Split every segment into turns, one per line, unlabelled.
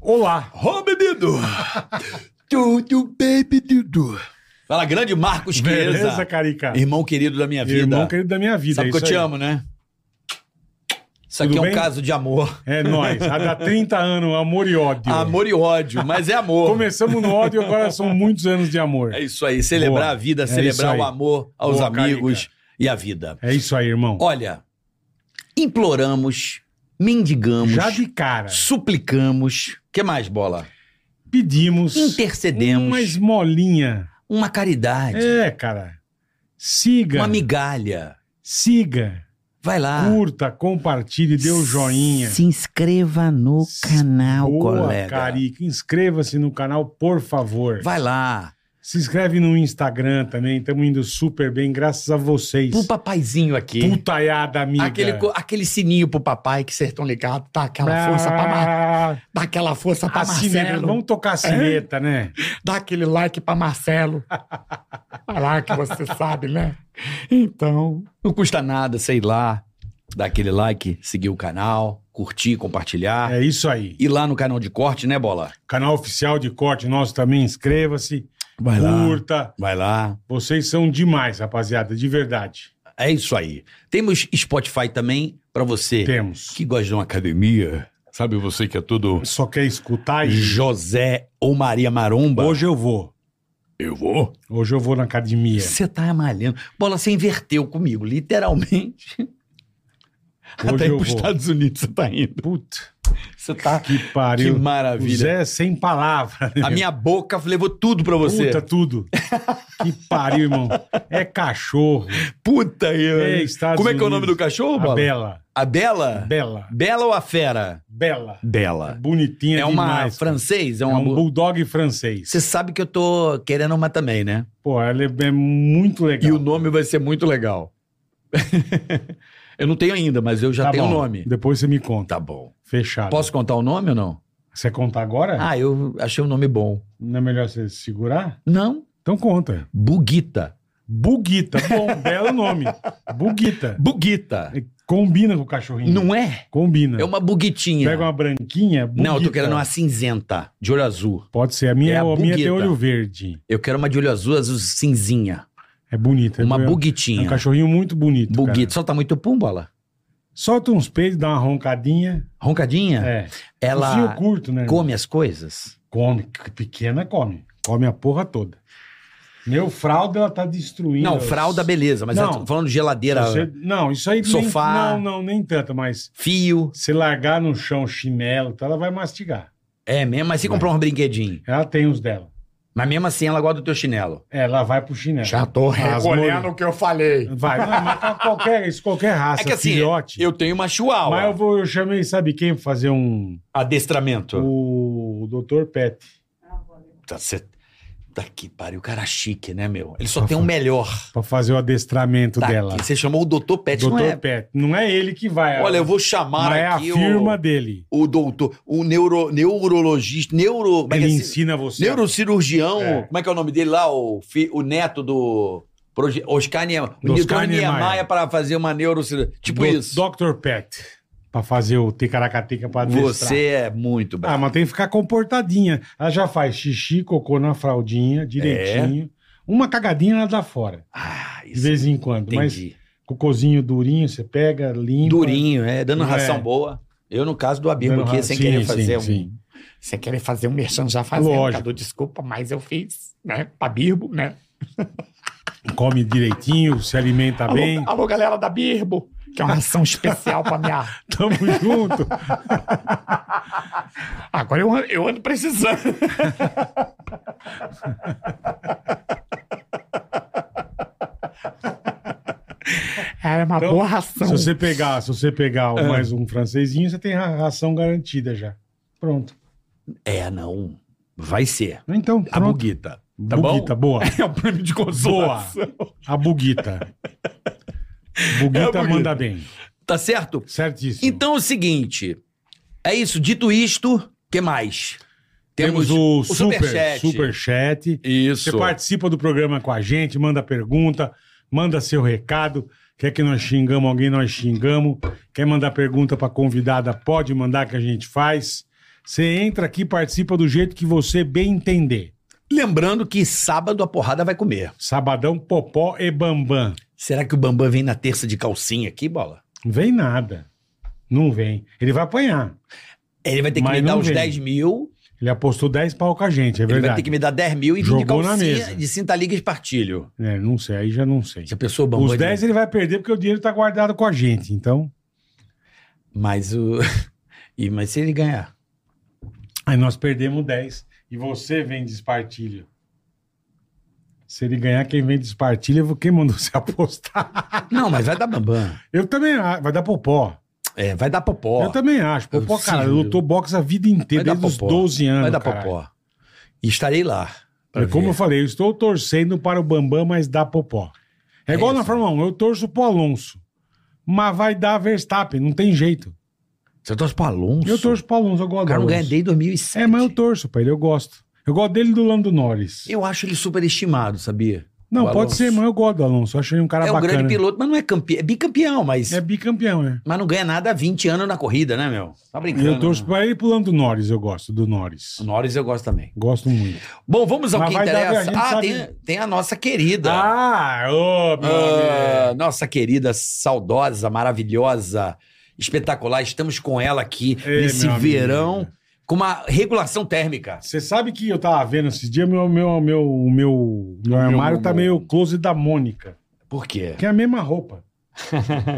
Olá.
Ô, Dudu! Tudo bem, Dudu? Fala, grande Marcos Queza.
Beleza, Carica?
Irmão querido da minha vida.
Irmão querido da minha vida.
Sabe
é
que eu
isso
te
aí.
amo, né? Isso
Tudo
aqui é um
bem?
caso de amor.
É nóis. Há dá 30 anos, amor e ódio.
Amor e ódio, mas é amor.
Começamos no ódio, agora são muitos anos de amor.
É isso aí, celebrar
Boa.
a vida,
É isso
celebrar
aí.
o amor aos
Boa,
amigos
Carica.
e a vida.
É isso aí, irmão.
Olha, imploramos, mendigamos,
Já de cara,
suplicamos. que mais, Bola?
pedimos
Intercedemos.
uma esmolinha.
Uma caridade,
É, cara. Siga,
uma Ah. migalha.
siga,
Vai lá.
curta, compartilhe, dê o joinha.
Se inscreva no canal,
Boa,
colega.
Carica. Inscreva-se no canal, por favor.
Vai lá.
Se inscreve no Instagram também. Estamos indo super bem, graças a vocês.
Pro papaizinho aqui.
Putaiada, amiga.
Aquele, co- aquele sininho pro papai que vocês estão ligados. Dá tá, aquela força pra Mar...
Ah,
Dá aquela força pra
a cineta.
Marcelo.
Vamos tocar a cineta, né?
Dá aquele like pra Marcelo. Vai lá que você sabe, né? Então. Não custa nada, sei lá. Dá aquele like, seguir o canal, curtir, compartilhar.
É isso aí.
E lá no canal de corte, né, Bola?
Canal oficial de corte nosso também, inscreva-se,
Vai
curta.
Vai lá.
Vocês são demais, rapaziada, de verdade.
É isso aí. Temos Spotify também pra você
Temos.
que gosta de uma academia. Sabe você que é tudo
Só quer escutar e
José ou Maria Maromba?
hoje eu vou.
eu vou.
Hoje eu vou na academia.
Você tá malhando. Bola, você inverteu comigo, literalmente.
Hoje
Até ir
eu
pros
vou.
Estados Unidos você tá indo.
Puta,
Você tá...
que
Que
pariu. o
maravilha.
Zé é sem palavra. né?
A minha boca levou tudo pra você.
Puta, tudo. que pariu, irmão. É cachorro.
Puta eu.
É, Estados
Como é que é o
Unidos.
nome do cachorro,
A
Bola?
Bela.
A Bela?
Bela.
Bela ou a Fera?
Bela.
Bela.
Bonitinha
É uma
demais.
francês? É,
É
uma...
um bulldog francês.
Você sabe que eu tô querendo uma também, né?
Pô, ela é é muito legal.
E o nome vai ser muito legal. eu não tenho ainda, mas eu já
Tá
tenho o
bom.
nome.
Depois você me conta.
Tá bom. Tá
Fechado.
Posso contar o nome ou não?
Você conta agora?
Ah, eu achei o nome bom.
Não é melhor você segurar?
Não,
Então conta.
Buguita.
Buguita. Bom, belo nome. Buguita.
Buguita.
Combina com o cachorrinho.
Não é?
Combina.
É uma buguitinha.
Pega uma branquinha.
Não, eu tô
buguita.
querendo uma cinzenta, de olho azul.
Pode ser. A minha,
É
é
a
a minha tem
buguita.
olho verde.
Eu quero uma de olho azul, azul cinzinha.
É bonita.
Uma
é, É um
buguitinha.
cachorrinho muito bonito. cara.
Buguita. Solta muito pum, bola.
Solta uns peitos, dá uma roncadinha.
Roncadinha?
É. Focinho
Ela
curto, né?
come as coisas?
Come. Pequena come. Come a porra toda. Meu fralda, ela tá destruindo.
Não, fralda, beleza. Mas
Não.
eu tô falando de geladeira,
Você- não, isso aí. nem-
Sofá.
não, não, nem tanto, mas
fio.
se largar no chão chinelo, tá, ela vai mastigar.
É mesmo, mas se
Vai.
comprar um brinquedinho.
Ela tem os dela.
Mas mesmo assim ela gosta do teu chinelo.
É, Ela vai pro chinelo.
tô
recolhendo
o que eu falei.
Vai, não, mas com qualquer, isso qualquer raça,
É que assim,
filhote.
eu tenho uma chihuahua.
Mas eu, vou, eu chamei, sabe quem, pra fazer um.
Adestramento.
O, Dr. Pet.
Tá, cê... tá que pariu, cara chique, né, meu? Ele só tem um melhor.
Pra fazer o adestramento
Tá
Tá dela.
aqui. Você chamou o doutor Pet,
Dr.
não é?
Pet. Não é ele que vai.
Olha, eu vou chamar
Mas é a
aqui
firma
o...
dele.
o doutor, o neuro... neurologista, neuro... como é que
Ele
é?
ensina você.
Neurocirurgião,
É.
como é que é o nome dele lá? O, fi- o neto do proje- Oscar Niemeyer.
Do
O
Oscar
Oscar Niemeyer
Niemeyer.
para fazer uma neurocirurgia. Tipo isso.
Dr. Pet. Pra fazer o ticaracateca pra adestrar.
Você é muito bravo.
Ah, mas tem que ficar comportadinha. Ela já faz xixi, cocô na fraldinha, direitinho. Uma cagadinha ela dá fora,
Ah,
de
isso.
vez em quando. Mas
Entendi.
cocôzinho durinho, você pega, limpa.
Durinho, é, dando
É.
ração boa. Eu, no caso do Abílio
Dando
aqui,
ra-
sem
sim,
querer
sim,
fazer um.
sim.
Sem querer fazer um merchan já fazendo,
Lógico.
Cadu, desculpa, mas eu fiz, né? Pra Birbo, né?
Come direitinho, se alimenta
Alô,
Tá bem.
alô, galera da Birbo, que é uma ração especial pra minha...
Tamo junto.
Agora eu, eu ando precisando. Era É uma
Então,
boa ração.
Se você pegar, se você pegar
Ah.
o- mais um francesinho, você tem a ração garantida já. Pronto.
É, não. Vai ser.
Então,
A
pronto.
buguita. Tá
Buguita,
bom?
boa.
É o prêmio de consolação.
A buguita. Buguita,
É a buguita.
manda bem.
Tá certo?
Certíssimo.
Então é o seguinte. É isso. Dito isto, o que mais?
temos, o, super,
superchat.
superchat. Você
Isso.
participa do programa com a gente, manda pergunta, manda seu recado. Quer que nós xingamos alguém, nós xingamos. Quer mandar pergunta pra convidada, pode mandar que a gente faz. Você entra aqui, participa do jeito que você bem entender.
Lembrando que sábado a porrada vai comer.
Sabadão, Popó e Bambam.
Será que o Bambam vem na terça de calcinha aqui, bola?
Não vem nada. Não vem. Ele vai apanhar.
Ele vai ter que
Mas
me dar
não
uns
vem.
10 mil.
Ele apostou 10 pau com a gente, é
ele vai
verdade.
ter que me dar 10 mil e vir de
Jogou na
calcinha
mesa.
de cinta liga e espartilho.
É, não sei, aí já não sei.
Já pensou o Bambam?
Os
de-
10 ele vai perder porque o dinheiro tá guardado com a gente, então.
Mas o. E, mas se ele ganhar?
Aí nós perdemos 10 e você vem de espartilho. Se ele ganhar, quem vem de espartilho é quem mandou você apostar.
Não, mas vai dar Bambam.
Eu também acho. Vai dar popó.
É, vai dar popó.
Eu também acho. Popó,
Sim,
cara,
eu-
lutou boxe a vida inteira,
Vai dar
desde os
popó.
12 anos.
vai dar
caralho.
popó. E estarei lá. pra
É como
ver.
eu falei, eu estou torcendo para o Bambam, mas dá popó. É,
É
igual
isso.
na Fórmula 1, eu torço pro Alonso. Mas vai dar Verstappen, não tem jeito.
Você torce pro Alonso?
Eu torço pro Alonso, eu gosto
O cara
do
não ganha
Alonso.
desde 2007.
É, mas eu torço pra ele, eu gosto. Eu gosto dele e do Lando Norris.
Eu acho ele superestimado, sabia?
Não,
O
pode
Alonso.
ser, mas eu gosto do Alonso. Eu Achei ele um cara
é um
bacana.
grande piloto, mas não é campeão. É bicampeão, mas,
É bicampeão, né?
mas não ganha nada há 20 anos na corrida, né, meu? Tá
E
brincando.
eu torço
né?
pra ele e pro Lando Norris, eu gosto do Norris.
O Norris eu gosto também.
Gosto muito.
Bom, vamos ao
Mas
que
vai dar- a
interessa.
gente
Ah,
sabe-
tem, tem a nossa querida.
Ah, ô, meu
Ah, nossa querida, saudosa, maravilhosa, espetacular. Estamos com ela aqui
É,
nesse
meu amigo.
verão com uma regulação térmica.
Você sabe que eu tava vendo esses dias, meu, meu, meu, o meu, meu armário tá
meu-
meio close da Mônica.
Por quê?
Que é a mesma roupa.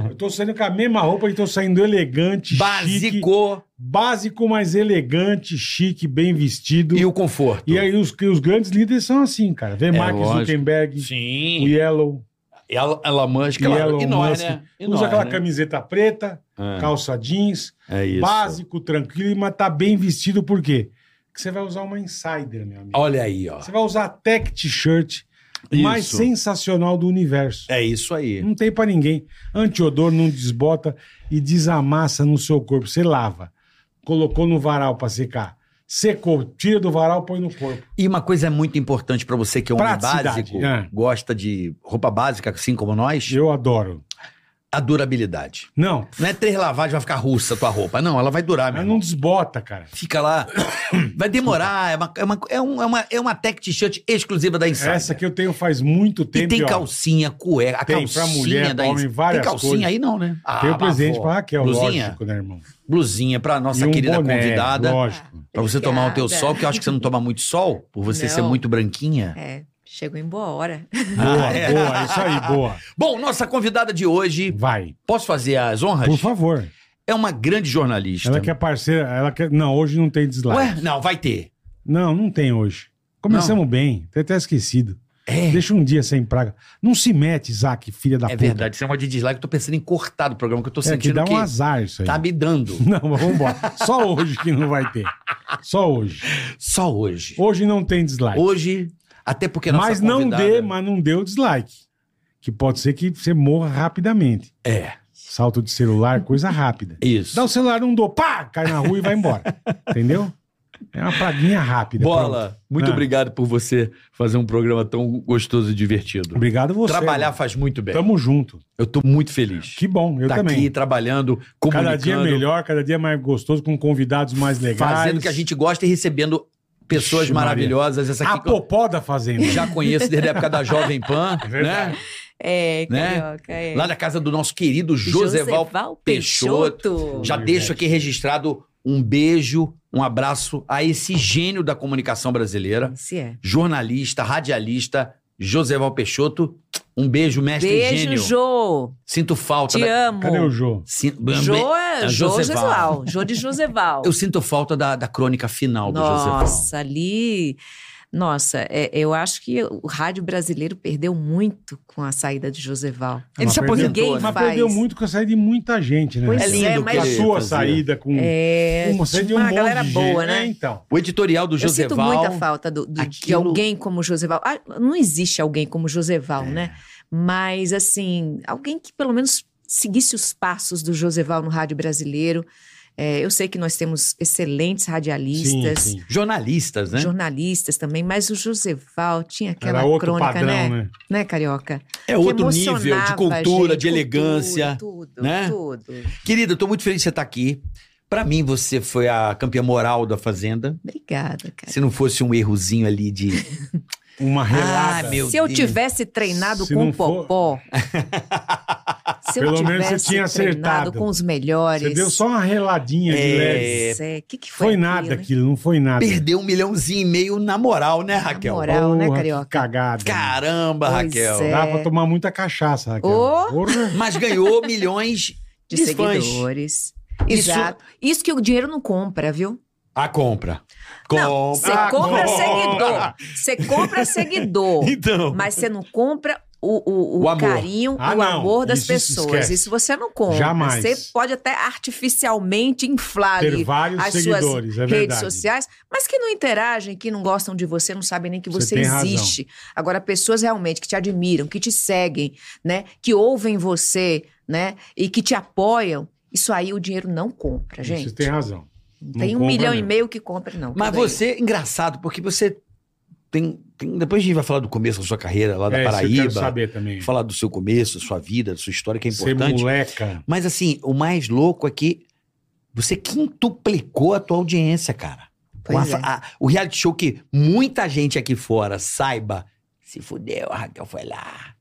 eu tô saindo com a mesma roupa e tô saindo elegante, chique.
Básico
Básico, mas elegante, chique, bem vestido.
e o conforto.
E aí os, os grandes líderes são assim, cara. Vê Mark
É, lógico.
Zuckerberg, o
Sim.
Yellow,
Ela, ela Musk, ela-
Elon
e nós,
Musk.
né? E
usa
nós,
aquela
né?
camiseta preta,
É.
calça jeans,
É isso.
básico, tranquilo, mas tá bem vestido por quê? Porque você vai usar uma insider, meu amigo.
Olha aí, ó.
Você vai usar a tech t-shirt mais
Isso.
sensacional do universo.
É isso aí.
Não tem pra ninguém. Antiodor não desbota e desamassa no seu corpo. Você lava. Colocou no varal pra secar. Secou, tira do varal, põe no corpo.
E uma coisa muito importante pra você que é um homem
Praticidade,
básico,
é.
gosta de roupa básica, assim como nós,
Eu adoro.
a durabilidade.
Não,
Não é três lavagens, vai ficar russa a tua roupa. Não, ela vai durar, meu
mas
irmão.
não desbota, cara.
Fica lá. Vai demorar. É uma, é uma, é um- é uma, é uma tech t-shirt exclusiva da Insider.
Essa que eu tenho faz muito
né? E
tempo.
tem
ó.
calcinha, cueca. A
Tem pra
calcinha
mulher,
da
pra
Insider.
homem, várias
Tem calcinha
cores.
aí não, né? Ah,
Tem o
mas,
presente
pô,
pra Raquel,
blusinha,
lógico, né, irmão?
Blusinha pra nossa
E um
querida
boné,
convidada.
Lógico.
Pra você tomar o teu
Obrigada.
sol, que eu acho que você não toma muito sol, por você ser
Não.
muito branquinha.
É, chegou em boa hora.
Boa,
Ah, é.
boa, isso aí, boa.
Bom, nossa convidada de hoje,
Vai,
posso fazer as honras?
por favor.
É uma grande jornalista.
Ela que é parceira, ela quer. Não, hoje não tem deslike.
Ué? Não, vai ter.
Não, não tem hoje. Começamos bem, tem até esquecido.
É.
Deixa um dia sem praga. Não se mete, Isaac, filha da
é
puta.
verdade, isso é uma de dislike. Eu tô pensando em cortar do programa, que eu tô
É que
sentindo
dá
que
um azar isso aí.
tá me dando.
Não, mas vambora. Só hoje que não vai ter. Só hoje.
Só hoje.
Hoje não tem dislike.
Hoje, até porque nossa
mas não
convidada-
dê, mas não dê o dislike. Que pode ser que você morra rapidamente.
É,
Salto de celular, coisa rápida.
isso.
Dá um o celular, não dou, pá, cai na rua e vai embora. Entendeu? É uma praguinha rápida.
Bola,
pronto.
muito
Ah.
obrigado por você fazer um programa tão gostoso e divertido.
Obrigado você.
Trabalhar
mano.
faz muito bem.
Tamo junto.
Eu tô muito feliz.
Que bom, eu
tá
também. é
aqui tá trabalhando, comunicando,
Cada dia melhor, cada dia mais gostoso, com convidados mais legais.
fazendo o que a gente gosta e recebendo pessoas
Ixi, Maria. Ah,
maravilhosas. Essa
A
aqui que eu
popó tá da fazenda.
já conheço desde a época da Jovem Pan,
verdade.
né?
É,
Né?
carioca, é.
Lá da casa do nosso querido Joseval,
Joseval
Peixoto.
Peixoto.
Já
Meu
deixo
Deus.
aqui registrado um beijo, um abraço a esse gênio da comunicação brasileira,
Esse é.
jornalista, radialista, Joseval Peixoto. Um beijo, mestre
Beijo,
gênio.
Jô.
Sinto falta.
Te
da...
amo.
Cadê o Jô?
Sin-
Jô é,
É
Jô
Joseval.
Joseval. Jô de Joseval.
Eu sinto falta da, da crônica final do Joseval.
Nossa, ali. Nossa, é, eu acho que o rádio brasileiro perdeu muito com a saída de Joseval.
Ele
Mas
se
perdeu-
aposentou,
Ninguém
né?
Mas
faz.
perdeu muito com a saída de muita gente, né?
Pois
É lindo
é,
o
Com
mas
a
que ele
sua
fazia.
saída, com,
é,
com você de um
uma
monte
galera
de gente.
boa, né?
É, então.
O editorial do
Eu
Joseval.
sinto muita falta do- do- de
aquilo-
alguém como o Joseval. Ah, não existe alguém como o Joseval,
É.
né? Mas, assim, alguém que pelo menos seguisse os passos do Joseval no rádio brasileiro. É, eu sei que nós temos excelentes
Sim,
radialistas,
sim.
Jornalistas, né?
jornalistas também, mas o Joseval tinha aquela
Era outro
crônica,
padrão,
né?
né?
Né, Carioca?
É
Que
outro nível de
emocionava,
cultura,
gente,
de elegância.
Tudo, tudo,
né?
tudo.
Querida, eu tô muito feliz de você estar aqui. Pra mim, você foi a campeã moral da Fazenda.
Obrigada, cara.
Se não fosse um errozinho ali de.
Ah,
Uma relada.
meu
Se eu
Deus.
tivesse treinado
Se
com
não
o
for-
Popó. se eu
Pelo
tivesse
menos você tinha
treinado
acertado.
com os melhores.
Você deu só uma reladinha de
É,
leve.
O que, que foi?
Foi nada
aquilo, hein?
aquilo, não foi nada.
Perdeu um milhãozinho e meio na moral, né, Raquel?
moral. Real, né,
Porra,
Carioca?
que cagada. né?
Caramba,
Pois
Raquel.
é.
Dá pra tomar muita cachaça, Raquel.
Ô!
Porra.
Mas ganhou milhões de,
De
fãs.
seguidores.
Isso-
Exato. Isso que o dinheiro não compra, viu?
A compra.
Não,
Compra.
você
Ah,
compra
compra.
seguidor. Você compra seguidor.
Então.
Mas você não compra o, o, o
O amor.
carinho,
Ah,
o
não.
amor das
Isso- isso
pessoas.
esquece.
Isso você não compra.
Jamais.
Você pode até artificialmente inflar
Ter
ali
vários
as
seguidores,
suas
é
redes
verdade.
sociais, mas que não interagem, que não gostam de você, não sabem nem que
Você
você,
tem razão.
existe. Agora, pessoas realmente que te admiram, que te seguem, né, que ouvem você, né, e que te apoiam, isso aí o dinheiro não compra, gente.
Você tem razão.
Não
não
tem um
compra
milhão e
mesmo.
meio que compra, não.
Mas
Tudo aí.
você, engraçado, porque você tem, tem- Depois a gente vai falar do começo da sua carreira lá da
É, isso eu quero
Paraíba.
saber também.
Falar do seu começo, da sua vida, da sua história, que é
Ser
importante.
moleca.
Mas assim, o mais louco é que você quintuplicou a tua audiência, cara. Com
Pois
a-
é.
a- o reality show que muita gente aqui fora saiba, se fudeu, a Raquel foi lá.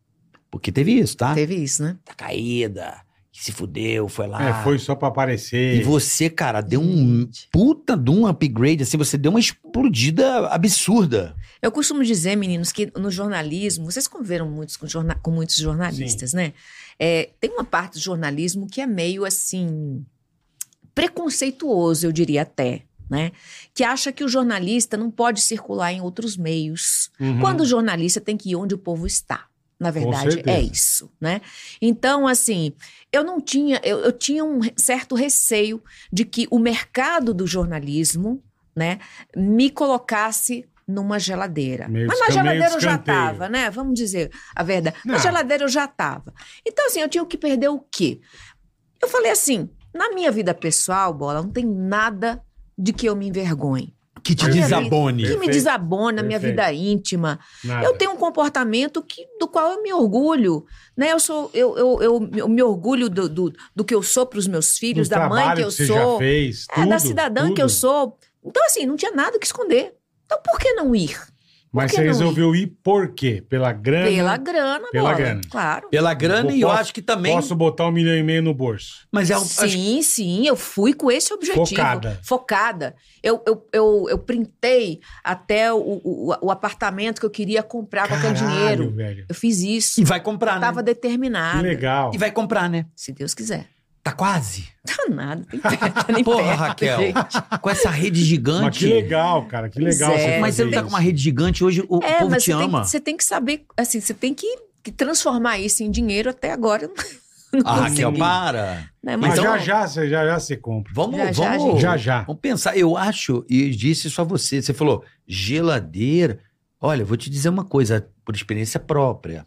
Porque teve isso, tá?
Teve isso, né?
Tá caída, se fudeu, foi lá.
Ah.
É, foi só pra
E
aparecer.
você, cara, deu um puta de um upgrade, assim, você deu uma explodida absurda.
Eu costumo dizer, meninos, que no jornalismo, vocês conviveram muitos com, jorna- com muitos jornalistas, né? É, tem uma parte do jornalismo que é meio assim preconceituoso, eu diria até, né? Que acha que o jornalista não pode circular em outros meios.
Uhum.
Quando o jornalista tem que ir onde o povo está. Na verdade,
certeza.
é isso, né? Então, assim, eu não tinha, eu, eu tinha um re- certo receio de que o mercado do jornalismo, né, me colocasse numa geladeira.
Meio
Mas na
escan- meio
geladeira eu já
escanteio.
tava, né? Vamos dizer a verdade. Na
Não.
geladeira eu já tava. Então, assim, eu tinha que perder o quê? Eu falei assim, na minha vida pessoal, Bola, não tem nada de que eu me envergonhe.
Que te
Na minha vida-
desabone.
Que me
Perfeito.
desabone na minha
Perfeito.
vida íntima.
Nada.
Eu tenho um comportamento que, do qual eu me orgulho, né? Eu sou, eu, eu, eu, eu me orgulho do, do, do que eu sou para os meus filhos,
Do
da mãe
trabalho
que eu
você já
sou,
fez,
é, da
tudo,
cidadã
tudo.
que eu sou. Então, assim, não tinha nada que esconder. Então, por que não ir?
Mas
que
você
não ir?
resolveu ir por quê? Pela grana?
Pela grana,
Uhum. Pela
bola.
grana.
Claro.
Pela grana,
Eu
e eu
posso-
acho que também.
Posso botar um milhão e meio no bolso.
Mas é um. acho-
Sim, sim, eu fui com esse objetivo.
Focada.
Focada. Eu, eu, eu, eu printei até o, o, o apartamento que eu queria
tá
comprar com aquele
Caralho,
dinheiro.
velho.
Eu fiz isso.
E vai comprar, né?
Estava
Que
determinada.
legal.
E vai comprar, né?
Se Deus quiser.
Tá quase.
Tá nada, tem perna, nem
Porra,
perna,
Raquel.
gente.
Com essa rede
Mas
gigante.
que legal, cara. Que legal
Pois
você
é.
fazer
Mas você não tá
isso.
com uma rede gigante hoje, o
É,
povo
mas
te
você, Tem,
ama.
que- você tem que saber, assim, você tem que, que transformar isso em dinheiro até agora. eu Não, não
Ah,
consegui,
Raquel, para.
né?
Mas
Mas
Então-
já já, você- já já você compra.
Vamos,
Já, já,
vamos.
gente.
Já já.
Vamos pensar. Eu acho, e disse isso a você. Você falou, geladeira. Olha, eu vou te dizer uma coisa, por experiência própria.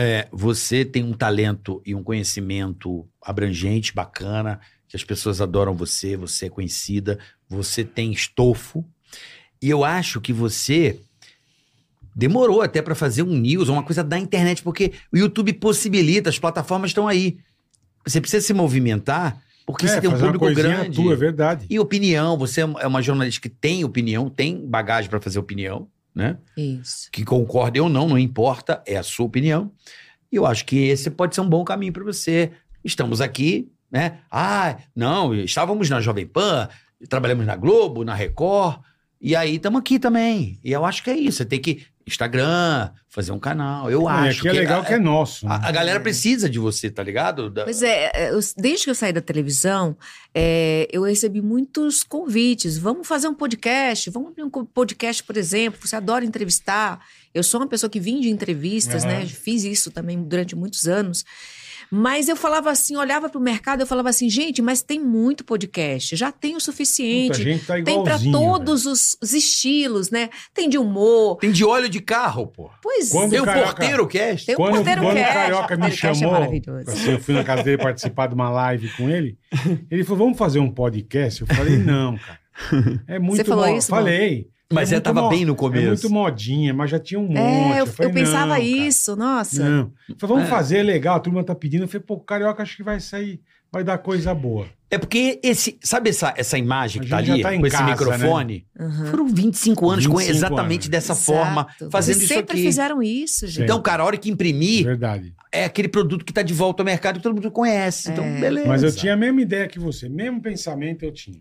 É, você tem um talento e um conhecimento abrangente, bacana, que as pessoas adoram você, você é conhecida, você tem estofo. E eu acho que você demorou até pra fazer um news, uma coisa da internet, porque o YouTube possibilita, as plataformas estão aí. Você precisa se movimentar Porque você tem um
É, fazer uma
público
coisinha
grande.
Tua, é verdade.
E opinião, você é uma jornalista que tem opinião, tem bagagem pra fazer opinião, né?
Isso.
que concorde ou não, não importa, é a sua opinião. E eu acho que esse pode ser um bom caminho para você. Estamos aqui, né? Ah, não, estávamos na Jovem Pan, trabalhamos na Globo, na Record, e aí estamos aqui também. E eu acho que é isso, você tem que Instagram, fazer um canal. Eu
Ah, e
acho
aqui é legal
a,
que é nosso. né?
a, a galera precisa de você, tá ligado? Da-
Pois é, é, eu- desde que eu saí da televisão, é, eu recebi muitos convites. Vamos fazer um podcast, vamos abrir um co- podcast, por exemplo. Você adora entrevistar. Eu sou uma pessoa que vim de entrevistas,
Aham.
né? Fiz isso também durante muitos anos. Mas eu falava assim, olhava para o mercado, eu falava assim, gente, mas tem muito podcast, já tem o
Puta, a
suficiente.
gente tá
Tem para
igualzinho.
todos os, os estilos, né? Tem de humor.
Tem de óleo de carro, pô.
Pois
Quando
Tem
é.
o
Carioca-
porteiro cast.
Tem um
quando,
porteiro
quando o
cast.
Carioca me
Porteiro cast é
chamou,
maravilhoso.
assim, eu fui na casa dele participar de uma live com ele, ele falou, vamos fazer um podcast? Eu falei, não, cara. É muito
Você falou
mo-
isso,
Falei.
Mas
é
você
muito
tava
mo-
bem no
É
começo.
muito modinha, mas já tinha um monte.
É, eu,
falei,
eu pensava
não, cara.
isso, nossa.
Não. Eu falei, vamos
É.
fazer, é legal, a turma tá pedindo. Eu falei, pô, Carioca, acho que vai sair, vai dar coisa boa.
É porque esse, sabe essa, essa imagem
A
que tá
gente já
ali,
tá em
com esse
casa,
microfone?
Aham.
Foram 25 anos com
25
exatamente
anos.
dessa
Exato.
forma, fazendo
Vocês
isso
sempre
aqui.
fizeram isso, gente.
Então, cara, a hora que imprimir
Verdade.
é aquele produto que tá de volta ao mercado que todo mundo conhece. Então,
É.
beleza.
Mas eu tinha a mesma ideia que você, mesmo pensamento eu tinha.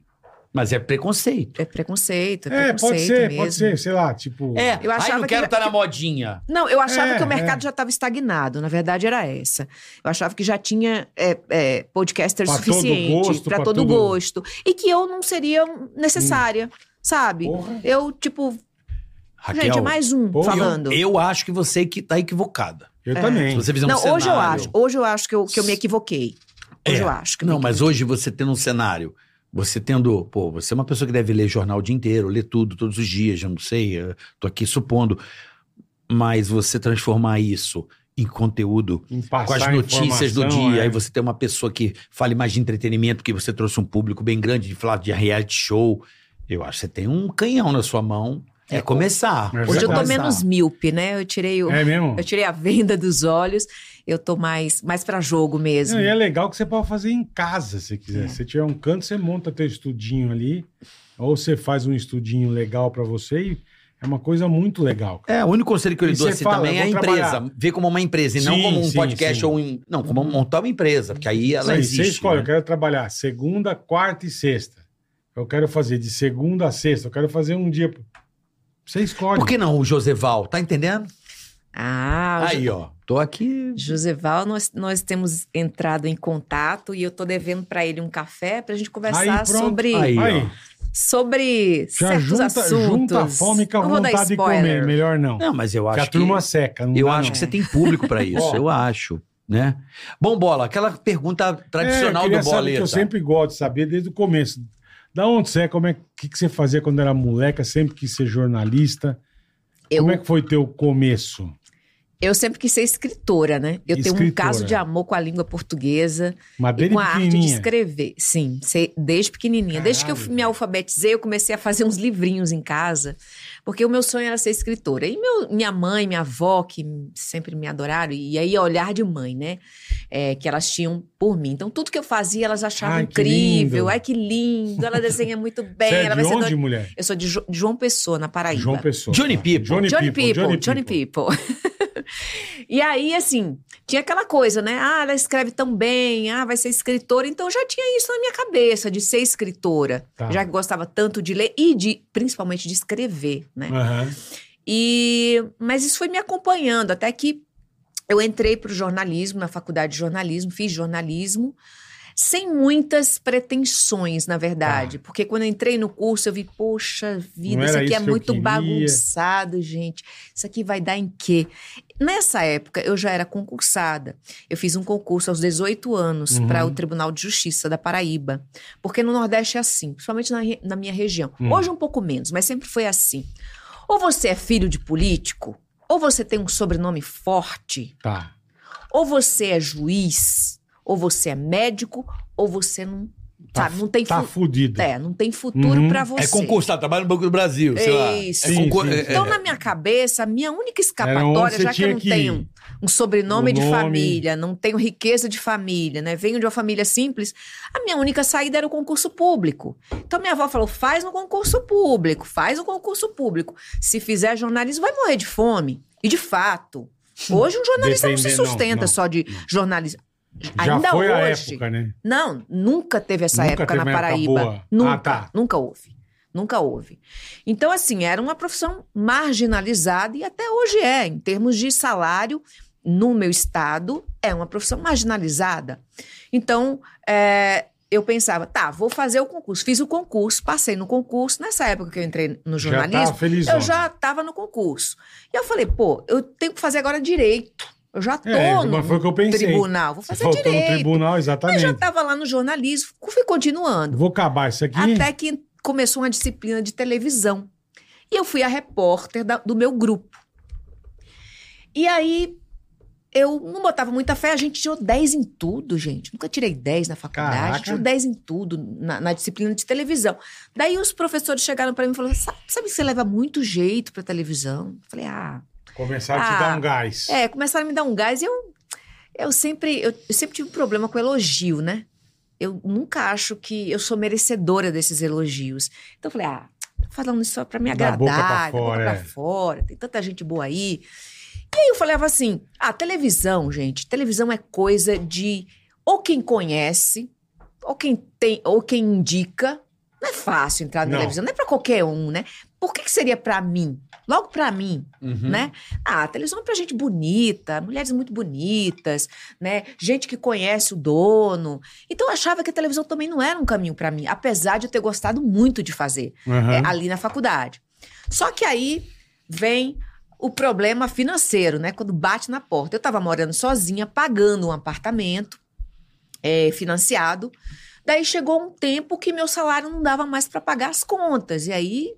Mas é preconceito.
É preconceito, é,
É,
preconceito
pode ser,
mesmo.
pode ser, sei lá, tipo.
É, eu
Eu achava
não
que tipo-
quero
já-
estar na modinha.
Não, eu achava
É,
que o mercado
é.
já estava estagnado, na verdade era essa. Eu achava que já tinha é, é, podcasters
Pra todo
suficiente
gosto,
para
pra
todo
tudo. Hum.
gosto. E que eu não seria necessária, sabe?
Porra.
Eu, tipo,
Raquel,
gente, é mais um
Pô, eu-
falando.
eu, eu acho que você que tá equivocada.
Eu
é.
também.
Se você fizer um
não,
cenário...
hoje eu acho. Hoje eu acho que eu, que eu me equivoquei. Hoje
É.
eu acho que eu
Não,
me
mas hoje você tendo um cenário, você tendo, pô, você é uma pessoa que deve ler jornal o dia inteiro, ler tudo, todos os dias, eu não sei, eu tô aqui supondo. Mas você transformar isso em conteúdo
Em passar
com as notícias do
informação,
dia.
é.
Aí você tem uma pessoa que fale mais de entretenimento, porque você trouxe um público bem grande de falar de reality show. Eu acho que você tem um canhão na sua mão. É, começar.
É
Hoje eu tô
Exato.
menos míope, né? Eu tirei, o,
É mesmo?
eu tirei a venda dos olhos, eu tô mais, mais pra jogo mesmo. É.
Não, e é legal que você pode fazer em casa, se quiser. Se tiver um canto, você monta teu estudinho ali, ou você faz um estudinho legal pra você e é uma coisa muito legal. cara.
É, o único conselho que eu
E
lhe dou
você
assim
fala,
também é a
vou
empresa.
trabalhar.
Ver como uma empresa e não
Sim,
como um
sim,
podcast
sim.
ou um. Não, como montar uma empresa, porque aí ela
Aí
existe.
você escolhe,
né?
eu quero trabalhar segunda, quarta e sexta. Eu quero fazer de segunda a sexta, eu quero fazer um dia. Você escolhe.
Por que não o Joseval? Tá entendendo?
Ah, o
Aí, ó. Tô aqui.
Joseval, nós, nós temos entrado em contato e eu tô devendo pra ele um café pra gente conversar
Aí, pronto.
sobre,
Aí, ó.
Aí,
sobre
já
certos
junta,
assuntos.
junta a fome com a
Não vou dar
vontade de
spoiler.
comer. Melhor não.
Não, mas eu
Porque
acho
a turma seca. Não
Eu
dá,
acho
não.
que você tem público pra isso,
Ó.
eu acho, né? Bom, Bola, aquela pergunta
É, eu
tradicional
queria
do
saber, que
Boleta.
eu sempre gosto de saber desde o começo. Da onde você é? Como é que, que você fazia quando era moleca? Sempre quis ser jornalista.
Eu-
Como é que foi teu começo?
Eu sempre quis ser escritora, né? Eu tenho um
Escritora.
caso de amor com a língua portuguesa.
Mas
E
desde
com a arte de
pequenininha.
escrever. Sim, sei- desde pequenininha. Desde que eu
Caralho,
me
cara.
alfabetizei, eu comecei a fazer uns livrinhos em casa, porque o meu sonho era ser escritora. E meu- minha mãe, minha avó, que sempre me adoraram, e aí é olhar de mãe, né? É, que elas tinham por mim. Então, tudo que eu fazia, elas achavam
Ai, que
incrível.
lindo.
Ai, que lindo! Ela desenha muito bem.
Você é
ela
de
vai
onde,
ser do...
mulher?
Eu sou de Jo- João Pessoa, na Paraíba.
João Pessoa.
Johnny
Tá.
People.
Johnny,
Johnny
People.
People, Johnny People. E aí, assim, tinha aquela coisa, né? Ah, ela escreve tão bem, ah, vai ser escritora. Então, eu já tinha isso na minha cabeça, de ser escritora.
Tá.
Já que gostava tanto de ler e de, principalmente, de escrever, né?
Aham.
E, mas isso foi me acompanhando até que eu entrei para o jornalismo, na faculdade de jornalismo, fiz jornalismo, sem muitas pretensões, na verdade. Porque quando eu entrei no curso, eu vi, poxa vida,
Tá. Não
isso
era
aqui é
isso que eu
muito
queria.
bagunçado, gente. Isso aqui vai dar em quê? Nessa época, eu já era concursada. Eu fiz um concurso aos 18 anos
Uhum.
para o Tribunal de Justiça da Paraíba. Porque no Nordeste é assim, principalmente na, re- na minha região.
Hum.
Hoje um pouco menos, mas sempre foi assim. Ou você é filho de político, ou você tem um sobrenome forte,
Tá.
ou você é juiz, ou você é médico, ou você não
Tá
sabe?
fu-
Não tem
Tá
fu-
fudido.
É, não tem futuro
Uhum.
pra você.
É concursado, trabalha no Banco do Brasil, sei lá. É
Isso.
Sim,
concur-
sim.
é- é-
Então, na minha cabeça, a minha única
Era onde
escapatória,
você
já que eu
tinha
não
que
tenho
ir.
um sobrenome
O
de
nome.
família, não tenho riqueza de família, né? Venho de uma família simples, a minha única saída era o concurso público. Então, minha avó falou: faz um concurso público, faz um concurso público. Se fizer jornalismo, vai morrer de fome. E de fato, hoje um jornalista não se
Depender, não,
sustenta
não.
só de jornalismo.
Já
Então, Ainda
foi a
hoje.
época, né?
Não, nunca teve essa
Nunca
época
teve
na
uma época
Paraíba.
boa.
Nunca,
Ah, tá.
nunca houve. Nunca houve. Então, assim, era uma profissão marginalizada e até hoje é, em termos de salário, no meu estado, é uma profissão marginalizada. Então, é, eu pensava, tá, vou fazer o concurso. Fiz o concurso, passei no concurso. Nessa época que eu entrei no
já
jornalismo,
tava felizão.
eu já estava no concurso. E eu falei, pô, eu tenho que fazer agora direito. Eu já tô
É,
no
mas foi o que eu pensei.
tribunal, vou fazer
Faltou no
direito.
tribunal,
Mas
exatamente.
já tá- estava lá no jornalismo, fui continuando.
Vou acabar isso aqui.
Até que começou uma disciplina de televisão. E eu fui a repórter da- do meu grupo. E aí, eu não botava muita fé, a gente tirou 10 em tudo, gente. Nunca tirei 10 na faculdade,
Caraca.
tirou 10 em tudo na, na disciplina de televisão. Daí os professores chegaram para mim e falaram: sabe, sabe que você leva muito jeito para televisão? Eu falei: ah,
Começaram a te
Ah,
dar um gás.
é, começaram a me dar um gás e eu, eu sempre eu, eu sempre tive um problema com elogio, né? Eu nunca acho que eu sou merecedora desses elogios. Então eu falei, ah, tô falando isso só pra me
Da
agradar,
boca pra
da boca
fora,
pra
é.
fora, tem tanta gente boa aí. E aí eu falava assim, ah, televisão, gente, televisão é coisa de ou quem conhece, ou quem tem, ou quem indica. Não é fácil entrar na
Não.
televisão, não é pra qualquer um, né? Por que, que seria pra mim? Logo pra mim,
Uhum.
né? Ah, a televisão é pra gente bonita, mulheres muito bonitas, né? Gente que conhece o dono. Então eu achava que a televisão também não era um caminho pra mim, apesar de eu ter gostado muito de fazer
Aham.
é, ali na faculdade. Só que aí vem o problema financeiro, né? Quando bate na porta. Eu estava morando sozinha, pagando um apartamento é, financiado. Daí chegou um tempo que meu salário não dava mais para pagar as contas. E aí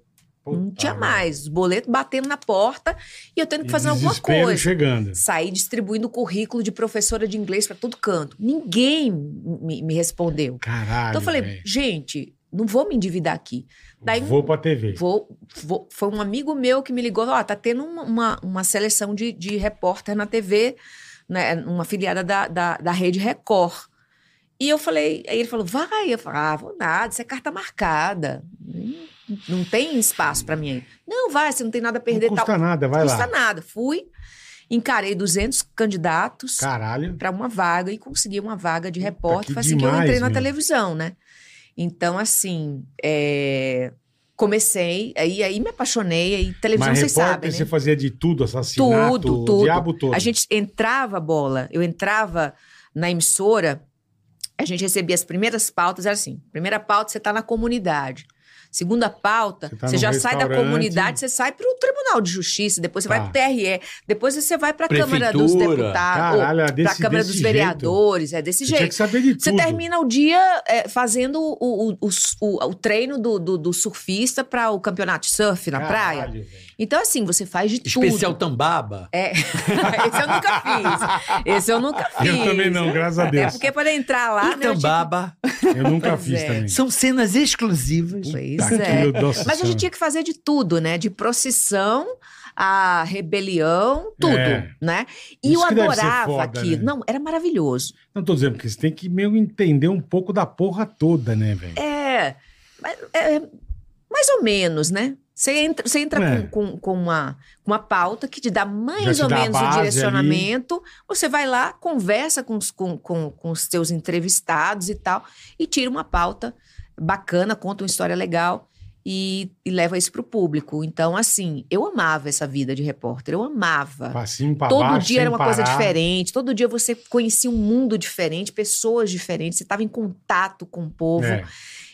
não
Puta
tinha
merda.
um mais. Os boletos batendo na porta e eu tendo que
E
fazer alguma
desespero
coisa.
chegando.
Saí distribuindo currículo de professora de inglês para todo canto. Ninguém me, me respondeu.
Caralho,
então eu falei,
velho.
gente, não vou me endividar aqui. Daí um-
Vou pra TV.
Vou, vou- foi um amigo meu que me ligou, ó, tá tendo uma, uma, uma seleção de, de repórter na TV, né, uma filiada da, da, da Rede Record. E eu falei, aí ele falou, vai, eu falei, ah, vou nada, isso é carta marcada, Hum, não tem espaço pra mim aí. Não, vai, você não tem nada a perder.
Não custa
tal.
nada, vai
custa
lá.
nada. Fui, encarei 200 candidatos
Caralho.
para uma vaga e consegui uma vaga de
Puta,
repórter.
que
Foi assim que eu
demais,
entrei na
meu.
televisão, né? Então, assim, é, comecei, aí, aí me apaixonei, aí televisão
Mas
vocês
repórter,
sabem, né?
você fazia de tudo, assassinato,
Tudo,
o
tudo.
diabo todo.
A gente entrava, bola, eu entrava na emissora, a gente recebia as primeiras pautas, era assim, primeira pauta, você tá na comunidade. Segunda pauta,
Você tá
você
num
já sai da
restaurante.
comunidade, você sai pro Tribunal de Justiça, depois você
Tá.
vai pro TRE, depois você vai pra Câmara dos
Prefeitura.
Deputados,
Caralho, é
ou ah, pra
desse,
Câmara
desse
dos
jeito.
Vereadores, é desse
Você tinha
jeito.
que saber de tudo.
Você termina o dia é, fazendo o, o, o, o- o treino do, do, do surfista para o campeonato de surf na praia.
Caralho, velho.
Então, assim, você faz de
Especial
tudo.
Tambaba.
É, esse eu nunca fiz. Esse eu nunca fiz.
Eu também não, graças a
É
Deus.
porque para entrar lá, né? eu tinha que-
Tambaba.
Eu nunca
Pois
fiz
é.
também. Tá
São cenas exclusivas.
Pois
Puta
é.
que- nossa
Mas a gente
senhora.
tinha que fazer de tudo, né? De procissão a rebelião, tudo,
É.
né? E
Isso
eu
que deve ser
adorava
foda,
aquilo.
né?
Não, era maravilhoso.
Não tô dizendo, porque você tem que meio entender um pouco da porra toda, né, velho?
É, mas- é, mais ou menos, né? Você entra, você entra
É.
com, com, com uma, com uma pauta que te
Já
dá mais
te
ou
dá a
menos
base
o
ali.
direcionamento. Você vai lá, conversa com os, com, com, com os seus entrevistados e tal, e tira uma pauta bacana, conta uma história legal e, e leva isso pro público. Então, assim, eu amava essa vida de repórter, eu amava.
Pra cima, pra
É. Todo
baixo,
dia era
sem
uma coisa
parar.
diferente, todo dia você conhecia um mundo diferente, pessoas diferentes, você estava em contato com o povo.
É,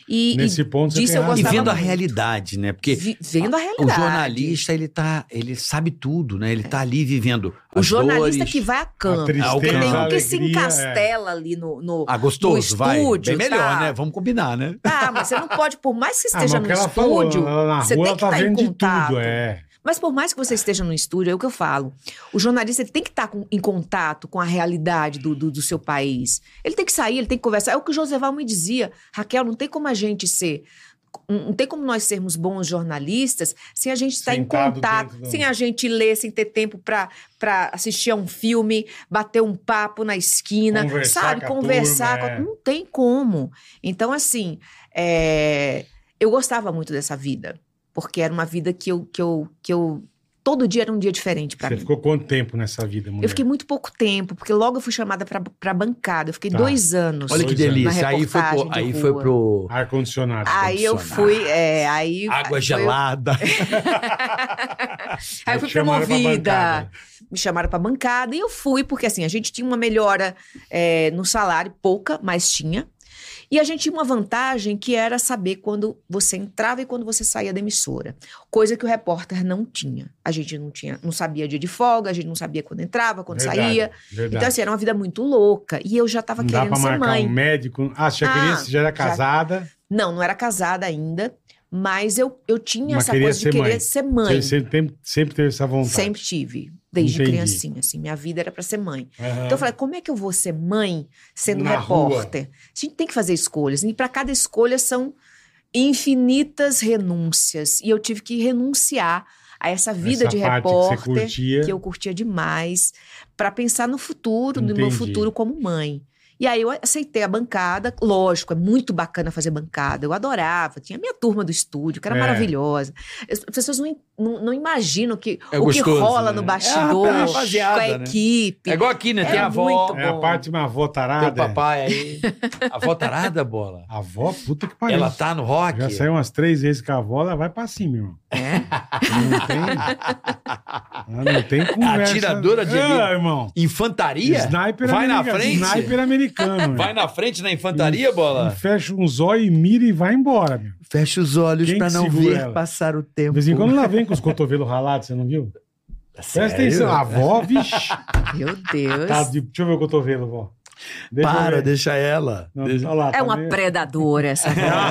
E, e
Nesse ponto você
disso
tem
eu
E
razão.
gostava
vendo a
muito.
realidade, né? Porque
vi- vendo a
o
realidade.
jornalista, ele tá. Ele sabe tudo, né? Ele tá ali vivendo.
É. O
as
jornalista
dores.
que vai a campo.
A tristeza,
porque tem um
a
que se
alegria, é.
encastela ali no. no-
Ah, gostoso,
no
vai.
estúdio,
Bem melhor,
tá?
né? Vamos combinar, né?
Ah, mas você não pode, por mais que
Ah, mas
esteja
o que
no
ela
estúdio,
falou, ela na
você
rua
tem
ela
que
tá
estar em
vendo de
contato.
tudo, é.
Mas por mais que você esteja no estúdio, é o que eu falo. O jornalista ele tem que estar com- em contato com a realidade do, do, do seu país. Ele tem que sair, ele tem que conversar. É o que o José Val me dizia. Raquel, não tem como a gente ser. um, Não tem como nós sermos bons jornalistas sem a gente estar em
Sentado
contato,
dentro do-
sem a gente ler, sem ter tempo para assistir a um filme, bater um papo na esquina,
Conversar
sabe?
com a
conversar.
turma,
com-
é.
Não tem como. Então, assim, é, eu gostava muito dessa vida, porque era uma vida que eu. Que eu, que eu todo dia era um dia diferente para
Você
mim.
ficou quanto tempo nessa vida, mulher?
Eu fiquei muito pouco tempo, porque logo eu fui chamada para bancada. Eu fiquei
Tá.
dois anos.
Olha que
Dois anos.
delícia.
Na
Aí foi
né? reportagem
pro.
de
Aí
rua.
foi pro
Ar-condicionado.
Aí eu fui. é, aí,
água
foi-
gelada.
Aí
Aí
eu fui
te chamaram pra
promovida.
bancada.
me chamaram pra bancada e eu fui, porque assim, a gente tinha uma melhora é, no salário, pouca, mas tinha. E a gente tinha uma vantagem que era saber quando você entrava e quando você saía da emissora. Coisa que o repórter não tinha. A gente não tinha, não sabia dia de folga, a gente não sabia quando entrava, quando
Verdade,
saía.
Verdade.
Então, assim, era uma vida muito louca. E eu já tava
Não dá
querendo
pra
ser
marcar
mãe.
um médico. Ah, você já queria,
Ah,
você já era
já-
casada.
Não, não era casada ainda, mas eu, eu tinha
Mas
essa
queria
coisa de
ser
querer
mãe.
ser mãe.
Você sempre, sempre teve essa vontade.
Sempre tive, desde
Entendi.
criancinha, assim. Minha vida era pra ser mãe.
Aham.
Então eu falei, como é que eu vou ser mãe sendo
Na
repórter? A gente tem que fazer escolhas. E para cada escolha são infinitas renúncias. E eu tive que renunciar a essa vida
Essa
de
parte que você
repórter
curtia.
que eu curtia demais para pensar no futuro, no meu
Entendi.
futuro como mãe. E aí eu aceitei a bancada, lógico, é muito bacana fazer bancada, eu adorava, tinha a minha turma do estúdio, que era
É.
maravilhosa. As pessoas não, não, não imaginam que,
É
o
gostoso,
que
né?
rola no
É a
bastidor, com a
rapaziada, né?
equipe.
É igual aqui, né?
É
Tem a avó.
muito
É a parte de uma avó
Tem o
tarada.
papai aí. A avó tarada, bola.
A avó, puta que pariu.
Ela tá no rock.
Já saiu umas três vezes com a avó, ela vai pra cima, irmão.
É?
Não tem. Ela não tem conversa.
Atiradora de elite.
Ah, irmão.
Infantaria?
Sniper
Vai um na
americano.
frente?
Sniper americano.
Vai na frente na infantaria, bola?
Fecha um zóio e mira e vai embora, meu.
Fecha os olhos
Quem pra que não segura ver ela?
passar o
De
tempo.
vez em quando ela vem com os cotovelos ralados, você não viu? Presta atenção. A avó, vixi.
Meu Deus.
Tá, de- deixa eu ver o cotovelo, vó. Deixa eu ver.
deixa ela.
Não, tá lá,
É
tá
uma
meio-
predadora
É
essa voz.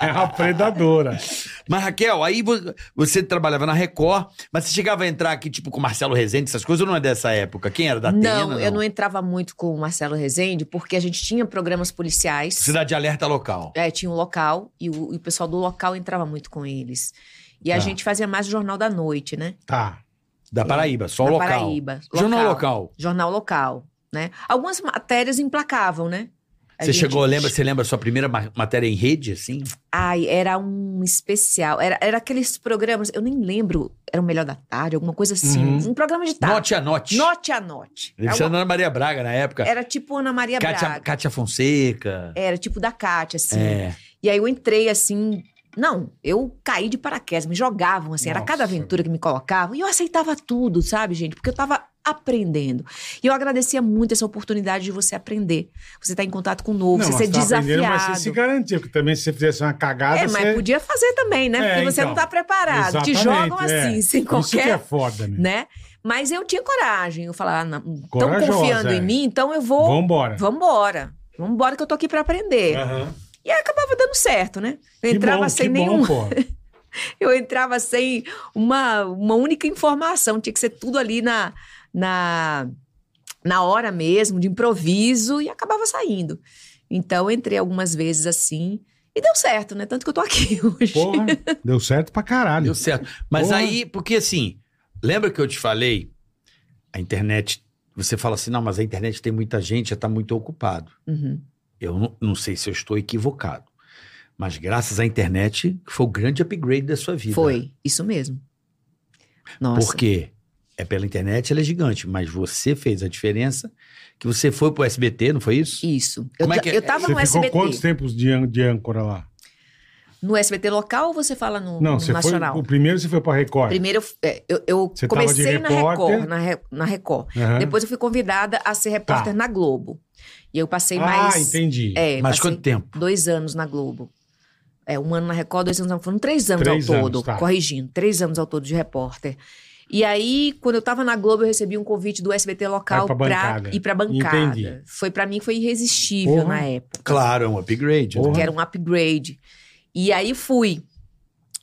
É uma predadora.
Mas, Raquel, aí vo- você trabalhava na Record, mas você chegava a entrar aqui, tipo, com Marcelo Rezende, essas coisas, ou não é dessa época? Quem era da Atena?
Não, eu não entrava muito com o Marcelo Rezende, porque a gente tinha programas policiais.
Cidade Alerta Local.
É, tinha um local e o, e o pessoal do local entrava muito com eles. E a
Tá.
gente fazia mais o Jornal da Noite, né?
Tá.
Da Paraíba, só um
Da
local.
Paraíba.
Jornal local.
Jornal local, né? Algumas matérias implacavam, né? A
Você
gente-
chegou, lembra, você lembra a sua primeira ma- matéria em rede, assim?
Ai, era um especial. Era, era aqueles programas, eu nem lembro, era o Melhor da Tarde, alguma coisa assim.
Uhum.
Um programa de tarde.
Note a note.
Note a note.
Deve ser
Era, uma-
Ana Maria Braga na época.
era tipo Ana Maria
Cátia,
Braga.
Cátia Fonseca.
Era tipo da Cátia, assim.
É.
E aí eu entrei assim. Não, eu caí de paraquedas, me jogavam assim, era
Nossa.
cada aventura que me colocavam e eu aceitava tudo, sabe, gente? Porque eu tava aprendendo. E eu agradecia muito essa oportunidade de você aprender. Você tá em contato com o novo, você
mas
ser
tá aprendendo,
desafiado.
Mas você se garantia, porque também se você fizesse uma cagada,
é,
você...
mas podia fazer também, né?
É,
Porque você
então.
não tá preparado. Te
Exatamente,
jogam
é.
assim,
Isso que
sem
é
qualquer,
foda, meu.
né? Mas eu tinha coragem, eu falava, estão
Corajosa,
confiando
é.
em mim, então eu vou,
Vambora.
vambora. Vambora que eu tô aqui pra aprender.
Aham.
E aí acabava dando certo, né? Eu
É. Que
entrava
bom,
sem
que
nenhum.
Bom, pô.
Eu entrava sem uma, uma única informação, tinha que ser tudo ali na, na, na hora mesmo, de improviso, e acabava saindo. Então, eu entrei algumas vezes assim, e deu certo, né? Tanto que eu tô aqui hoje.
Porra, deu certo pra caralho.
Deu certo. Mas
Porra.
aí, porque assim, lembra que eu te falei? A internet, você fala assim, não, mas a internet tem muita gente, já está muito ocupado.
Uhum.
Eu não, não sei se eu estou equivocado. Mas graças à internet, foi o grande upgrade da sua vida.
Foi, isso mesmo. Nossa.
Porque é pela internet, ela é gigante, mas você fez a diferença que você foi pro SBT, não foi isso?
Isso.
Como
eu,
é
ta-
que é?
eu tava
Você
no
ficou
SBT.
quantos tempos de, an- de âncora lá?
no SBT local ou você fala no,
Não,
no
você foi.
nacional?
O primeiro você foi pra Record.
Primeiro, eu f- é, eu, eu
Tá. Você tava de
comecei na Record,
repórter?
na, Re- na Record.
Aham.
Depois eu fui convidada a ser repórter
Tá.
na Globo. E eu passei
Ah,
mais
entendi.
é,
Mas
passei
quanto tempo?
dois anos na Globo. É, um ano na Record, dois anos na Foram três anos
Três
ao
anos,
todo,
tá.
corrigindo. Três anos ao todo de repórter. E aí, quando eu tava na Globo, eu recebi um convite do SBT local
Vai pra
pra,
bancada.
ir pra bancada.
Entendi.
Foi pra mim, foi irresistível
Porra.
na época
Claro, é um upgrade. né?
Porra.
que era um upgrade. E aí fui.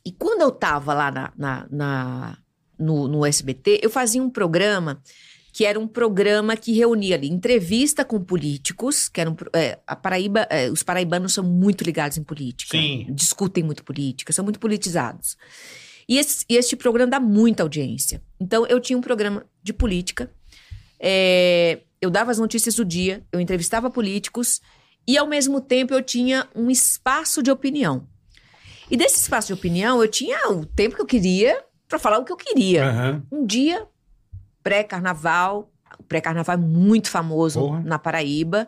E quando eu tava lá na, na- na- no, no SBT, eu fazia um programa que era um programa que reunia ali entrevista com políticos, que era um pro- é, a Paraíba, é, os paraibanos são muito ligados em política,
Sim.
discutem muito política, são muito politizados. E esse, e este programa dá muita audiência. Então eu tinha um programa de política, é, eu dava as notícias do dia, eu entrevistava políticos e ao mesmo tempo eu tinha um espaço de opinião. E desse espaço de opinião eu tinha o tempo que eu queria para falar o que eu queria
Aham.
um dia pré-carnaval. O pré-carnaval é muito famoso
Porra.
na Paraíba.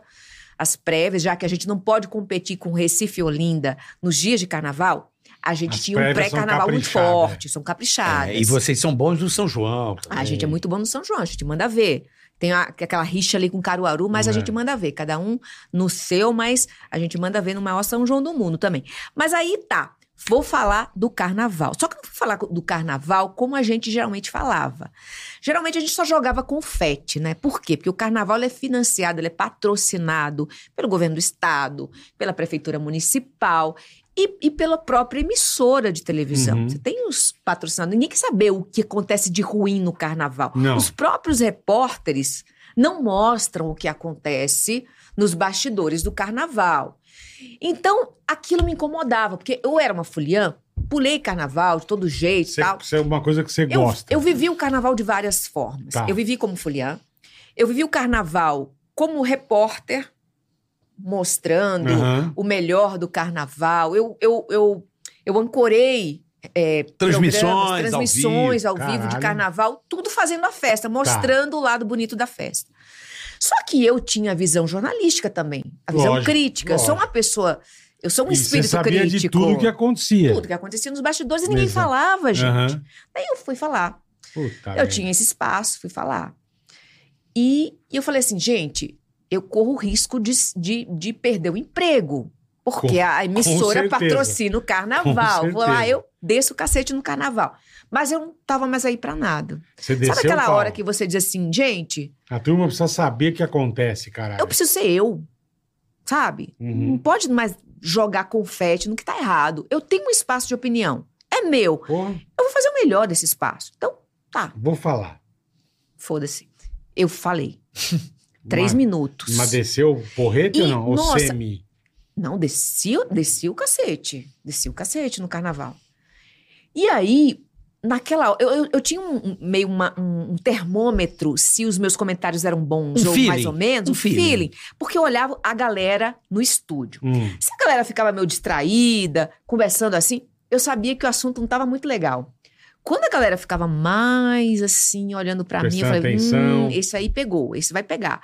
As prévias, já que a gente não pode competir com Recife e Olinda nos dias de carnaval, a gente
As
tinha um
prévias são
pré-carnaval muito
caprichadas.
forte, são caprichadas.
É, e vocês são bons no São João.
A
também.
gente é muito bom no São João, a gente manda ver. Tem a- aquela rixa ali com Caruaru, mas a
É.
gente manda ver. Cada um no seu, mas a gente manda ver no maior São João do mundo também. Mas aí tá, vou falar do carnaval. Só que eu não vou falar do carnaval como a gente geralmente falava. Geralmente a gente só jogava confete, né? Por quê? Porque o carnaval ele é financiado, ele é patrocinado pelo governo do estado, pela prefeitura municipal e, e pela própria emissora de televisão.
Uhum.
Você tem os patrocinados. Ninguém quer saber o que acontece de ruim no carnaval.
Não.
Os próprios repórteres não mostram o que acontece nos bastidores do carnaval. Então, aquilo me incomodava, porque eu era uma foliã, pulei carnaval de todo jeito e
Você-
tal.
Isso é uma coisa que você
Eu,
gosta.
eu vivi o carnaval de várias formas.
Tá.
Eu vivi como foliã, eu vivi o carnaval como repórter, mostrando
Aham.
o melhor do carnaval. Eu, eu, eu, eu ancorei. é,
Transmissões
programas,
ao
transmissões ao
vivo,
vivo, de
caralho. Tá.
carnaval, tudo fazendo a festa, mostrando o lado bonito da festa. Só que eu tinha a visão jornalística também, a visão
Lógico,
crítica. Eu sou
lógico.
uma pessoa, eu sou um
E você
espírito
sabia
crítico.
de tudo que acontecia.
Tudo que acontecia nos bastidores e ninguém
Exato.
falava, gente.
Aham.
Daí eu fui falar.
Puta
Eu
merda.
tinha esse espaço, fui falar. E, e eu falei assim, gente, eu corro o risco de, de, de perder o emprego. Porque
Com-
a emissora
certeza.
patrocina o carnaval.
Com
Vou lá,
certeza.
eu desço o cacete no carnaval. Mas eu não tava mais aí pra nada.
Você desceu
Sabe aquela
o pau.
hora que você diz assim, gente,
A turma precisa saber o que acontece, caralho.
eu preciso ser eu. Sabe?
Uhum.
Não pode mais jogar confete no que tá errado. Eu tenho um espaço de opinião. É meu.
Porra,
Eu vou fazer o melhor desse espaço. Então, tá,
vou falar.
foda-se. Eu falei. Três
Mas-
minutos.
Mas desceu o porrete ou
E,
não? Ou
nossa,
semi?
Não, desci, desci o cacete. Desci o cacete no carnaval. E aí, naquela. Eu, eu, eu tinha um, um- meio uma- um, um termômetro se os meus comentários eram bons
Um
ou
feeling,
mais ou menos.
um
Um feeling. Porque eu olhava a galera no estúdio.
Hum.
Se a galera ficava meio distraída, conversando assim, eu sabia que o assunto não estava muito legal. Quando a galera ficava mais assim, olhando pra mim, eu
Prestando
falei,
atenção.
hum, esse aí pegou, esse vai pegar.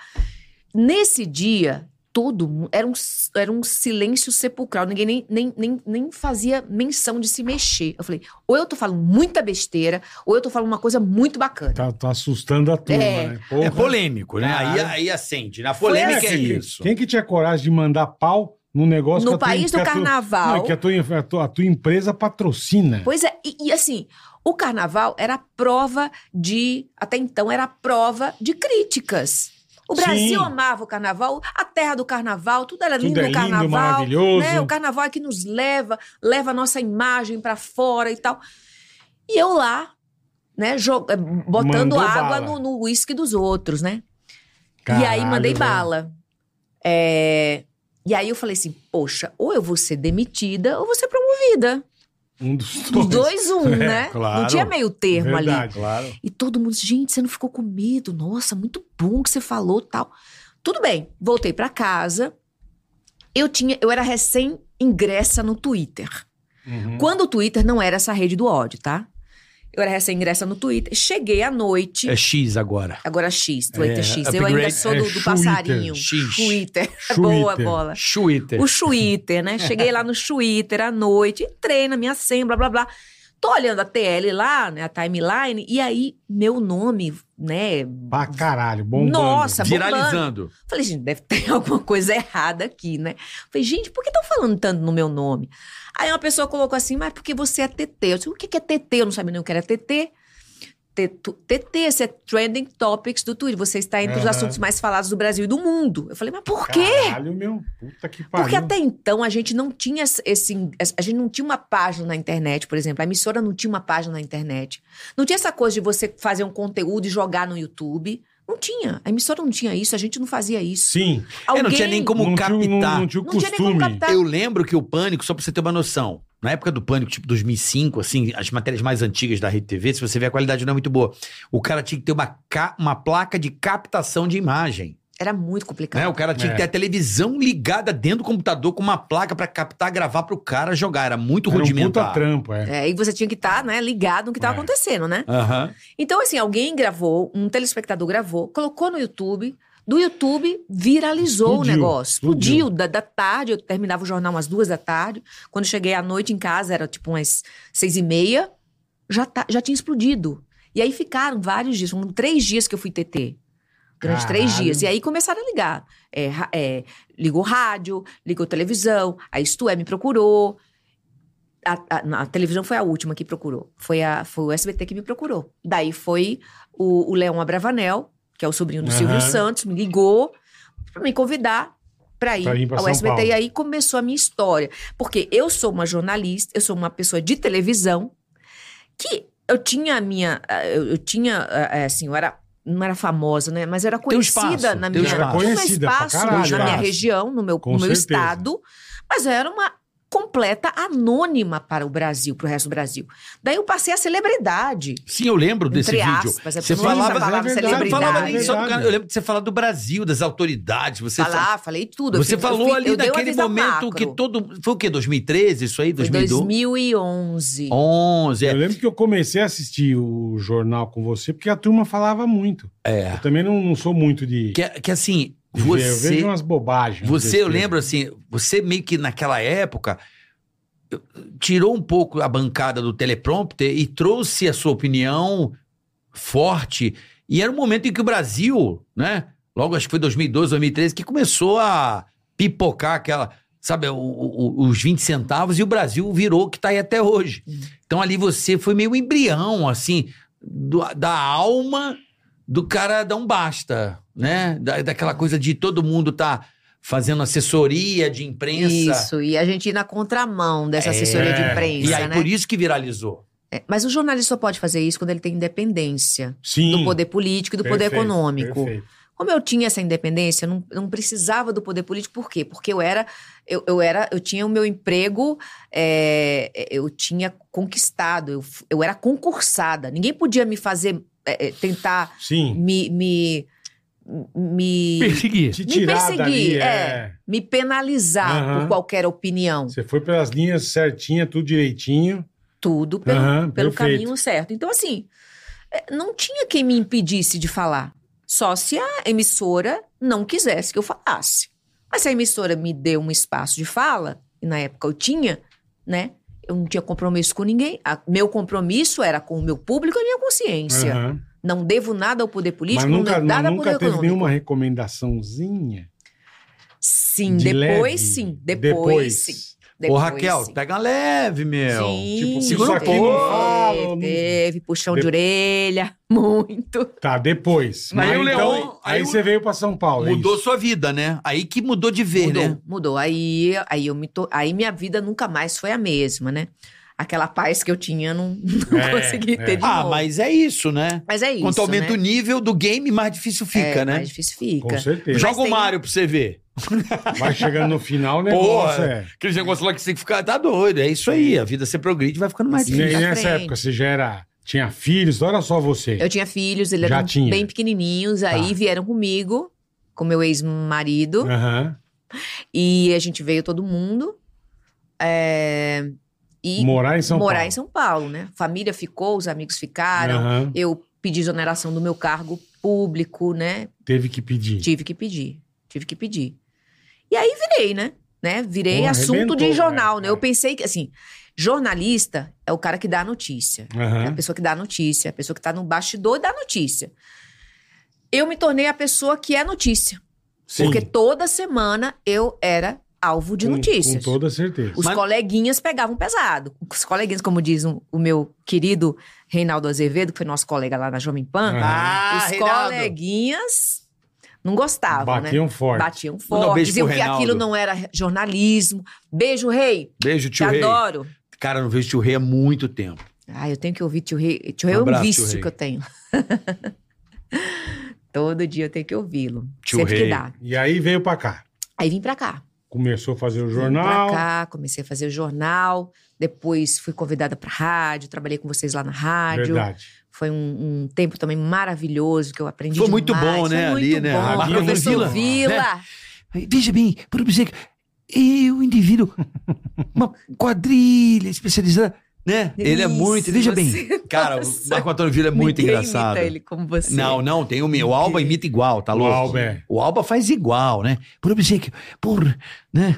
Nesse dia, todo mundo, era um, s- era um silêncio sepulcral, ninguém nem, nem, nem, nem fazia menção de se mexer. Eu falei, ou eu tô falando muita besteira, ou eu tô falando uma coisa muito bacana.
Tá, tá assustando a turma,
É. assim.
né?
É
Porra.
polêmico, né? Aí,
Caralho.
aí acende. Na polêmica é
Quem que-
isso.
Quem que tinha coragem de mandar pau num negócio
No
que a tua-
país do
que a tua-
carnaval.
Não, que a tua, a tua- a tua empresa patrocina.
Pois é, e, e assim, o carnaval era a prova de. Até então era a prova de críticas. O
Sim.
Brasil amava o carnaval, a terra do carnaval, tudo era
Tudo
lindo
é
no
lindo,
carnaval.
maravilhoso.
Né? O carnaval é que nos leva, leva a nossa imagem pra fora e tal. E eu lá, né, jo- eh, botando
Mandou
água
bala.
no- no uísque dos outros, né? e aí
Caralho, né?
mandei
velho.
bala. É, E aí eu falei assim, poxa, ou eu vou ser demitida ou vou ser promovida.
Um dos
Dos
dois.
dois, um,
É,
né?
claro.
Não tinha meio termo ali.
Verdade.
Claro.
E todo mundo, gente, você não ficou com medo? Nossa, muito bom que você falou tal. Tudo bem, voltei pra casa. Eu tinha, eu era recém ingressa no Twitter.
Uhum.
Quando o Twitter não era essa rede do ódio, tá? Eu era recém-ingressa no Twitter. Cheguei à noite.
É X agora.
Agora X, Twitter
É,
X. Eu
upgrade
ainda sou
é
do, do
Twitter,
passarinho.
X.
Twitter. Boa
Twitter.
bola.
Twitter.
O Twitter, né? Cheguei lá no Twitter à noite, entrei na minha senha, blá, blá, blá. Tô olhando a TL lá, né? A timeline. E aí, meu nome, né?
Pra caralho, bombando.
Nossa, tá bombando.
Viralizando.
Falei, gente, deve ter alguma coisa errada aqui, né? Falei, gente, por que estão falando tanto no meu nome? Aí uma pessoa colocou assim, mas porque você é TT. Eu disse, o que que é TT? Eu não sabia nem o que era TT. Tetu- TT, esse é Trending Topics do Twitter. Você está entre os
Aham.
assuntos mais falados do Brasil e do mundo. Eu falei, mas por quê?
Caralho, meu. Puta que pariu.
Porque até então a gente não tinha esse- esse. A gente não tinha uma página na internet, por exemplo. A emissora não tinha uma página na internet. Não tinha essa coisa de você fazer um conteúdo e jogar no YouTube. Não tinha. A emissora não tinha isso, a gente não fazia isso.
Sim.
É, não tinha nem como
não
captar.
Tinha, não, não tinha o
Não tinha nem como
costume.
captar.
Eu lembro que o Pânico, só pra você ter uma noção, na época do Pânico, tipo 2005, assim, as matérias mais antigas da Rede TV, se você ver a qualidade não é muito boa. O cara tinha que ter uma, ca- uma placa de captação de imagem.
Era muito
Né?
complicado.
O cara tinha
É.
que ter a televisão ligada dentro do computador com uma placa pra captar, gravar pro cara jogar. Era muito
Era um puta
rudimentar.
trampo, é.
É, e você tinha que estar né, ligado no que estava
É.
acontecendo, né?
Aham.
Então, assim, alguém gravou, um telespectador gravou, colocou no YouTube. Do YouTube viralizou
Explodiu,
o negócio.
explodiu.
Explodiu. Da, da tarde, eu terminava o jornal umas duas da tarde. Quando cheguei à noite em casa, era tipo umas seis e meia, já, tá- já tinha explodido. E aí ficaram vários dias, foram três dias que eu fui TT. Durante três
Caralho.
dias. E aí começaram a ligar. É, ra- é, ligou rádio, ligou televisão, a Isto É me procurou. A, a- não, a televisão foi a última que procurou. Foi, a, foi o SBT que me procurou. Daí foi o, o Leão Abravanel, que é o sobrinho do
Aham.
Silvio Santos, me ligou pra me convidar pra ir
Pra ir pra
ao
São
SBT.
Paulo.
E aí começou a minha história. Porque eu sou uma jornalista, eu sou uma pessoa de televisão, que eu tinha a minha. ah, Eu, eu tinha, ah, eh, assim, eu era. Não era famosa, né? Mas eu era
Teu
conhecida
espaço,
na
teu
minha.
espaço.
tinha um
Conhecida pra
espaço
caralho,
na minha
espaço.
região, no meu,
Com
no meu
certeza.
estado. Mas eu era uma completa anônima para o Brasil, para o resto do Brasil. Daí eu passei a celebridade.
Sim, eu lembro desse
Entre
vídeo.
aspas, é
Você
porque não usa
falava,
a palavra
é
você não
verdade,
falava
celebridade.
nem só do
verdade.
cara. Eu lembro de você falar do Brasil, das autoridades. Você
falar, falei tudo. Eu
Você
fiz- eu
falou
fiz-
ali
eu dei uma
naquele
visão
momento
macro.
que todo. Foi o quê? 2013? Isso aí?
Foi
2012?
2011.
11.
Eu
É.
lembro que eu comecei a assistir o jornal com você, porque a turma falava muito.
É.
Eu também não, não sou muito de.
Que, que assim,
de ver, eu
você.
vejo umas bobagens.
Você, eu
Besteira.
lembro assim, você meio que naquela época eu- tirou um pouco a bancada do teleprompter e trouxe a sua opinião forte. E era um momento em que o Brasil, né? Logo acho que foi 2012, 2013, que começou a pipocar aquela. Sabe, o- o- o- os 20 centavos e o Brasil virou o que tá aí até hoje.
Hum.
Então ali você foi meio embrião, assim, do- da alma do cara dar um basta, né? Da- daquela coisa de todo mundo tá fazendo assessoria de imprensa.
Isso, e a gente ir na contramão dessa
É.
assessoria de imprensa,
E aí
né?
por isso que viralizou.
É, Mas o jornalista só pode fazer isso quando ele tem independência
Sim.
do poder político e do
Perfeito,
poder econômico.
perfeito.
Como eu tinha essa independência, eu não, não precisava do poder político, por quê? Porque eu era, eu, eu era, eu tinha o meu emprego, é, eu tinha conquistado, eu, f- eu era concursada. Ninguém podia me fazer é, é, tentar
Sim.
me me me,
Persegui.
Te
me
tirar
perseguir,
dali, é.
é. me penalizar
Aham.
por qualquer opinião.
Você foi pelas linhas certinhas, tudo direitinho.
Tudo pelo,
Aham,
pelo
perfeito.
caminho certo. Então, assim, é, não tinha quem me impedisse de falar. Só se a emissora não quisesse que eu falasse. Mas se a emissora me deu um espaço de fala, e na época eu tinha, né? Eu não tinha compromisso com ninguém. A- meu compromisso era com o meu público e a minha consciência.
Aham.
Não devo nada ao poder político,
Mas nunca,
não devo
mas
nada ao poder
nunca teve
econômico.
nenhuma recomendaçãozinha.
Sim,
de
depois
leve?
sim. Depois, sim.
Ô,
Depois,
Raquel,
sim.
pega leve,
É,
meu.
tipo,
Sim,
segura um
teve,
pouco.
Fala,
Teve puxão
De-
de orelha, muito.
Tá, depois.
Mas aí o
então,
Leão-
aí
aí o-
você veio pra São Paulo. é
Mudou
isso?
sua vida, né? Aí que mudou de ver,
Mudou,
né?
mudou. Aí, aí, eu me to- aí minha vida nunca mais foi a mesma, né? Aquela paz que eu tinha, não, não
É,
consegui
é.
ter de
Ah,
novo.
mas é isso, né?
Mas é isso,
Quanto aumenta
né?
o nível do game, mais difícil fica,
É,
né?
mais difícil fica.
Com certeza.
Joga
Mas
o
tem-
Mario pra você ver.
Vai chegando no final, o negócio
Porra.
é.
Aquele negócio lá que você tem que ficar. Tá doido, é isso aí. A vida você progride vai ficando mais
E aí,
difícil.
na
nessa
frente.
época, você já era. Tinha filhos, olha só você.
Eu tinha filhos, eles
Já
eram
tinha. Tá.
bem pequenininhos. Aí vieram comigo, com meu ex-marido.
Aham.
E a gente veio todo mundo. É, e
Morar em São
morar
Paulo.
em São Paulo, né? Família ficou, os amigos ficaram.
Aham.
Eu pedi exoneração do meu cargo público, né?
Teve que pedir.
Tive que pedir, tive que pedir. E aí virei, né? né? Virei
Pô,
assunto de
arrebentou,
jornal,
é,
né?
é.
Eu pensei que, assim, jornalista é o cara que dá a notícia.
Aham.
É a pessoa que dá a notícia, a pessoa que tá no bastidor da notícia. Eu me tornei a pessoa que é notícia.
Sim.
Porque toda semana eu era alvo de
Com-
notícias.
Com toda certeza.
Os coleguinhas pegavam pesado. Os coleguinhas, como diz um- o meu querido Reinaldo Azevedo, que foi nosso colega lá na Jovem Pan,
Ah,
os
Reinaldo.
coleguinhas não gostavam, né?
Batiam forte.
Batiam
Mandar um beijo
forte,
pro
diziam que
Reinaldo.
aquilo não era jornalismo. Beijo, rei!
Beijo,
Te
tio Rei.
adoro!
Cara, eu não vejo tio Rei há muito tempo.
Ah, eu tenho que ouvir tio Rei. Tio Rei é
Um
um
abraço, tio
vício
Rei.
que eu tenho. Todo dia eu tenho que ouvi-lo.
Tio
Sempre
Rei.
que dá.
E aí veio pra cá.
Aí vim pra cá.
Começou a fazer o
Vim
jornal.
pra cá, comecei a fazer o jornal. Depois fui convidada pra rádio, trabalhei com vocês lá na rádio.
Verdade.
Foi um, um tempo também maravilhoso que eu aprendi
Foi muito
demais.
bom, né,
Foi muito
ali, né?
bom.
Radinho Vila,
Professor Vila.
Veja bem, por exemplo, eu, indivíduo, uma quadrilha especializada, né? Ele é
Isso,
muito, veja bem.
você-
Cara, o
Nossa.
Marco Antônio Vila é muito
Ninguém
engraçado.
imita ele como você.
Não, não, tem o meu. O Alba imita igual, tá
O
louco?
Alba é.
O Alba faz igual, né? Por obsequio, por, né?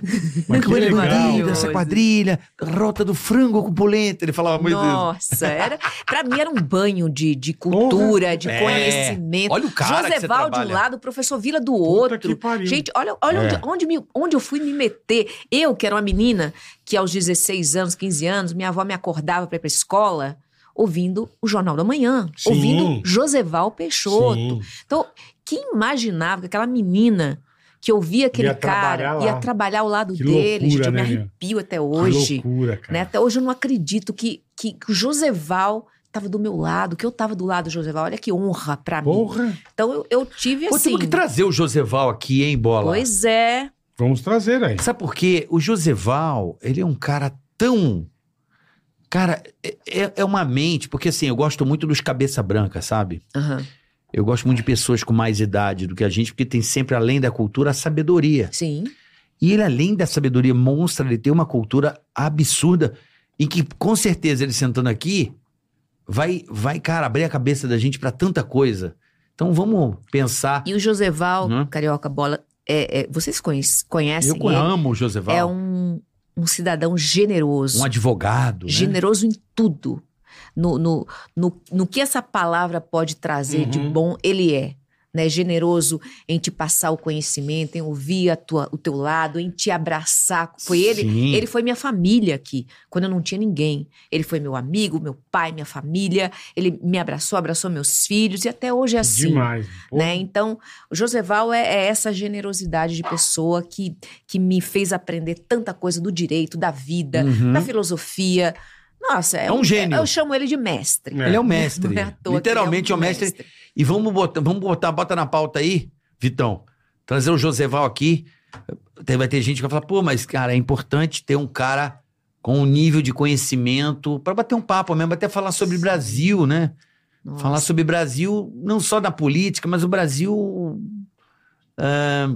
Mas que
Como ele
legal.
bandido, essa quadrilha, rota do frango com polenta. Ele falava muito disso.
Nossa, era, pra mim era um banho de, de cultura, de
É.
conhecimento.
Olha o cara que
José
você
Val de um
trabalha.
lado, professor Vila do
Puta
outro.
que pariu.
Gente, olha, olha
É.
onde, onde, me- onde eu fui me meter. Eu, que era uma menina que aos 16 anos, 15 anos, minha avó me acordava pra ir pra escola ouvindo o Jornal da Manhã,
Sim.
ouvindo Joseval Peixoto.
Sim.
Então, quem imaginava que aquela menina que ouvia aquele
Ia trabalhar
cara
lá.
ia trabalhar ao lado
Que
dele,
loucura,
gente, eu
né,
me
meu?
arrepio até
Que
hoje.
loucura, cara.
né? Até hoje eu não acredito que, que, que o Joseval estava do meu lado, que eu estava do lado do Joseval. Olha que honra pra mim.
Porra.
Então eu, eu tive
Pô,
assim.
temos que trazer o Joseval aqui, hein, Bola?
pois é.
Vamos trazer aí.
Sabe por quê? O Joseval, ele é um cara tão. Cara, é- é, é uma mente, porque assim, eu gosto muito dos cabeça branca, sabe?
Aham,
Eu gosto muito de pessoas com mais idade do que a gente, porque tem sempre, além da cultura, a sabedoria.
Sim.
E ele, além da sabedoria monstra, ele tem uma cultura absurda, em que com certeza ele sentando aqui vai, vai cara, abrir a cabeça da gente pra tanta coisa. Então vamos pensar.
E o Joseval,
Né?
Carioca Bola, é, é, vocês conhece- conhecem
Eu amo o
assim, ele?
Joseval.
É um, um cidadão generoso.
um advogado. né?
generoso em tudo. No, no, no, no que essa palavra pode trazer de
Uhum.
bom, ele é. Né, generoso em te passar o conhecimento, em ouvir a tua, o teu lado, em te abraçar. Foi
Sim.
ele, ele foi minha família aqui, quando eu não tinha ninguém. Ele foi meu amigo, meu pai, minha família. Ele me abraçou, abraçou meus filhos e até hoje é assim.
Demais. Porra.
Né? Então, o Joseval é, é essa generosidade de pessoa que, que me fez aprender tanta coisa do direito, da vida,
Uhum.
da filosofia. Nossa, é,
É um gênio.
Eu chamo ele de mestre.
É.
Ele é o mestre.
Não é à toa que
Literalmente é o mestre. E vamos botar, vamos botar, bota na pauta aí, Vitão. Trazer o Joseval aqui. Tem- Vai ter gente que vai falar, pô, mas, cara, é importante ter um cara com um nível de conhecimento para bater um papo mesmo, até falar sobre Brasil, né?
Nossa.
Falar sobre Brasil, não só da política, mas o Brasil ah,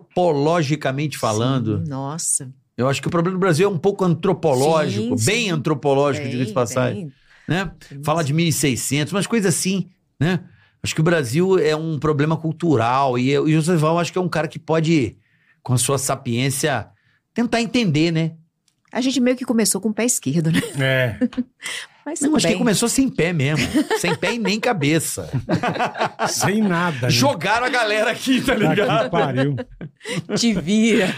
antropologicamente falando.
Sim, nossa.
Eu acho que o problema do Brasil é um pouco antropológico,
Sim,
bem
sim.
antropológico,
Bem,
diga-se de passagem.
bem.
Né?
Sim.
Fala de 1600, umas coisas assim, né? Acho que o Brasil é um problema cultural e eu- e o José Val acho que é um cara que pode, com a sua sapiência, tentar entender, né?
A gente meio que começou com o pé esquerdo, né?
É.
Mas
Não,
tudo
acho que
bem.
ele começou sem pé mesmo, sem pé e nem cabeça.
Sem nada. Né?
Jogaram a galera aqui, tá
Tá que
ligado?
pariu.
Te vira.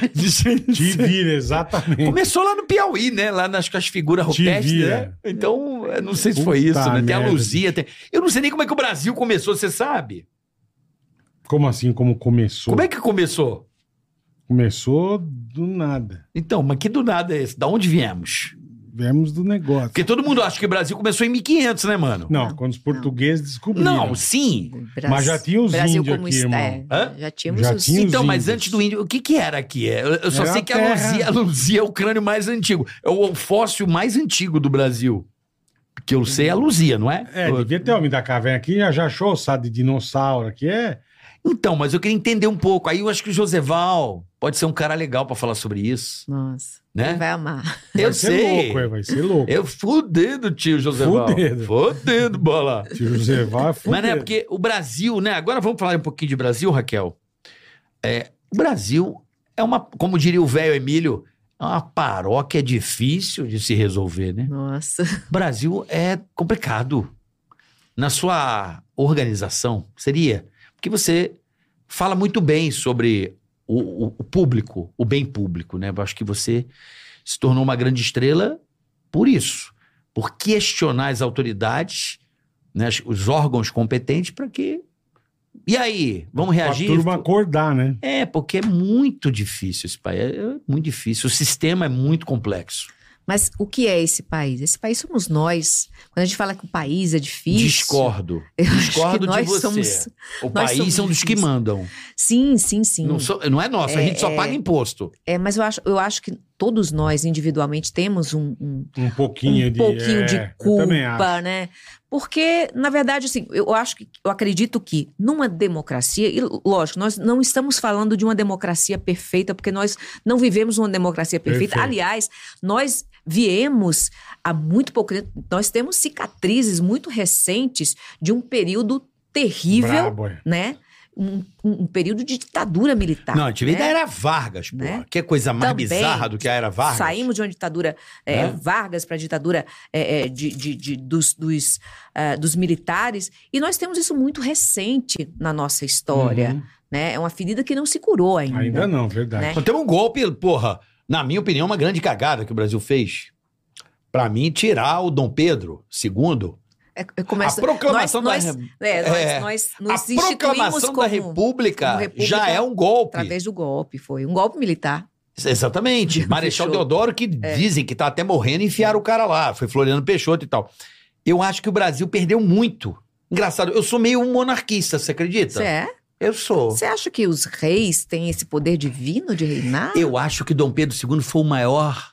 Te vira, exatamente.
Começou lá no Piauí, né? Lá nas com as figuras
Te
rupestres,
vira.
né? Então, eu não sei se foi
Puta
isso, né? Tem a
merda.
Luzia, tem... Eu não sei nem como é que o Brasil começou, você sabe?
Como assim? Como começou?
Como é que começou?
Começou do nada.
Então, mas que do nada é esse? Da onde viemos?
Viemos do negócio.
Porque todo mundo acha que o Brasil começou em 1500, né, mano?
Não,
Não,
quando os portugueses descobriram.
Não, sim.
Bra-
Mas já tinha os
Brasil
índios
como
aqui,
está.
irmão.
é,
Hã?
Já tínhamos
Já
os
tinha os
Então, mas
índios.
antes do índio, o que que era aqui? É, Eu eu só
Era
sei
a
que a
terra.
Luzia, a Luzia é o crânio mais antigo. É o fóssil mais antigo do Brasil. Que eu sei é a Luzia, não é?
É,
Eu-
devia ter homem da caverna aqui, já já achou ossado de dinossauro aqui, é.
Então, mas eu queria entender um pouco. Aí eu acho que o Joseval pode ser um cara legal pra falar sobre isso,
Nossa.
né?
Ele vai amar.
Eu
vai ser
sei.
louco, é, vai ser louco.
Eu fudendo, tio Joseval.
Fudendo.
Fudendo, bola.
Se o José vai, é
Mas não é
fudido.
porque o Brasil, né? Agora vamos falar um pouquinho de Brasil, Raquel. É, o Brasil é uma, como diria o velho Emílio, é uma paróquia difícil de se resolver, né?
Nossa.
O Brasil é complicado. Na sua organização, seria? Porque você fala muito bem sobre o, o- o público, o bem público, né? Eu acho que você se tornou uma grande estrela por isso. Por questionar as autoridades, né, as- os órgãos competentes, para que. E aí, vamos
Pra
reagir?
turma acordar, né?
É, porque é muito difícil esse país. É é muito difícil. O sistema é muito complexo.
Mas o que é esse país? Esse país somos nós. Quando a gente fala que o país é difícil.
Discordo.
eu acho que
Discordo de
nós
você.
somos-
O
Nós
país
somos
são dos que
difíceis.
mandam.
Sim, sim, sim.
Não, so- não é nosso, a
É,
gente só
é.
paga imposto.
É, mas eu acho, eu acho que todos nós individualmente temos um, um-
Um pouquinho
um
de.
pouquinho
é,
de
Eu também acho.
culpa, né? Porque, na verdade, assim, eu acho que eu acredito que numa democracia, e lógico, nós não estamos falando de uma democracia perfeita, porque nós não vivemos uma democracia perfeita.
Perfeito.
Aliás, nós viemos há muito pouco tempo, nós temos cicatrizes muito recentes de um período terrível,
Brabo, é.
né? Um, um período de ditadura militar.
não, a gente vem
né?
da era Vargas, porra.
Né?
Que coisa mais
Também.
bizarra do que a era Vargas.
Saímos de uma ditadura é,
É.
Vargas para a ditadura é, é, de, de- de- dos, dos, ah, dos militares. E nós temos isso muito recente na nossa história.
Uhum.
Né? É uma ferida que não se curou ainda.
Tá
Ainda não, verdade.
Né?
Só tem um golpe, porra. Na minha opinião, uma grande cagada que o Brasil fez. Pra mim, tirar o Dom Pedro II.
É- é- começa-
a proclamação
nós,
da
nós, é, nós-
é,
nós
A
nos instituímos
proclamação
como,
da República,
como república
já é um golpe.
através do golpe. Foi um golpe militar.
Exatamente. Marechal
Fechou. É.
Deodoro, que dizem que tá até morrendo, enfiaram o cara lá. Foi Floriano Peixoto e tal. Eu acho que o Brasil perdeu muito. Engraçado, eu sou meio um monarquista, você acredita?
Você é?
Eu sou.
Você acha que os reis têm esse poder divino de reinar?
Eu acho que Dom Pedro II foi o maior.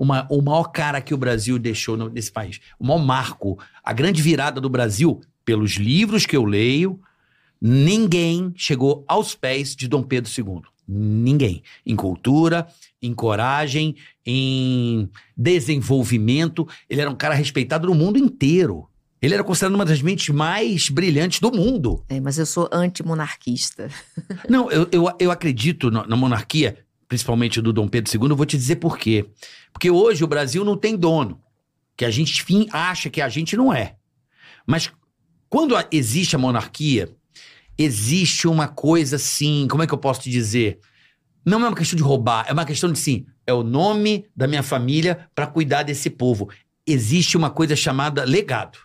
uma- o maior cara que o Brasil deixou no- nesse país. O maior marco. A grande virada do Brasil, pelos livros que eu leio, ninguém chegou aos pés de Dom Pedro II. Ninguém. Em cultura, em coragem, em desenvolvimento. Ele era um cara respeitado no mundo inteiro. Ele era considerado uma das mentes mais brilhantes do mundo.
É, mas eu sou antimonarquista.
Não, eu, eu, eu acredito na, na monarquia, principalmente do Dom Pedro II, eu vou te dizer por quê. Porque hoje o Brasil não tem dono, que a gente fim, acha que a gente não é. Mas quando a- existe a monarquia, existe uma coisa assim, como é que eu posso te dizer? Não é uma questão de roubar, é uma questão de sim, é o nome da minha família para cuidar desse povo. Existe uma coisa chamada legado.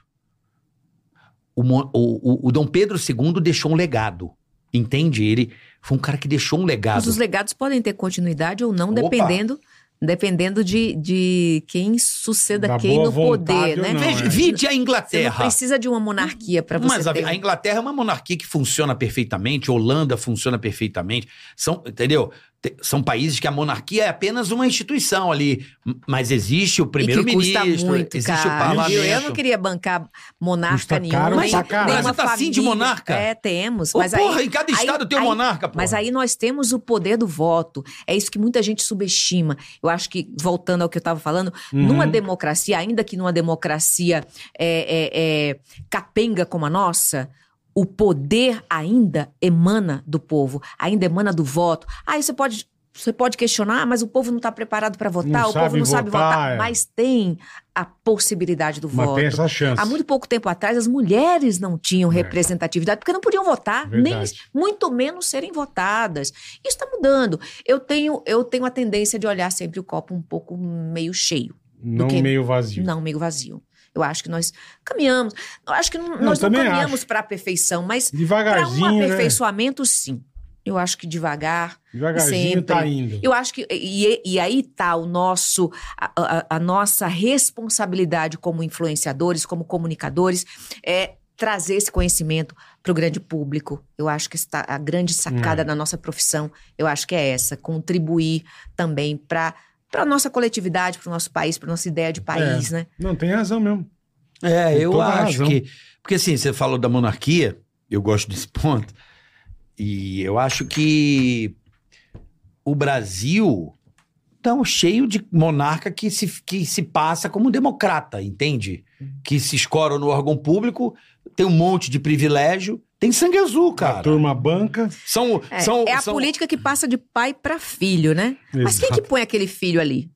O, mo- o- o- o Dom Pedro II deixou um legado. Entende? Ele foi um cara que deixou um legado.
Mas os legados podem ter continuidade ou não,
Opa!
dependendo dependendo de, de quem suceda
Da
quem
boa
no
vontade
poder,
ou
né?
não,
Veja,
é.
Vide a
Você não
Inglaterra.
precisa de uma monarquia para você
Mas a,
ter. um-
a Inglaterra é uma monarquia que funciona perfeitamente, Holanda funciona perfeitamente. São, entendeu? Te- são países que a monarquia é apenas uma instituição ali, m- mas existe o
e que custa
primeiro-ministro,
muito,
existe o
cara.
parlamento.
Eu não queria bancar monarca
Custa
nenhum.
caro
nem-
pra caralho.
nenhuma
Mas você tá assim de
família.
monarca?
É, temos.
Ô,
Mas
porra,
aí,
em cada
aí-
estado tem um
aí-
monarca, porra.
Mas aí nós temos o poder do voto. É isso que muita gente subestima. Eu acho que, voltando ao que eu estava falando,
Uhum.
numa democracia, ainda que numa democracia é, é, é, capenga como a nossa. O poder ainda emana do povo, ainda emana do voto. Aí você pode, você pode questionar, "Ah, mas o povo não está preparado para votar,
Não
o povo
sabe
não sabe
votar,
votar.
é.
Mas tem a possibilidade do
Mas
voto.
tem essa chance. É.
Há muito pouco tempo atrás, as mulheres não tinham representatividade, porque não podiam votar,
Verdade.
nem muito menos serem votadas. Isso está mudando. Eu tenho, eu tenho a tendência de olhar sempre o copo um pouco meio cheio,
Não
que-
meio vazio.
não meio vazio. Eu acho que nós caminhamos. Eu acho que não-
Não,
nós não
também
caminhamos
acho.
para a perfeição, mas para um
Devagarzinho, né?
aperfeiçoamento, sim. Eu acho que devagar,
Devagarzinho
sempre.
tá indo.
eu acho que e, e aí tá o nosso a, a- a nossa responsabilidade como influenciadores, como comunicadores, é trazer esse conhecimento para o grande público. Eu acho que está a grande sacada
Hum.
É.
da nossa profissão. Eu acho que é essa, contribuir também para para nossa coletividade, para o nosso país, para nossa ideia de país, né?
Não, tem razão mesmo.
É,
Tem
eu
toda a
acho
razão.
que. Porque assim, você falou da monarquia, eu gosto desse ponto. E eu acho que o Brasil tão cheio de monarca que se, que se passa como um democrata, entende?
Uhum.
Que se escoram no órgão público, tem um monte de privilégio, tem sangue azul, cara.
A turma banca.
São,
É,
são,
é a
são-
política que passa de pai pra filho, né? Mas quem
Exato.
que põe aquele filho ali?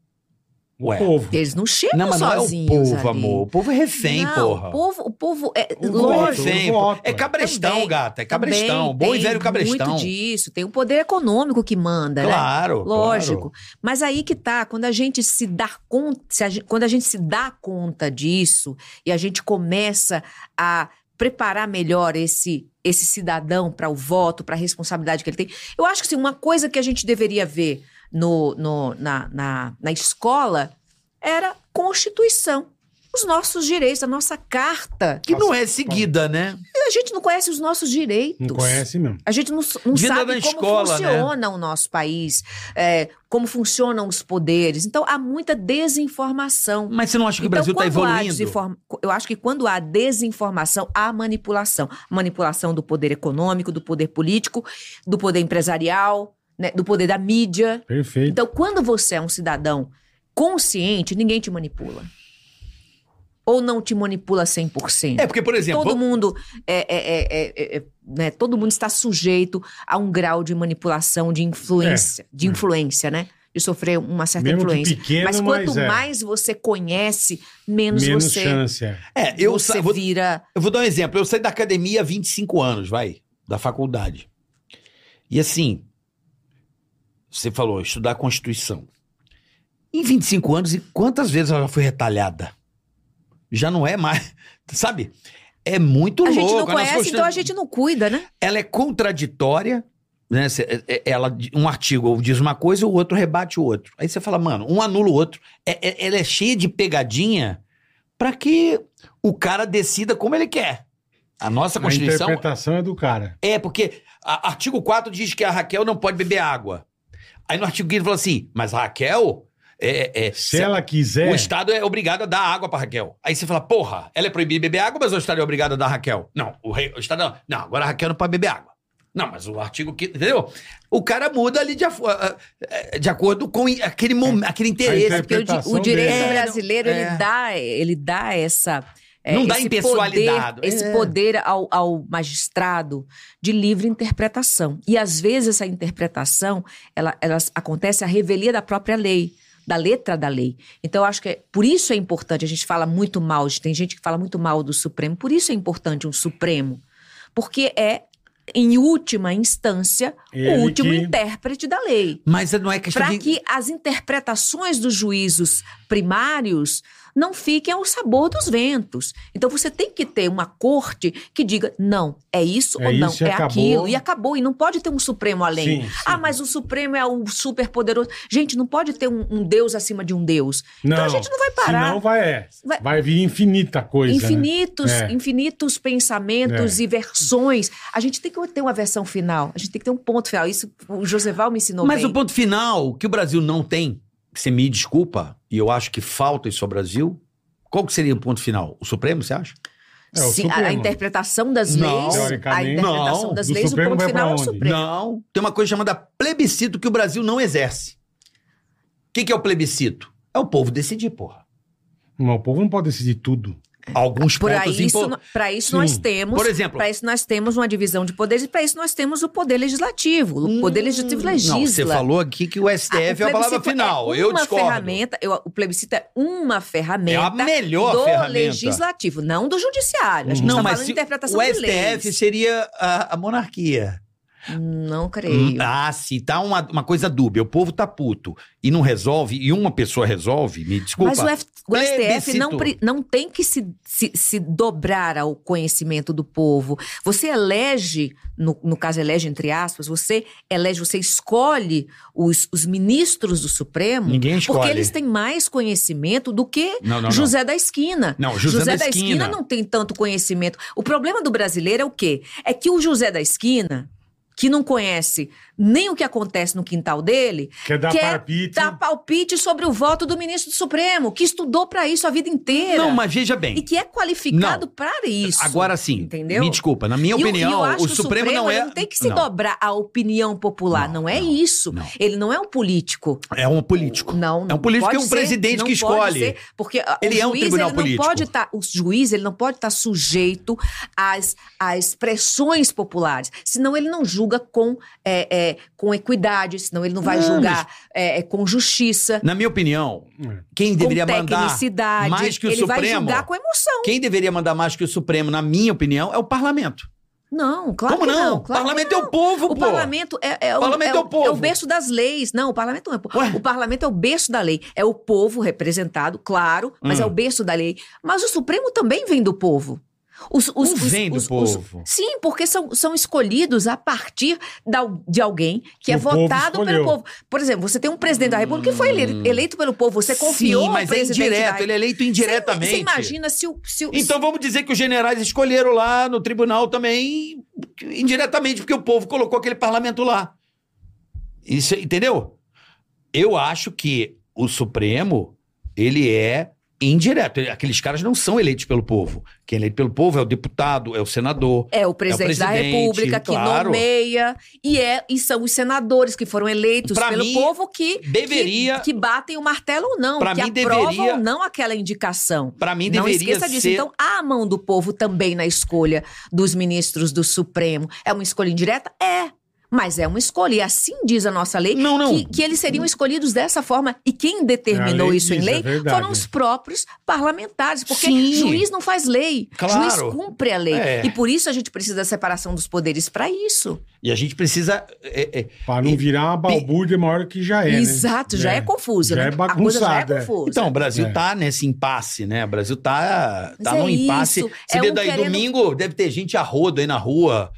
O
Ué.
povo.
Eles não chegam
Não, mas não é o
sozinhos
povo,
ali.
amor. O povo é refém,
não,
porra.
O povo, o povo é
O
O povo é
voto,
lógico.
refém,
o
pô.
voto,
É cabrestão,
Também,
gata. É cabrestão.
Também
Bom e
tem
velho cabrestão.
Muito disso. Tem o poder econômico que manda, né?
Claro.
Lógico.
claro.
Mas aí que tá, quando a gente se dá conta, se a gen- quando a gente se dá conta disso e a gente começa a preparar melhor esse esse cidadão para o voto, para a responsabilidade que ele tem. Eu acho que assim, uma coisa que a gente deveria ver no, no- na, na, na escola era Constituição. Os nossos direitos, a nossa carta.
Que não é seguida, né?
A gente não conhece os nossos direitos.
Não conhece mesmo.
A gente não, não
Devia dar
sabe
na
como
escola, né?
funciona o nosso país, é, como funcionam os poderes. Então, há muita desinformação.
Mas você não acha Hum, que
então,
o Brasil está
quando há
evoluindo?
desinforma- Eu acho que quando há desinformação, há manipulação. Manipulação do poder econômico, do poder político, do poder empresarial, né, do poder da mídia.
Perfeito.
Então, quando você é um cidadão consciente, ninguém te manipula. Ou não te manipula 100%.
É, porque, por exemplo,
Todo
vamos-
mundo é, é- é- é- é- é, né? Todo mundo está sujeito a um grau de manipulação, de influência, de influência, né? De sofrer uma certa
Mesmo que
influência.
pequeno,
mas quanto
é.
mais você conhece, Então, menos,
menos
você
chance. é.
é, eu,
você
sa- vou,
vira.
eu vou dar um exemplo. Eu saí da academia há 25 anos, vai, da faculdade. E assim, você falou, estudar a Constituição. Em 25 anos, e quantas vezes ela já foi retalhada? Já não é mais. Sabe? É muito
a
louco.
gente não
a nossa
conhece, então
Constituição-
a gente não cuida, né?
ela é contraditória, né? Cê- é- é- Ela, um artigo diz uma coisa e o outro rebate o outro. Aí você fala, mano, um anula o outro. É- é- ela é cheia de pegadinha pra que o cara decida como ele quer. A nossa
A
Constituição
interpretação é do cara.
é porque a- artigo 4 diz que a Raquel não pode beber água. Aí no artigo 15 fala assim, mas a Raquel é, é-
Se
se-
ela quiser.
o Estado é obrigado a dar água pra Raquel. Aí você fala, porra, ela é proibida de beber água, mas o Estado é obrigado a dar a Raquel. Não, o, rei- o Estado não. Não, agora a Raquel não pode beber água. Não, mas o artigo que. Entendeu? O cara muda ali de, afo- ah, ah, de acordo com i- aquele, mom- aquele interesse.
interpreta-
é Porque o, di-
interpretação
o direito
dele. É,
brasileiro,
é.
ele, dá, ele dá essa. é,
Não dá
esse
impessoalidade.
Poder,
É.
Esse poder ao, ao magistrado de livre interpretação. E às vezes essa interpretação ela, ela acontece à revelia da própria lei, da letra da lei. Então eu acho que é, por isso é importante, a gente fala muito mal, tem gente que fala muito mal do Supremo, por isso é importante um Supremo. Porque é, em última instância,
Ele
o último
que-
intérprete da lei
Mas não é questão
para
de.
que as interpretações dos juízos primários não fiquem ao sabor dos ventos. Então você tem que ter uma corte que diga não, é isso
É
ou não,
isso e
é
acabou.
aquilo e acabou e não pode ter um Supremo além.
Sim, sim.
Ah, mas o Supremo é o super poderoso. Gente, não pode ter um, um Deus acima de um Deus. então a gente não vai parar.
Senão vai, é. vai...
Vai-
vir infinita coisa. né?
Infinitos,
É.
infinitos pensamentos
É.
e versões. A gente tem que ter uma versão final. A gente tem que ter um ponto final. Isso o Joseval me ensinou
Mas
bem.
o ponto final, que o Brasil não tem, você me desculpa, e eu acho que falta isso ao Brasil. Qual que seria o ponto final? O Supremo, você acha?
É, o
Sim, a- a,
Supremo.
interpretação das
Não.
leis, a
Teoricamente.
interpretação
Não.
das
Do
leis,
Supremo
o ponto
vai pra
final é o
onde?
Supremo.
Não. Tem uma coisa chamada plebiscito que o Brasil não exerce. O que, que é o plebiscito? É o povo decidir, porra.
Mas o povo não pode decidir tudo.
Alguns
É. Por aí,
pontos
isso,
impo-
no- pra isso
Sim.
nós temos,
Por exemplo-
para isso nós temos uma divisão de poderes e para isso nós temos o poder legislativo. O poder legislativo legisla.
Hum. Não, você falou aqui que o
Ah, o
STF é a palavra
plebiscito
final.
é
eu
uma
discordo.
ferramenta, eu- o plebiscito é uma ferramenta
É a melhor
do
ferramenta.
legislativo, não do judiciário. A gente
Não,
está
mas
falando de
se-
interpretação
o
de
STF
leis.
seria a, a monarquia.
Não creio.
Ah, se tá uma, uma coisa dúbia, o povo tá puto e não resolve, e uma pessoa resolve, me desculpa.
Mas o, F- o STF não,
Plebiscito.
pre- não tem que se, se, se dobrar ao conhecimento do povo. Você elege, no, no caso, elege entre aspas, você elege, você escolhe os, os ministros do Supremo
Ninguém escolhe.
porque eles têm mais conhecimento do que
Não, não, não.
José da Esquina.
Não, José da Esquina
não tem tanto conhecimento. O problema do brasileiro é o quê? É que o José da Esquina que não conhece nem o que acontece no quintal dele,
Quer dar palpite.
dar palpite sobre o voto do ministro do Supremo, que estudou pra isso a vida inteira.
Não, mas veja
E
bem.
que é qualificado
Não.
para isso.
Agora sim,
Entendeu?
me desculpa, na minha
E o-
opinião,
e eu acho
o,
que
Supremo, não
ele
é.
não tem que se
não,
dobrar à opinião popular. Não,
Não,
é
não,
isso.
não.
Ele não é um político.
É um político.
Não, não
É um político que é
pode
um
ser,
presidente
não
que
pode
escolhe.
ser, porque ah,
Ele
o
é um
juiz,
tribunal
ele
político.
Não pode tá, o juiz ele não pode estar sujeito às, às pressões populares, senão ele não julga com, é, é, com equidade, senão ele não vai
Não,
julgar é, é, com justiça,
Na minha opinião,
É.
quem deveria
com
mandar
tecnicidade.
mais que o
ele vai
Supremo?
julgar com emoção.
Quem deveria mandar mais que o Supremo, na minha opinião, é o parlamento.
Não, claro
Como
que
não?
não. claro
o parlamento
que
é
não.
o povo,
O
pô.
parlamento é, é o,
Parlamento é o povo.
é o berço das leis. Não, o parlamento não é. po-
Ué?
O parlamento é o berço da lei. É o povo representado, claro, mas
Hum.
é o berço da lei. Mas o Supremo também vem do povo. Os, os-
Não
os-
vem do
os- os-
povo.
sim, porque são, são escolhidos a partir da- de alguém que é
O povo
votado
escolheu.
pelo povo. Por exemplo, você tem um presidente da República que foi ele- eleito pelo povo. Você confiou
Hum. Sim, mas
ao
é
presidente
indireto,
da...
ele é eleito
Você-
indiretamente.
Você imagina se o... Se o
Então vamos dizer que os generais escolheram lá no tribunal também, indiretamente, porque o povo colocou aquele parlamento lá. Isso, entendeu? Eu acho que o Supremo, ele é indireto. Ele- Aqueles caras não são eleitos pelo povo. Quem é eleito pelo povo é o deputado, é o senador.
É o presidente, da
presidente,
República que
claro.
nomeia e é e são os senadores que foram eleitos
Pra
pelo
mim,
povo que
deveria-
que, que batem o martelo ou não,
Pra
que
mim,
aprovam
deveria-
ou não aquela indicação.
Pra mim,
não
deveria
esqueça disso.
ser...
Então, há a mão do povo também na escolha dos ministros do Supremo. É uma escolha indireta? É. Mas é uma escolha, e assim diz a nossa lei,
Não, não.
Que, que eles seriam escolhidos dessa forma. E quem determinou
lei
isso em
diz, é
lei
verdade.
foram os próprios parlamentares. Porque
Sim.
juiz não faz lei,
Claro.
juiz cumpre a lei.
É.
E por isso a gente precisa da separação dos poderes para isso.
E a gente precisa... é, é,
Pra não
E-
virar uma balbúrdia maior que já é, né?
Exato, já é, confusa,
já
né?
é
a coisa já é
bagunçada, é.
confusa.
Então, o Brasil
É.
tá nesse impasse, né? O Brasil tá,
Mas
tá
é
num impasse.
isso,
Você
é
vê
um
daí
querendo-
domingo, deve ter gente a rodo aí na rua.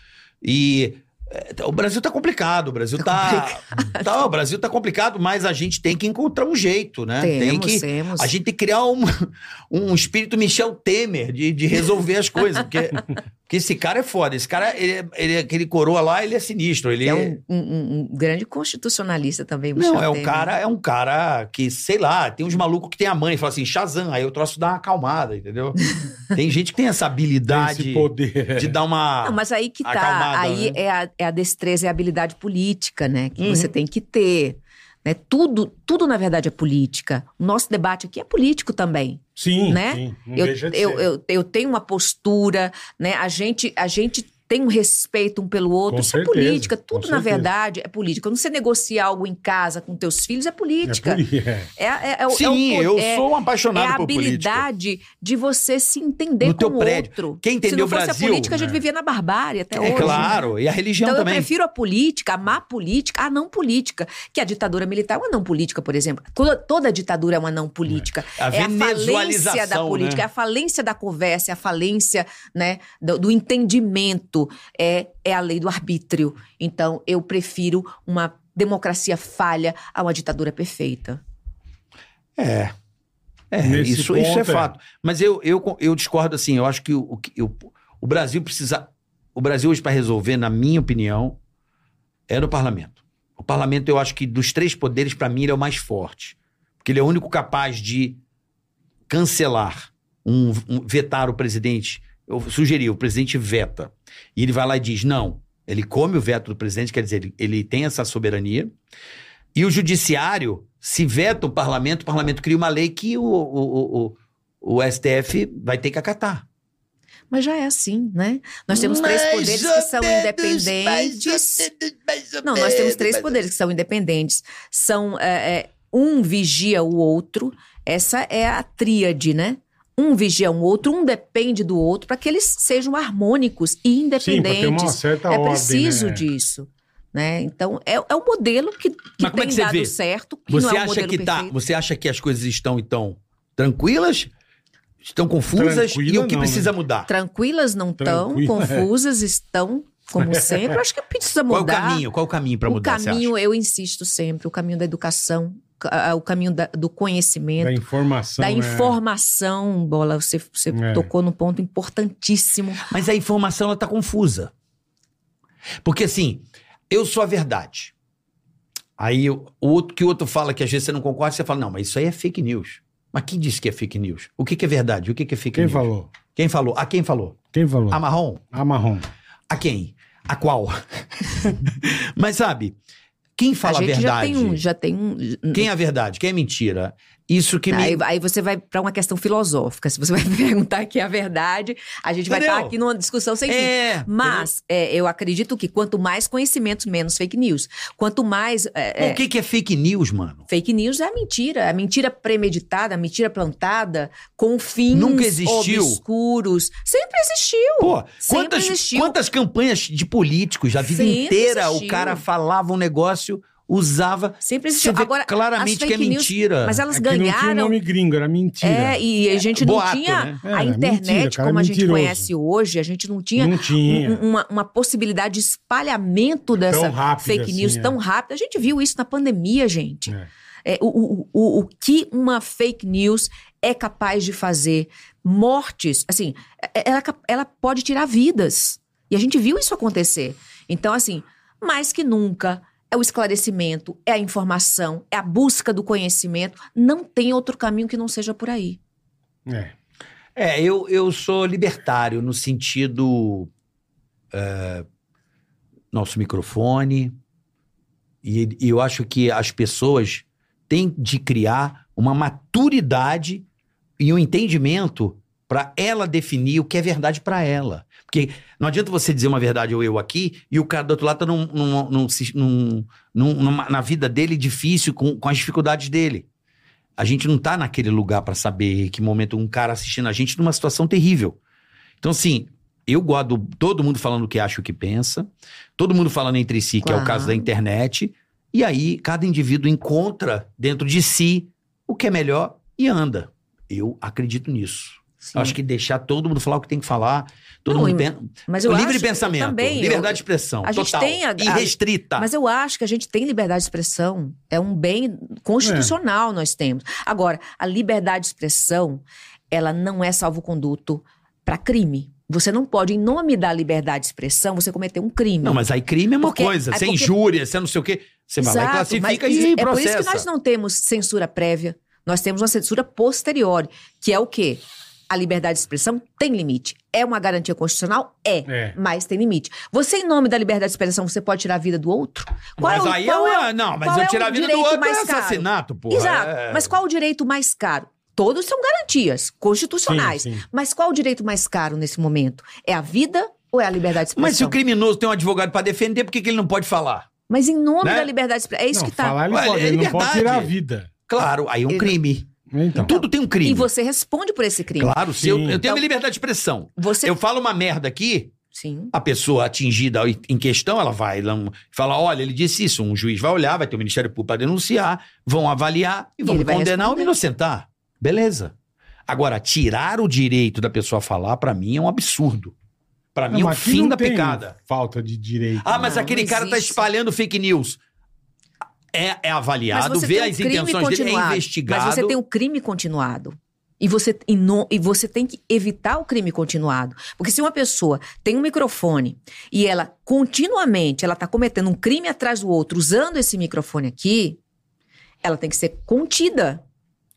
E é, o Brasil tá complicado, o Brasil tá. tá- o Brasil tá complicado, mas a gente tem que encontrar um jeito, né? tem
temos,
que.
temos.
A gente tem que criar um, um espírito Michel Temer de, de resolver as coisas. Porque, porque esse cara é foda. Esse cara, ele, é- ele é- aquele coroa lá, ele é sinistro. Ele
É um, um- um- um grande constitucionalista também, Michel
não, é um
Temer.
cara, é um cara que, sei lá, tem uns malucos que tem a mãe, fala assim, Shazam, aí o troço dá uma acalmada, entendeu? tem gente que tem essa
Tem
habilidade
esse poder. é.
de dar uma.
Não, mas aí que tá.
acalmada, né?
aí
Uhum.
é, a, é a destreza e a habilidade política, né? Que você tem que ter. Né? Tudo, tudo, na verdade, é política. O nosso debate aqui é político também.
Sim,
né?
sim. Não
eu,
deixa de
eu,
ser.
eu- eu tenho uma postura, né? A gente, a gente tem um respeito um pelo outro.
Com
Isso
certeza,
é política.
com
Tudo, na
certeza.
verdade, é política. Quando você negocia algo em casa com teus filhos, é política.
É por- é.
É, é- é o- é o
Sim,
po-
eu
é-
sou um
é
apaixonado
a
por política.
habilidade de você se entender
No
com
teu
o
prédio.
outro.
Quem
se
entendeu
não
o
fosse
Brasil,
a política, a gente
né?
vivia na barbárie até
É
hoje.
claro, e a religião
Então eu
também.
prefiro a política, a má política, a não política. Que a ditadura militar é uma não política, por exemplo. Toda, toda ditadura é uma não política.
A
é a falência da
venezualização,
política,
né?
é a falência da conversa, é a falência né, do, do entendimento. É, é a lei do arbítrio. Então eu prefiro uma democracia falha a uma ditadura perfeita.
É. É,
Nesse
isso, isso
ponto,
é
é.
fato. Mas eu, eu, eu discordo assim, eu acho que o, o que- o, o Brasil precisa. O Brasil hoje, para resolver, na minha opinião, é no parlamento. O parlamento, eu acho que dos três poderes, para mim, ele é o mais forte. Porque ele é o único capaz de cancelar, um, um- vetar o presidente. Eu sugeri, o presidente veta. E ele vai lá e diz: não. Ele come o veto do presidente, quer dizer, ele, ele tem essa soberania. E o judiciário, se veta o parlamento, o parlamento cria uma lei que o, o, o, o, o STF vai ter que acatar.
Mas já é assim, né? Nós temos três poderes que são independentes. Não,
É,
nós temos três poderes que são independentes. São é, é, um vigia o outro. Essa é a tríade, né? Um vigia o outro, um depende do outro para que eles sejam harmônicos e
Sim, pra ter uma
independentes.
certa
é
ordem,
preciso
né?
disso. Né? Então, é, é um modelo que, que
Mas como é
tem
que você
dado
vê?
certo, que
Você
não é um
acha
modelo
que tá?
perfeito.
Você acha que as coisas estão então tranquilas? Estão confusas e
Tranquila
o que
não,
precisa
né?
mudar?
Tranquilas não estão,
Tranquila, é.
confusas estão, como sempre. Acho que precisa
Qual é
mudar.
o caminho? Qual é o caminho para
o
mudar? você
caminho,
acha?
eu insisto sempre, o caminho da educação, ca- ah, o caminho da- do conhecimento,
Da
da,
informação. né?
informação, Bola, você, você
É.
tocou num ponto importantíssimo.
Mas a informação ela tá confusa. Porque assim, eu sou a verdade. Aí eu- o outro que o outro fala que às vezes você não concorda, você fala, não, mas isso aí é fake news. Mas quem disse que é fake news? O que, que é verdade? O que, que é fake
Quem
news?
falou?
Quem falou? A quem falou?
Quem falou?
A marrom?
A marrom.
A quem? A qual? mas sabe, quem fala
a
a,
gente já
verdade?
tem um, já tem um.
Quem é a verdade? Quem é mentira? Isso que
aí,
me...
aí você vai pra uma questão filosófica. Se você vai perguntar que é a verdade, a gente vai
Entendeu?
estar aqui numa discussão sem fim.
É,
Mas é, eu acredito que quanto mais conhecimento, menos fake news. Quanto mais. é, é,
O que, que é fake news, mano?
Fake news é a mentira, a mentira premeditada, a mentira plantada, com fins
Nunca existiu.
obscuros. Sempre existiu.
Pô,
Sempre
quantas,
existiu.
quantas campanhas de políticos a vida
Sempre
inteira
existiu.
o cara falava um negócio, usava.
Sempre
Você
existiu.
vê
Agora,
claramente
as
que é
fake news-
mentira.
Mas elas
É que Não tinha
ganharam.
nome gringo, era mentira.
É, e a gente não
Boato,
tinha
né?
É,
a internet
mentira, cara,
como a gente
mentiroso.
conhece hoje, a gente não tinha,
Não tinha.
um- uma, uma possibilidade de espalhamento dessa
rápido
fake news
assim, é.
tão rápida. A gente viu isso na pandemia, gente.
É.
É, o, o, o, o que uma fake news é capaz de fazer? Mortes, assim, é- ela, cap- ela pode tirar vidas. E a gente viu isso acontecer. Então, assim, mais que nunca, é o esclarecimento, é a informação, é a busca do conhecimento. Não tem outro caminho que não seja por aí.
É.
É, eu, eu sou libertário no sentido. é, nosso microfone. E, e eu acho que as pessoas têm de criar uma maturidade e um entendimento para ela definir o que é verdade para ela. Porque não adianta você dizer uma verdade ou eu aqui e o cara do outro lado tá num, num- num sis- num- num- numa- na vida dele difícil, com, com as dificuldades dele. A gente não tá naquele lugar para saber que momento um cara assistindo a gente numa situação terrível. Então, assim, eu gosto do- todo mundo falando o que acha e o que pensa, todo mundo falando entre si, que é o
Claro.
caso da internet, e aí cada indivíduo encontra dentro de si o que é melhor e anda. Eu acredito nisso. Eu acho que deixar todo mundo falar o que tem que falar, todo
Não,
mundo
e-
pensa.
Mas eu
Livre
acho-
pensamento,
também, eu-
liberdade de expressão,
a gente
total,
tem a- a-
irrestrita.
Mas eu acho que a gente tem liberdade de expressão. É um bem constitucional nós temos. Agora, a liberdade de expressão, ela não é salvo-conduto para crime. Você não pode, em nome da liberdade de expressão, você cometer um crime.
Não, mas aí crime é uma
Porque-
coisa,
é
sem
porque-
injúria, sem não sei o quê. Você vai lá e
Exato,
classifica
mas
e
É por isso
processa.
que nós não temos censura prévia. Nós temos uma censura posterior, que é o quê? A liberdade de expressão tem limite. É uma garantia constitucional? É.
É.
Mas tem limite. Você, em nome da liberdade de expressão, você pode tirar a vida do outro? Qual
mas
é o-
aí
qual
eu,
é o-
não, mas
qual
eu
é o
tirar a vida do
direito
outro é
mais caro?
assassinato, É. pô.
Exato. Mas qual o direito mais caro? Todos são garantias constitucionais.
Sim, sim.
Mas qual o direito mais caro nesse momento? É a vida ou é a liberdade de expressão?
Mas se o criminoso tem um advogado pra defender, por que, que ele não pode falar?
Mas em nome
Né?
da liberdade de expressão. É isso
não,
que tá.
falar ele
Ué,
pode,
é
ele não pode
liberdade.
tirar a vida.
Claro, aí é um
Ele-
crime.
Então,
Tudo tem um crime.
E você responde por esse crime.
Claro, se eu,
Sim.
eu tenho a
Então-
minha liberdade de expressão.
Você.
Eu falo uma merda aqui,
Sim.
a pessoa atingida em questão, ela vai lá, um- fala, olha, ele disse isso, um juiz vai olhar, vai ter o Ministério Público para denunciar, vão avaliar e
E
vão
ele vai
condenar ou me
responder.
inocentar. Beleza. Agora, tirar o direito da pessoa falar, pra mim, é um absurdo. Pra mim, é
Não,
o
Ah, mas aqui
fim
não
da
tem
pecada.
Falta de direito.
Ah, mas
Não,
aquele
não
cara tá
existe.
espalhando fake news. É, é avaliado,
Mas você
vê
tem um
as
crime
intenções dele, é
continuado.
investigado.
Mas você tem um o crime continuado. E você, e, no- e você tem que evitar o crime continuado. Porque se uma pessoa tem um microfone e ela continuamente ela está cometendo um crime atrás do outro usando esse microfone aqui, ela tem que ser contida.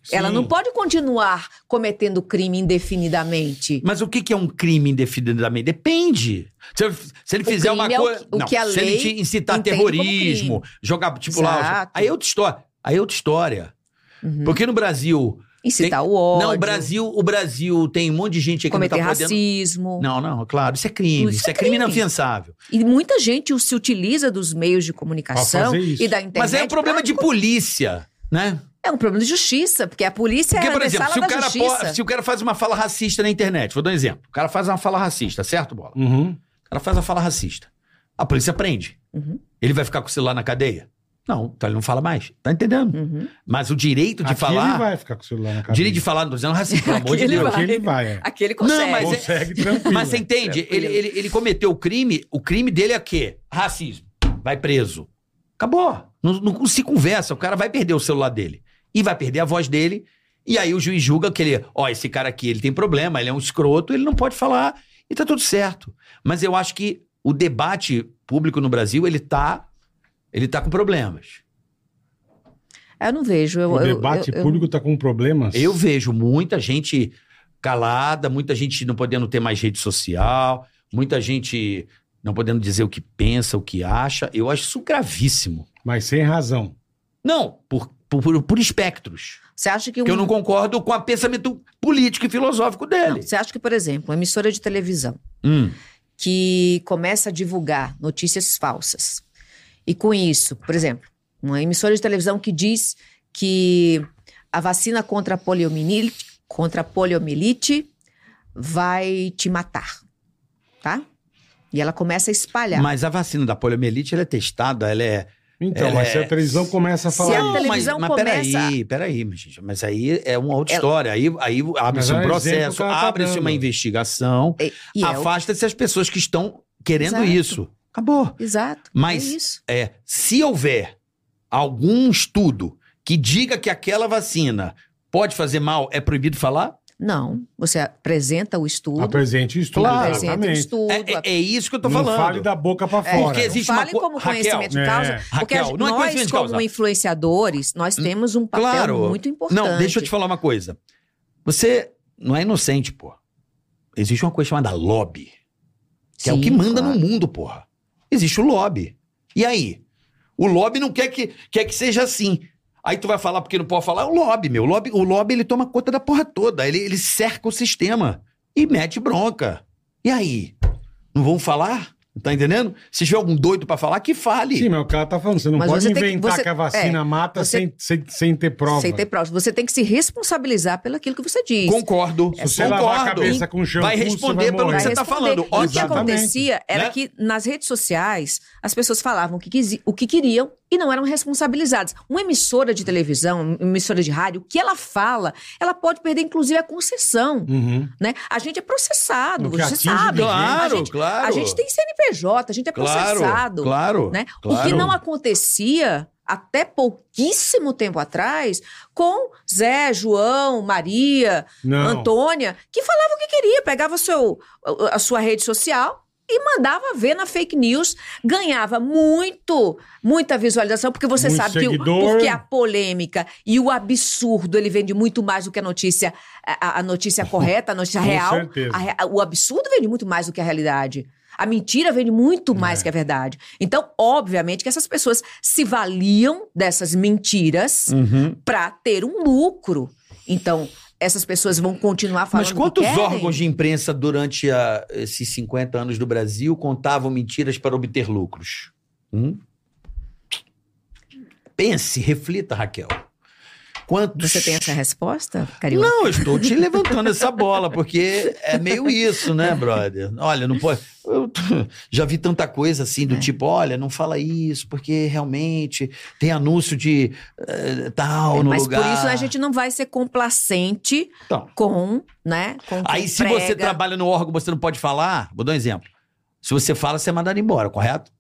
Sim.
Ela não pode continuar cometendo crime indefinidamente.
Mas o que, que é um crime indefinidamente? Depende. Se, eu- se ele
O
fizer
crime
uma
é o
coisa.
que- o
não,
que a
se ele
lei
te incitar
entende como
terrorismo, jogar, tipo lá.
Exato.
Aí é outra história. Aí é outra história.
Uhum.
Porque no Brasil.
Incitar tá o ódio,
Não, o Brasil, o Brasil tem um monte de gente aqui
cometer
que não tá podendo.
racismo.
Não, não, claro, isso é crime. Isso,
Isso
é
é
crime
crime.
inafianzável.
E muita gente se utiliza dos meios de
Pra
comunicação
fazer isso.
e da internet.
Mas é um problema
pra-
de polícia, né?
É um problema de justiça, porque a polícia
Porque,
é
por
a
exemplo,
sala
se o,
da
cara
justiça.
po- se o cara faz uma fala racista na internet, vou dar um exemplo. O cara faz uma fala racista, certo, Bola?
Uhum.
O cara faz uma fala racista. A polícia prende.
Uhum.
Ele vai ficar com o celular na cadeia? Não, então ele não fala mais. Tá entendendo?
Uhum.
Mas o direito
Aqui
de
ele
falar.
vai ficar com o celular na
O
cabeça.
direito de falar, não tô dizendo racismo, pelo amor de
Aqui ele
Deus.
Aqui
vai.
ele vai. é.
Aqui ele consegue.
Não, mas é-
Consegue tranquilo.
Mas você entende? Ele, ele, ele cometeu o crime, o crime dele é o quê? Racismo. Vai preso. Acabou. Não, não se conversa, o cara vai perder o celular dele. E vai perder a voz dele. E aí o juiz julga que ele, ó, esse cara aqui, ele tem problema, ele é um escroto, ele não pode falar. E tá tudo certo. Mas eu acho que o debate público no Brasil, ele tá, ele tá com problemas.
Eu não vejo. Eu,
O
eu-
debate
eu- eu-
público está com problemas.
Eu vejo muita gente calada, muita gente não podendo ter mais rede social, muita gente não podendo dizer o que pensa, o que acha. Eu acho isso gravíssimo.
Mas sem razão.
Não, por, por, por espectros.
Você acha que um.
Porque eu não concordo com o pensamento político e filosófico
Não,
dele.
Você acha que, por exemplo, uma emissora de televisão
Hum.
que começa a divulgar notícias falsas. E com isso, por exemplo, uma emissora de televisão que diz que a vacina contra a poliomielite, contra a poliomielite vai te matar, tá? E ela começa a espalhar.
Mas a vacina da poliomielite, ela é testada, ela é...
Então,
Ela
mas se
é-
a televisão começa a
Se
falar.
a
isso.
mas-
televisão
mas,
começa-
peraí, peraí, mas, gente, mas aí é uma outra história. Aí, aí
Mas
abre-se
é um
um
exemplo
processo,
que ela tá
abre-se
dando.
uma investigação,
E, e é o-
afasta-se as pessoas que estão querendo
Exato.
isso. Acabou.
Exato.
Mas-
é isso.
É, se houver algum estudo que diga que aquela vacina pode fazer mal, é proibido falar?
Não, você apresenta o estudo,
Apresente o estudo.
Claro.
apresenta o
exatamente.
estudo.
É, é- é isso que eu tô
não
falando.
fale da boca
É.
pra fora.
É, Porque existe
Não
uma
fale
co-
como
Raquel,
conhecimento de
é.
causa, porque a-
Raquel, não é
nós,
conhecimento de
como
causa. Hum,
influenciadores, nós temos um papel
Claro.
muito importante.
Não, deixa eu te falar uma coisa. Você não é inocente, pô. Existe uma coisa chamada lobby, que é o
Sim,
que manda
claro.
no mundo, porra. Existe o lobby. E aí? O lobby não quer que, quer que seja assim. Aí tu vai falar porque não pode falar. é O lobby, meu. O lobby, o lobby ele toma conta da porra toda. Ele, ele cerca o sistema e mete bronca. E aí? Não vão falar? Tá entendendo? Se tiver algum doido pra falar, que fale.
Sim, mas o cara tá falando, você não
Mas
pode
você tem que-
inventar que,
você-
a vacina
é,
mata
você-
sem, sem, sem ter prova.
Sem ter prova. Você tem que se responsabilizar pelo aquilo que você diz.
Concordo.
Se você
concordo.
é lavar a cabeça com shampoo,
Vai responder
você vai
pelo que
morrer.
Vai
você tá
responder.
falando.
E o que
Ótimo.
acontecia era
Né?
que nas redes sociais as pessoas falavam o que, quisi- o que queriam e não eram responsabilizadas. Uma emissora de televisão, um, uma emissora de rádio, o que ela fala, ela pode perder inclusive a concessão.
Uhum.
Né? A gente é processado,
Porque
você
atinge
sabe.
de
Claro,
a gente,
claro.
a gente tem CNPJ, a gente é
Claro,
processado.
claro,
né? O
claro.
que não acontecia até pouquíssimo tempo atrás com Zé, João, Maria,
Não.
Antônia, que falava o que queria, pegava o seu, a sua rede social e mandava ver na fake news, ganhava muito, muita visualização, porque você
Muito
sabe que o-
seguidor.
porque a polêmica e o absurdo, ele vende muito mais do que a notícia a, a notícia correta, a notícia
Com
real.
certeza.
A re- a- o absurdo vende muito mais do que a realidade. A mentira vende muito mais
É.
que a verdade. Então, obviamente que essas pessoas se valiam dessas mentiras
Uhum.
para ter um lucro. Então, essas pessoas vão continuar falando.
Mas quantos
que querem.
órgãos de imprensa durante a- esses 50 anos do Brasil contavam mentiras para obter lucros? Hum? Pense, reflita, Raquel. Quantos.
Você tem essa resposta, Carioca?
Não, eu estou te levantando essa bola, porque é meio isso, né, brother? Olha, não pode. Eu já vi tanta coisa assim,
É.
do tipo, olha, não fala isso, porque realmente tem anúncio de eh, tal
É,
no
Mas
lugar.
por isso a gente não vai ser complacente
Então.
com, né? Com quem
Aí, se
prega.
você trabalha no órgão, você não pode falar? Vou dar um exemplo. Se você fala, você é mandado embora, correto?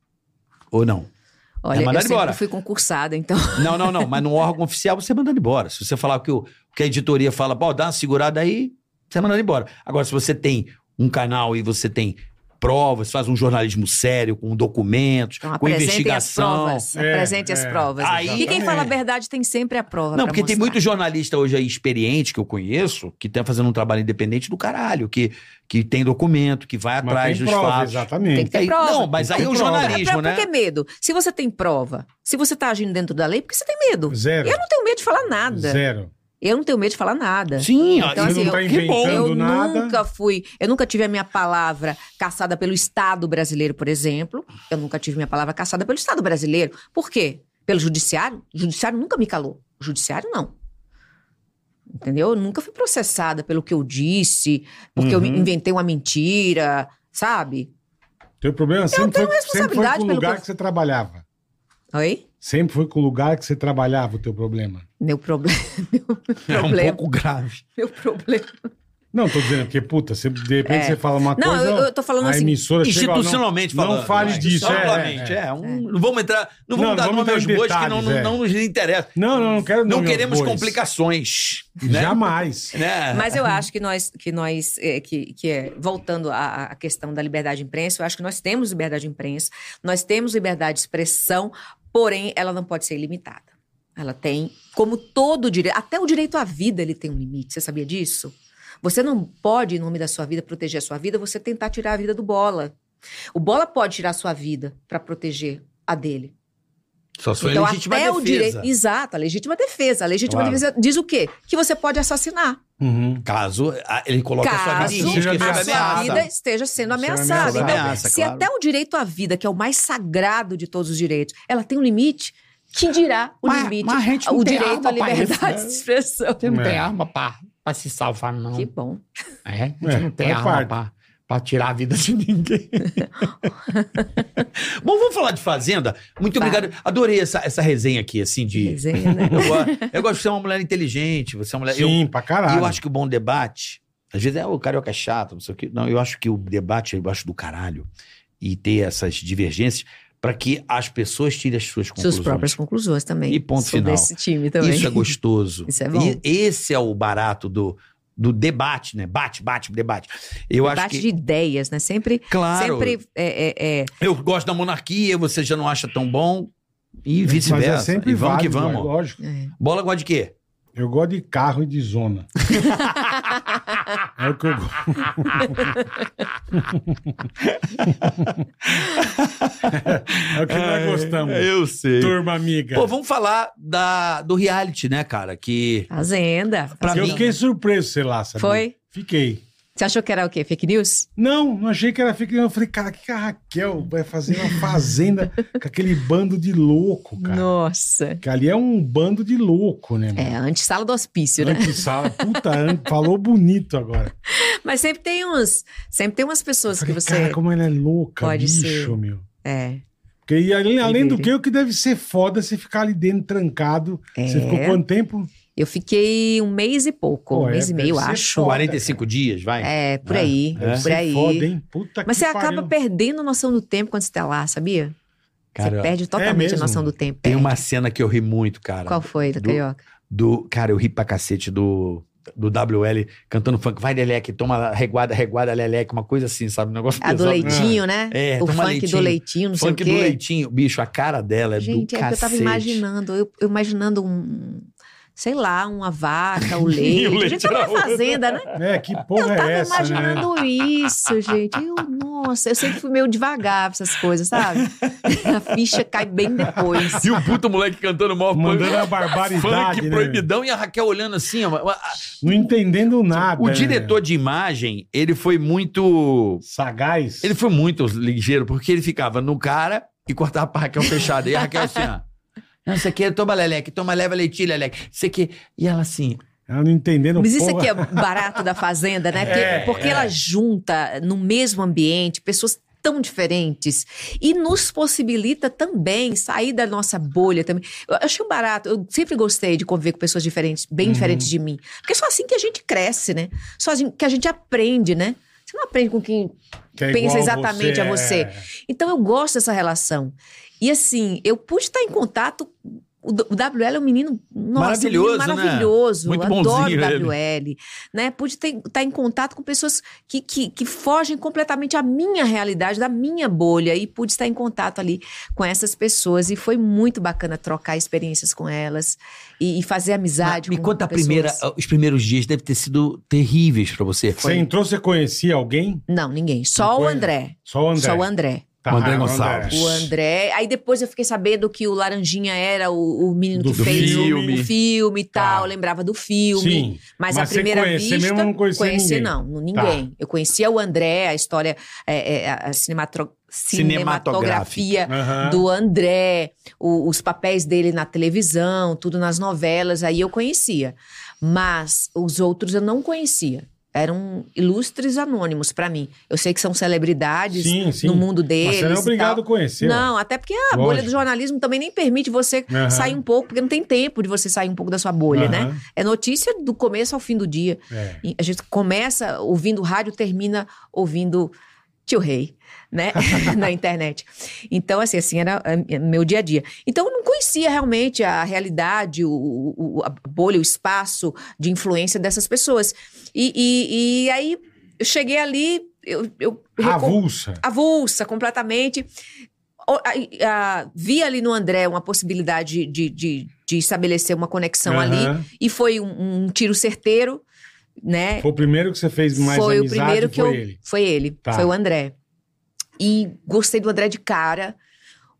Ou não?
Olha, eu
mandado
sempre
Né, embora.
fui concursada, então.
Não, não, não. Mas no órgão oficial, você é mandado embora. Se você falar o que, o, o que a editoria fala, pô, dá uma segurada aí, você é mandado embora. Agora, se você tem um canal e você tem provas, faz um jornalismo sério, com documentos,
Então,
com
apresentem as
investigação.
provas.
É,
apresente as
é.
provas. então.
Aí-
e quem fala a verdade tem sempre a prova.
Não,
pra
porque tem
mostrar.
muito jornalista hoje aí experiente que eu conheço, que tá fazendo um trabalho independente do caralho, que, que tem documento, que vai
Mas
atrás
tem
dos
prova,
fatos.
Exatamente.
Tem que ter
Aí-
prova.
Não, mas aí é o
Tem prova.
jornalismo,
Pra- pra-
né?
Por que medo? Se você tem prova, se você tá agindo dentro da lei, por que você tem medo?
Zero.
Eu não tenho medo de falar nada.
Zero.
Eu não tenho medo de falar nada.
Sim, ó,
Então,
isso
assim,
não tá
eu-
que bom.
inventando.
Eu
nada.
nunca fui, eu nunca tive a minha palavra caçada pelo Estado brasileiro, por exemplo. Eu nunca tive minha palavra caçada pelo Estado brasileiro. Por quê? Pelo judiciário? O judiciário nunca me calou. O judiciário não. Entendeu? Eu nunca fui processada pelo que eu disse, porque eu
Uhum.
inventei uma mentira, sabe?
Teu problema sempre foi, sempre foi
responsabilidade
com o
pelo
lugar
que-
que você trabalhava.
Oi?
Sempre foi com o lugar que você trabalhava o teu problema.
Meu problema. Meu
É um
problema.
pouco grave.
Meu problema.
Não, tô dizendo, porque, puta, você, de repente
É.
você fala uma
Não,
coisa.
eu- eu tô falando
a
assim,
emissora chega e fala, não-
Institucionalmente
não,
falando.
fale
né?
disso. é,
Institucionalmente,
é, é.
é, um- não vamos entrar. Não
Não,
vamos dar
vamos
nome
dar
aos
os
bois que não,
detalhes, é.
não nos interessa.
Não, não, não quero
Não
nome aos
queremos
bois.
complicações. Né?
Jamais.
Né?
Mas eu acho que nós, que nós, eh, que, que é, voltando à, à questão da liberdade de imprensa, eu acho que nós temos liberdade de imprensa, nós temos liberdade de expressão, porém ela não pode ser ilimitada. Ela tem, como todo direito, até o direito à vida ele tem um limite. Você sabia disso? Você não pode, em nome da sua vida, proteger a sua vida, você tentar tirar a vida do bola. O bola pode tirar a sua vida para proteger a dele
Só sua legítima
então, até o
defesa.
direito. Exato, a legítima defesa. A legítima
Claro.
defesa diz o quê? Que você pode assassinar.
Uhum.
Caso a- ele coloque a sua vida em
caso
risco, ele
a
sob
sua
ameaça.
vida esteja sendo
Sendo
ameaçada.
ameaçada.
Então,
é Ameaça,
se
claro.
até o direito à vida, que é o mais sagrado de todos os direitos, ela tem um limite, que dirá o
Mas-
limite,
mas a gente não
o
tem
direito
arma
à
pra isso,
liberdade
né?
de expressão.
Você não
É.
tem um arma pra, pra se salvar, não.
Que bom.
É, a gente
É,
não tem
faz parte.
arma pra, pra tirar a vida de ninguém.
Bom, vamos falar de Fazenda. Muito
Vai.
obrigado. Adorei essa, essa resenha aqui, assim, de.
Resenha, né?
Eu, go- eu gosto de ser uma mulher inteligente. Você é uma mulher. eu-
Sim, pra
E
caralho.
eu acho que o bom debate, às vezes é o carioca é chato, não sei o quê. Não, eu acho que o debate é embaixo do caralho e ter essas divergências para que as pessoas tirem as suas conclusões.
Suas próprias conclusões também.
E ponto
Sou
final.
desse time também.
Isso é gostoso.
Isso é bom.
E esse é o barato do, do debate, né? Bate, bate, debate. Eu acho
Debate
que
de ideias, né? Sempre,
Claro.
sempre é, é, é,
eu gosto da monarquia, você já não acha tão bom e
Mas é
vice-versa.
sempre
e vamos que
válido,
vamos.
Lógico.
é.
Bola gosta de quê?
Eu gosto de carro e de zona. é o que eu gosto. é o que nós gostamos.
Eu sei.
Turma amiga.
Pô, vamos falar da, do reality, né, cara? Que
Fazenda.
Pra
eu
mim- né?
fiquei surpreso, sei lá, sabe?
Foi?
Fiquei.
Você achou que era o quê? Fake news?
Não, não achei que era fake. Eu falei, cara, o que que a Raquel vai fazer na fazenda com aquele bando de louco, cara?
Nossa.
Que ali é um bando de louco, né,
É,
mano?
antessala do hospício, né?
Antissala, puta, an- falou bonito agora.
Mas sempre tem uns, sempre tem umas
Eu
pessoas
falei,
que você
cara, como ela é louca,
pode
bicho,
ser.
meu.
é.
Porque, e além, além do
dele.
que, o que deve ser foda é você ficar ali dentro trancado. Você ficou
É.
quanto tempo?
Eu fiquei um mês e pouco,
Pô,
um
é,
mês e meio,
deve ser
acho.
foda.
45 dias, vai.
É, por aí,
Deve
por
Você
aí.
foda, hein? Puta
Mas
que
você acaba
pariu.
perdendo noção do tempo quando você tá lá, sabia?
Cara, é
você perde totalmente a
mesmo?
noção do tempo.
Tem
perde.
uma cena que eu ri muito, cara.
Qual foi, da
do-
Carioca?
Do, cara, eu ri pra cacete do, do WL cantando funk. Vai, Leleque, toma reguada, reguada, Leleque. Uma coisa assim, sabe? Um negócio
A do
pesado.
Leitinho, né?
É,
o
toma
funk do
leitinho.
Leitinho, não
Funk do
sei o quê.
leitinho. Bicho, a cara dela é
Gente,
do
é
cacete.
que eu tava imaginando. Eu, eu imaginando um, sei lá, uma vaca, o leite.
o
A
leite
gente tava
era
na fazenda, né?
É, que
Eu
porra
tava
é essa, né?
imaginando isso, gente. Eu, nossa, eu sempre fui meio devagar pra essas coisas, sabe? A ficha cai bem depois.
E o puto moleque cantando mó
Mandando a
funk
barbaridade, né?
proibidão e a Raquel olhando assim, ó. A-
Não entendendo nada.
O
né?
diretor de imagem, ele foi muito.
Sagaz.
Ele foi muito ligeiro, porque ele ficava no cara e cortava pra Raquel fechada. é um E a Raquel assim, ó. Não, isso aqui é toma leleque, toma leva leitinho, leleque. Isso aqui. E ela assim.
Ela não entendendo
Mas isso
porra.
aqui é barato da fazenda, né? Porque,
É,
porque
é.
ela junta no mesmo ambiente pessoas tão diferentes e nos possibilita também sair da nossa bolha também. Eu achei um barato, eu sempre gostei de conviver com pessoas diferentes, bem
Uhum.
diferentes de mim. Porque é só assim que a gente cresce, né? Só assim que a gente aprende, né? Você não aprende com quem
Que é
pensa
igual
exatamente a você.
é.
Então eu gosto dessa relação. E assim, eu pude estar em contato. O D- o WL é um menino nossa, um menino
Maravilhoso, né?
maravilhoso.
Muito
eu adoro
bonzinho
o
ele.
WL. Né? Pude ter- estar em contato com pessoas que, que, que fogem completamente à minha realidade, da minha bolha. E pude estar em contato ali com essas pessoas. E foi muito bacana trocar experiências com elas e, e fazer amizade.
"Ah, me
com
conta a
pessoas.
primeira, ah, os primeiros dias deve ter sido terríveis pra você.
Você entrou, você conhecia alguém?
Não, ninguém. Só
Não
o
foi?
André.
Só o André.
Só o André.
Tá,
O André
o
Gonçalves.
O André. Aí depois eu fiquei sabendo que o Laranjinha era o, o menino
Do
que fez
filme.
o filme e tal.
Tá.
Lembrava do filme.
Sim.
Mas,
Mas
a
você
primeira
conhece- você
vista.
mesmo não conhecia
conheci,
ninguém. Tá.
não, ninguém. Eu conhecia o André, a história, é, é, a cinematro-
Cinematográfica.
cinematografia
Aham.
do André, o- os papéis dele na televisão, tudo nas novelas, aí eu conhecia. Mas os outros eu não conhecia. eram ilustres anônimos pra mim. Eu sei que são celebridades
Sim, sim.
no mundo deles.
Mas você não é
e
obrigado
tal.
a conhecer,
Não, até porque a bolha
Lógico.
do jornalismo também nem permite você
Aham.
sair um pouco, porque não tem tempo de você sair um pouco da sua bolha,
Aham.
né? É notícia do começo ao fim do dia.
É.
E A gente começa ouvindo rádio, termina ouvindo Tio Rei, né? Na internet. Então, assim, assim era é, meu dia a dia. Então, eu não conhecia realmente a realidade, o, o- o- a bolha, o espaço de influência dessas pessoas. E, e- e aí, eu cheguei ali, eu... eu
Avulsa.
avulsa completamente. O- a- a- vi ali no André uma possibilidade de, de, de estabelecer uma conexão
Aham.
ali. E foi um, um tiro certeiro, né?
Foi o primeiro que você fez mais
foi o
amizade,
primeiro que
foi
eu.
ele.
Foi ele,
Tá.
foi o André. E gostei do André de cara.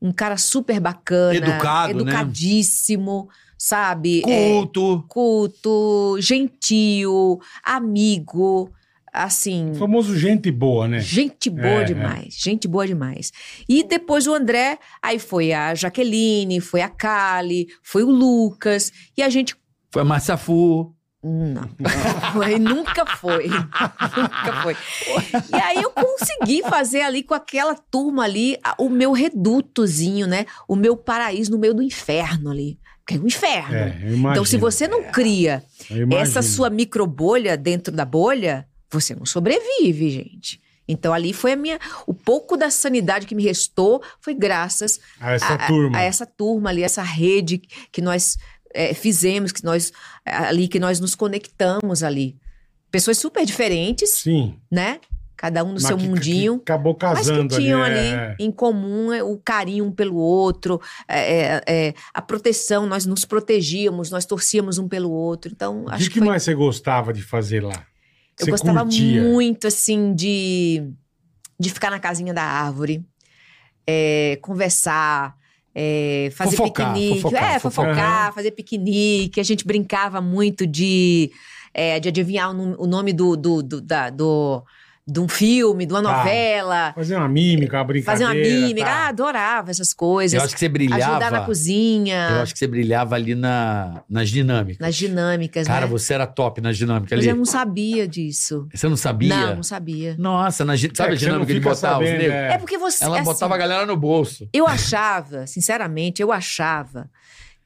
Um cara super bacana.
Educado, né?
Educadíssimo, sabe? É,
Culto.
culto, gentil, amigo, assim.
O famoso gente boa, né?
Gente
É,
boa
é.
demais, gente boa demais. E depois o André, aí foi a Jaqueline, foi a Kali, foi o Lucas, e a gente.
Foi a Márcia Fu.
Não, aí nunca foi. nunca foi. E aí eu consegui fazer ali com aquela turma ali a- o meu redutozinho, né? O meu paraíso no meio do inferno ali. Porque é um inferno.
É, eu imagino.
então, se você não cria
Eu imagino.
essa sua microbolha dentro da bolha, você não sobrevive, gente. Então ali foi a minha, o pouco da sanidade que me restou foi graças
Ah, essa
a, a-
turma.
a essa turma ali, essa rede que nós eh, fizemos, que nós eh, ali que nós nos conectamos ali. Pessoas super diferentes,
Sim.
né? Cada um no
Mas
seu
que- que-
mundinho.
que acabou
Mas
casando
que tinham ali,
é.
em comum é, o carinho um pelo outro, é, é, é, a proteção, nós nos protegíamos, nós torcíamos um pelo outro. Então,
O que,
acho que
que
foi
mais você gostava de fazer lá?
eu
Você
gostava
curtia?
muito, assim, de, de ficar na casinha da árvore, é, conversar, é, fazer
Fofocar,
piquenique.
fofocar,
é,
fofocar.
fofocar, fazer piquenique. A gente brincava muito de, é, de adivinhar o nom- o nome do, do, do, da- do- de um filme, de uma
Tá.
novela.
Fazer uma mímica, uma
Fazer
brincadeira.
uma mímica, ah,
tá.
adorava essas coisas.
Eu acho que você
Ajudar na
brilhava.
cozinha,
Eu acho que você brilhava ali na, nas dinâmicas.
nas dinâmicas,
Cara,
né?
você era top nas dinâmicas
Mas
ali.
eu não sabia disso.
Você não sabia?
Não, não sabia.
Nossa, na, gi-
É
sabe
que
a
você não
dinâmica que ele
fica
botava os
sabendo,
negros?
é.
É, porque você.
Ela
assim,
botava a galera no bolso.
Eu achava, sinceramente, eu achava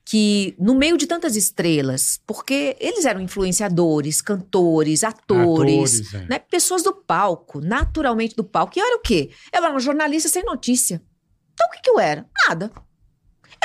que no meio de tantas estrelas, porque eles eram influenciadores, cantores, atores,
Atores, é.
né? pessoas do palco, naturalmente do palco. E eu era o quê? Eu era uma jornalista sem notícia. Então o que, que eu era? Nada.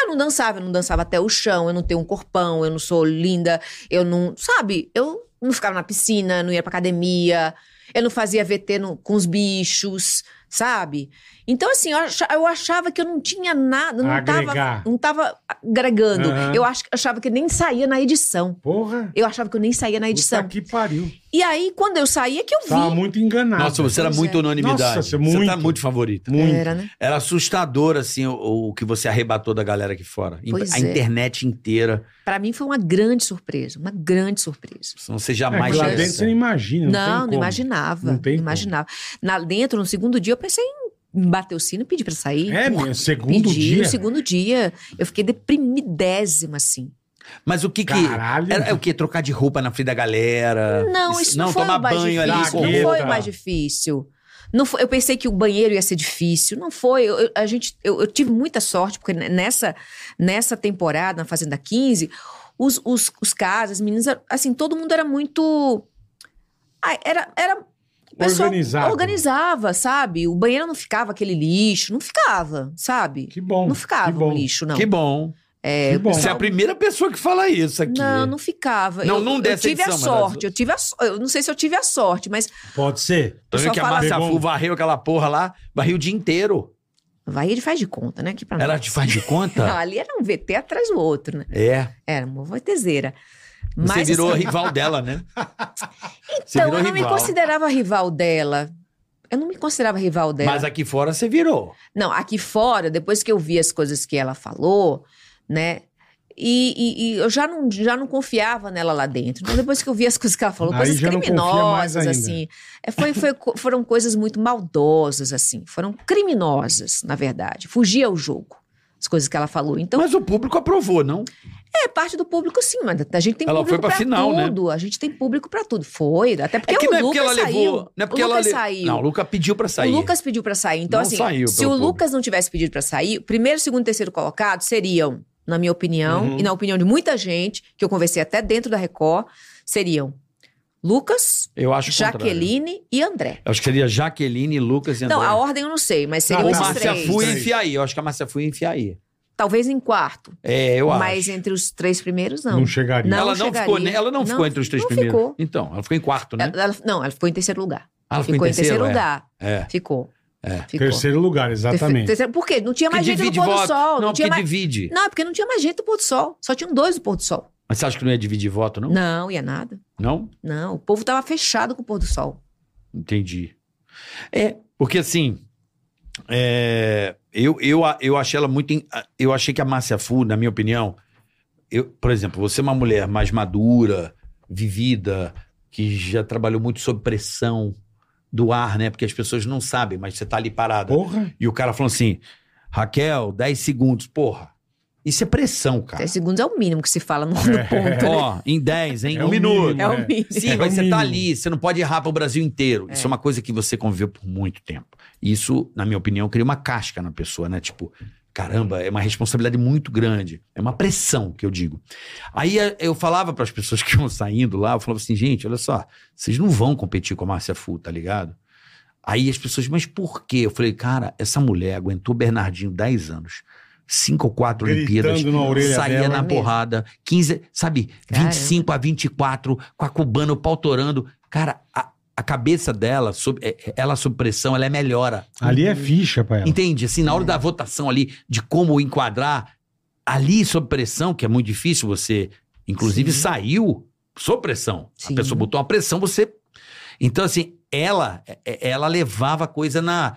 Eu não dançava, eu não dançava até o chão, eu não tenho um corpão, eu não sou linda, eu não. Sabe? Eu não ficava na piscina, não ia pra academia, eu não fazia VT no- com os bichos, sabe? Então, assim, eu, acha- eu achava que eu não tinha nada, não
Agregar.
tava, não tava agregando.
Aham.
Eu ach- achava que nem saía na edição.
Porra.
Eu achava que eu nem saía na edição.
Puta que pariu.
E aí, quando eu saía, que eu vi.
Tava muito enganado.
Nossa, você era
Pois
muito
é.
unanimidade.
Nossa, você
você
é muito.
tá muito favorita.
Muito.
Era, né?
Era assustador, assim, o, o que você arrebatou da galera aqui fora. Imp-
Pois
a
é.
internet inteira.
Pra mim foi uma grande surpresa, uma grande surpresa.
Senão você
É,
jamais
que lá
ia
dentro
ser.
você não imagina. Não, tem
não, não
como.
imaginava.
Não
Não,
tem como.
imaginava. Na, dentro, no segundo dia, eu pensei em bater o sino e pedir pra sair.
É,
Pô,
meu, segundo
Pedi,
dia.
no segundo dia. Eu fiquei deprimidésima, assim.
Mas o que que.
Caralho.
Era, é o que? Trocar de roupa na frente da galera.
Não, isso não, foi
tomar
o mais
banho ali. tá.
difícil.
correr.
não foi
correta.
o mais difícil. Não foi- eu pensei que o banheiro ia ser difícil. Não foi. Eu, eu- a gente, eu, eu tive muita sorte, porque ne- nessa, nessa temporada, na Fazenda 15, os, os, os caras, as meninas, eram- assim, todo mundo era muito. Ai, era. era o pessoal
Organizado.
Organizava, sabe? O banheiro não ficava aquele lixo, não ficava, sabe?
Que bom.
não ficava
que bom.
um lixo, não.
Que bom.
É,
que bom.
Você é a primeira pessoa que fala isso aqui.
Não, não ficava.
Não,
eu,
não
eu
dessa
tive
edição,
a
mas
sorte, eu tive a so- Eu não sei se eu tive a sorte, mas
Pode ser.
Tá vendo
pessoal
que a
fala-
Márcia
Pegou.
Fu varreu aquela porra lá? Varreu o dia inteiro.
Vai ele faz de conta, né? Que pra
Ela
nós.
te faz de
Não,
conta?
ali era um VT atrás do outro, né?
é.
Era uma VTzeira.
Você
Mas,
virou
assim,
rival dela, né? Você
Então,
virou
eu não
rival.
me considerava rival dela. Eu não me considerava rival dela.
Mas aqui fora você virou.
Não, aqui fora, depois que eu vi as coisas que ela falou, né? E, e- e eu já não, já não confiava nela lá dentro. Então, depois que eu vi as coisas que ela falou,
Aí
coisas
já não confia mais
criminosas,
ainda.
assim. é, foi- foi- co- foram coisas muito maldosas, assim. Foram criminosas, na verdade. Fugia ao jogo, as coisas que ela falou. Então,
Mas o público aprovou, não?
é parte do público, sim, mas a gente tem
Ela foi
público
pra
pra
final, né?
tudo. A gente tem público pra tudo. Foi, até porque
é que
o
não é porque
Lucas
ela
saiu.
levou. Não é porque
o
ela
Lucas
le-
saiu.
Não, o Lucas pediu pra sair.
O Lucas pediu pra sair. Então,
Não
assim,
saiu
se
pelo
o Lucas não tivesse pedido pra sair, o primeiro, segundo e terceiro colocado seriam, na minha opinião,
Uhum.
e na opinião de muita gente, que eu conversei até dentro da Record, seriam Lucas,
Eu acho o contrário.
Jaqueline e André.
Eu acho que seria Jaqueline, Lucas e André.
Não, a ordem eu não sei, mas seriam
Não,
Ou
esses
Márcia
esses
Fu
três.
e Enfiaí. Eu acho que a Márcia Fu e Enfiaí.
Talvez em quarto.
É, eu
mas
acho.
entre os três primeiros,
Não,
não.
chegaria.
Não
ela, não
chegaria.
ficou, né? ela não,
Não,
ficou entre os três
não
primeiros.
ficou.
Então, ela ficou em quarto, né?
Ela- ela- não, ela ficou em terceiro lugar.
Ah, ela
ficou em terceiro
é.
lugar.
É.
Ficou.
É.
Ficou.
Terceiro lugar,
Terceiro-
exatamente.
terceiro- por quê? Não tinha
Porque
mais gente do
divide
pôr do
voto.
sol. Não,
Não,
tinha
porque
mais...
divide.
Não, é porque não tinha mais gente do pôr do sol. Só tinham dois do pôr do sol.
Mas você acha que não ia dividir voto, não?
Não, ia nada.
Não?
Não, o povo tava fechado com o pôr do sol.
Entendi. É, porque assim, é, eu, eu, a- eu achei ela muito. in- a- Eu achei que a Márcia Fu, na minha opinião, eu, por exemplo, você é uma mulher mais madura, vivida, que já trabalhou muito sob pressão do ar, né? Porque as pessoas não sabem, mas você tá ali parada.
Porra.
E o cara falou assim: Raquel, 10 segundos, porra. Isso é pressão,
Tá.
cara.
10 segundos é o mínimo que se fala no, no
É.
ponto. né?
Ó, em 10, hein?
É
um
o
minuto.
mínimo,
É
É.
o mínimo.
Sim,
É
mas
o
você
mínimo.
tá ali, você não pode errar pro Brasil inteiro. Isso é uma coisa que você conviveu por muito tempo. E Isso, na minha opinião, cria uma casca na pessoa, né? Tipo, caramba, é uma responsabilidade muito grande. É uma pressão, que eu digo. Aí eh, eu falava para as pessoas que iam saindo lá, eu falava assim, gente, olha só, vocês não vão competir com a Márcia Fu, tá ligado? Aí as pessoas, mas por quê? Eu falei, cara, essa mulher aguentou Bernardinho 10 anos. Cinco ou quatro
Gritando
Olimpíadas,
na orelha
saía
dela.
na
É mesmo.
porrada, 15, sabe,
Caramba.
25 a 24, com a cubana, o pau torando. Cara, a, a cabeça dela, sob, é- ela sob pressão, ela é melhora.
Ali
Uhum.
é ficha pra ela.
Entende? Assim, na hora
É.
da votação ali, de como enquadrar, ali sob pressão, que é muito difícil você. Inclusive,
Sim.
saiu sob pressão. A
Sim.
pessoa botou uma pressão, você. Então, assim, ela, é- é- ela levava a coisa na.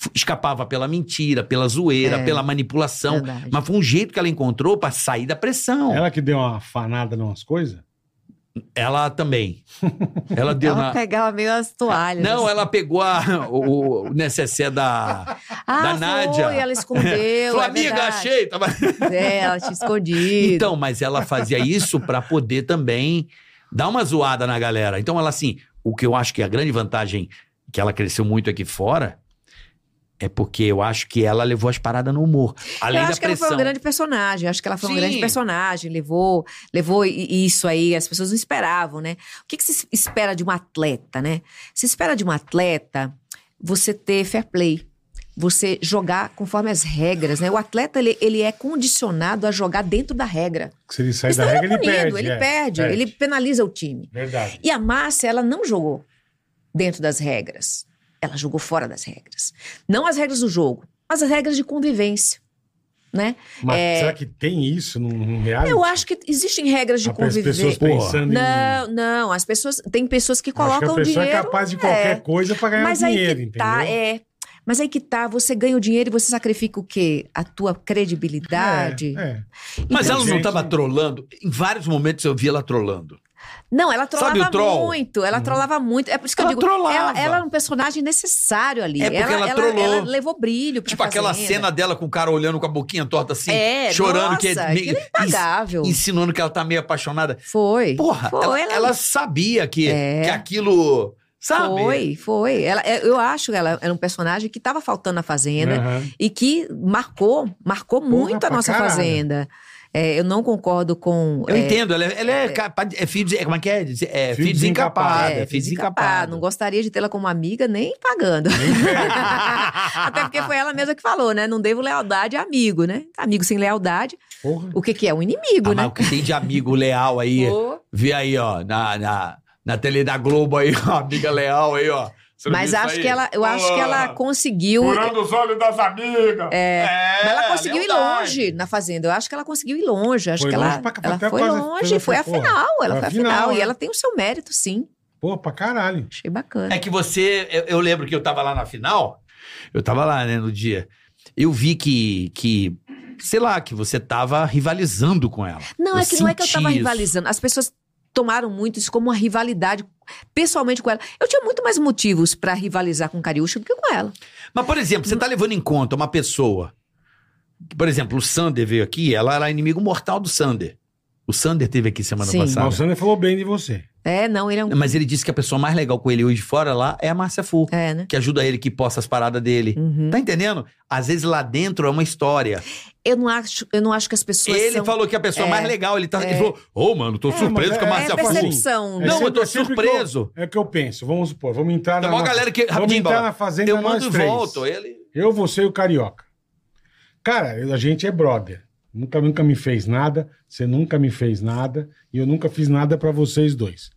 f- Escapava pela mentira, pela zoeira,
É.
pela manipulação.
Verdade.
Mas foi um jeito que ela encontrou pra sair da
Então.
pressão. Ela,
Ela que deu uma fanada em umas coisas?
também. Ela deu
Ela
na.
pegava meio as toalhas.
Não, é ela pegou a, o, o necessaire da.
ah,
da
foi,
Nádia.
ela escondeu.
Falou,
é
amiga,
verdade.
achei! Tava...
É, ela tinha escondido.
Então, mas ela fazia isso pra poder também dar uma zoada na galera. Então, ela assim, o que eu acho que é a grande vantagem que ela cresceu muito aqui fora é porque eu acho que ela levou as paradas no humor. Além
eu
da
acho que ela foi
pressão.
um grande personagem. Acho que ela foi
Sim.
um grande personagem. Levou, levou i- isso aí. As pessoas não esperavam, né? O que, que se espera de um atleta, né? Se espera de um atleta você ter fair play. Você jogar conforme as regras, né? O atleta, ele, ele é condicionado a jogar dentro da regra.
Que se ele sair
Senão
da regra,
ele é
ele
punido,
perde.
ele,
é.
perde, ele penaliza o time.
Verdade.
E a Márcia, ela não jogou dentro das regras. Ela jogou fora das regras. Não as regras do jogo, mas as regras de convivência, né?
Mas
É.
será que tem isso num, num reality?
Eu acho que existem regras de
Ah, As pessoas
conviver.
pensando em...
Não, não, as pessoas. Tem pessoas que
acho que
colocam
a pessoa
dinheiro.
é capaz de qualquer
é.
coisa pra ganhar
Mas aí
dinheiro,
que
entendeu?
tá, é. Mas aí que tá, você ganha o dinheiro e você sacrifica o quê? A tua credibilidade.
É, é.
Mas ela não
Gente.
tava trolando. Em vários momentos eu vi ela trolando.
Não, ela trollava
Sabe o troll?
muito.
Uhum.
Ela trollava muito. É por isso que
Ela
eu digo. Ela,
trollava.
ela é um personagem necessário ali.
É porque ela trollou.
ela levou brilho pra
Tipo aquela
Fazenda.
cena dela com o cara olhando com a boquinha torta assim,
É,
chorando,
nossa,
que é meio.
aquilo é impagável.
ens- Insinuando que ela tá meio apaixonada.
Foi.
Porra,
foi,
ela, ela sabia que,
É.
que aquilo. Sabe?
Foi, foi. Ela, é, eu acho que ela era um personagem que estava faltando na Fazenda
Aham.
e que marcou, marcou muito a
pra
nossa
caralho.
Fazenda. É, eu não concordo com.
Eu
é,
entendo, ela, é- ela é, capa- é filho de, é, como é que é? Diz- É
Filho
filho desencapada,
desencapada,
é filho
desencapar.
desencapada.
Não gostaria de tê-la como amiga nem pagando. Até porque foi ela mesma que falou, né? Não devo lealdade a amigo, né? Amigo sem lealdade,
Porra.
o que, que é? Um
Ah,
inimigo,
mas
né?
o que tem de amigo leal aí?
Pô.
Vê aí, ó, na, na, na tele da Globo aí, ó, amiga leal aí, ó. Você não
Mas
viu isso
acho
aí?
que ela, eu acho que ela
Pô.
conseguiu.
Furando os olhos das amigas.
É, mas ela
É,
conseguiu
lealdade.
ir longe na Fazenda. Eu acho que ela conseguiu ir longe. Acho
Foi
que
longe
ela,
pra cá,
ela
até
foi
quase fez
longe,
a
foi a
final.
final. Ela
Foi
foi
a
a final.
final,
E
né?
ela tem o seu mérito, sim.
Pô, pra caralho.
Achei bacana.
É que você. Eu, eu lembro que eu tava lá na final. Eu tava lá, né, no dia. Eu vi que. que sei lá, que você tava rivalizando com ela.
Não, é que não é que eu
senti
tava
isso.
rivalizando. As pessoas tomaram muito isso como uma rivalidade pessoalmente com ela. Eu tinha muito mais motivos pra rivalizar com Cariúcha do que com ela.
Mas, por exemplo, você tá levando em conta uma pessoa Por exemplo, o Sander veio aqui, ela era inimigo mortal do Sander. O Sander teve aqui semana
Sim.
passada.
Mas o Sander falou bem de você.
É, não, ele é um.
Mas ele disse que a pessoa mais legal com ele hoje fora lá é a Márcia Fu,
É, né?
que ajuda ele, que posta as paradas dele.
Uhum.
Tá entendendo? Às vezes lá dentro é uma história.
Eu não acho, eu não acho que as pessoas
ele
são...
falou que a pessoa
é,
mais legal, ele, tá, ele falou, ô mano, tô
É,
surpreso
mas
com a
é-
É
Márcia
a
falou.
Fu.
percepção.
assim.
né?
Não,
É
eu tô
sempre
surpreso.
que eu- é o que eu penso. Vamos supor, vamos entrar
Tem
na.
uma Tá galera que,
vamos
rapidinho,
entrar
Bola,
na fazenda
eu
nós
mando e
três.
volto. Ele...
Eu, você e o Carioca. Cara, eu- a gente é brother. Nunca, nunca me fez nada, você nunca me fez nada, e eu nunca fiz nada pra vocês dois.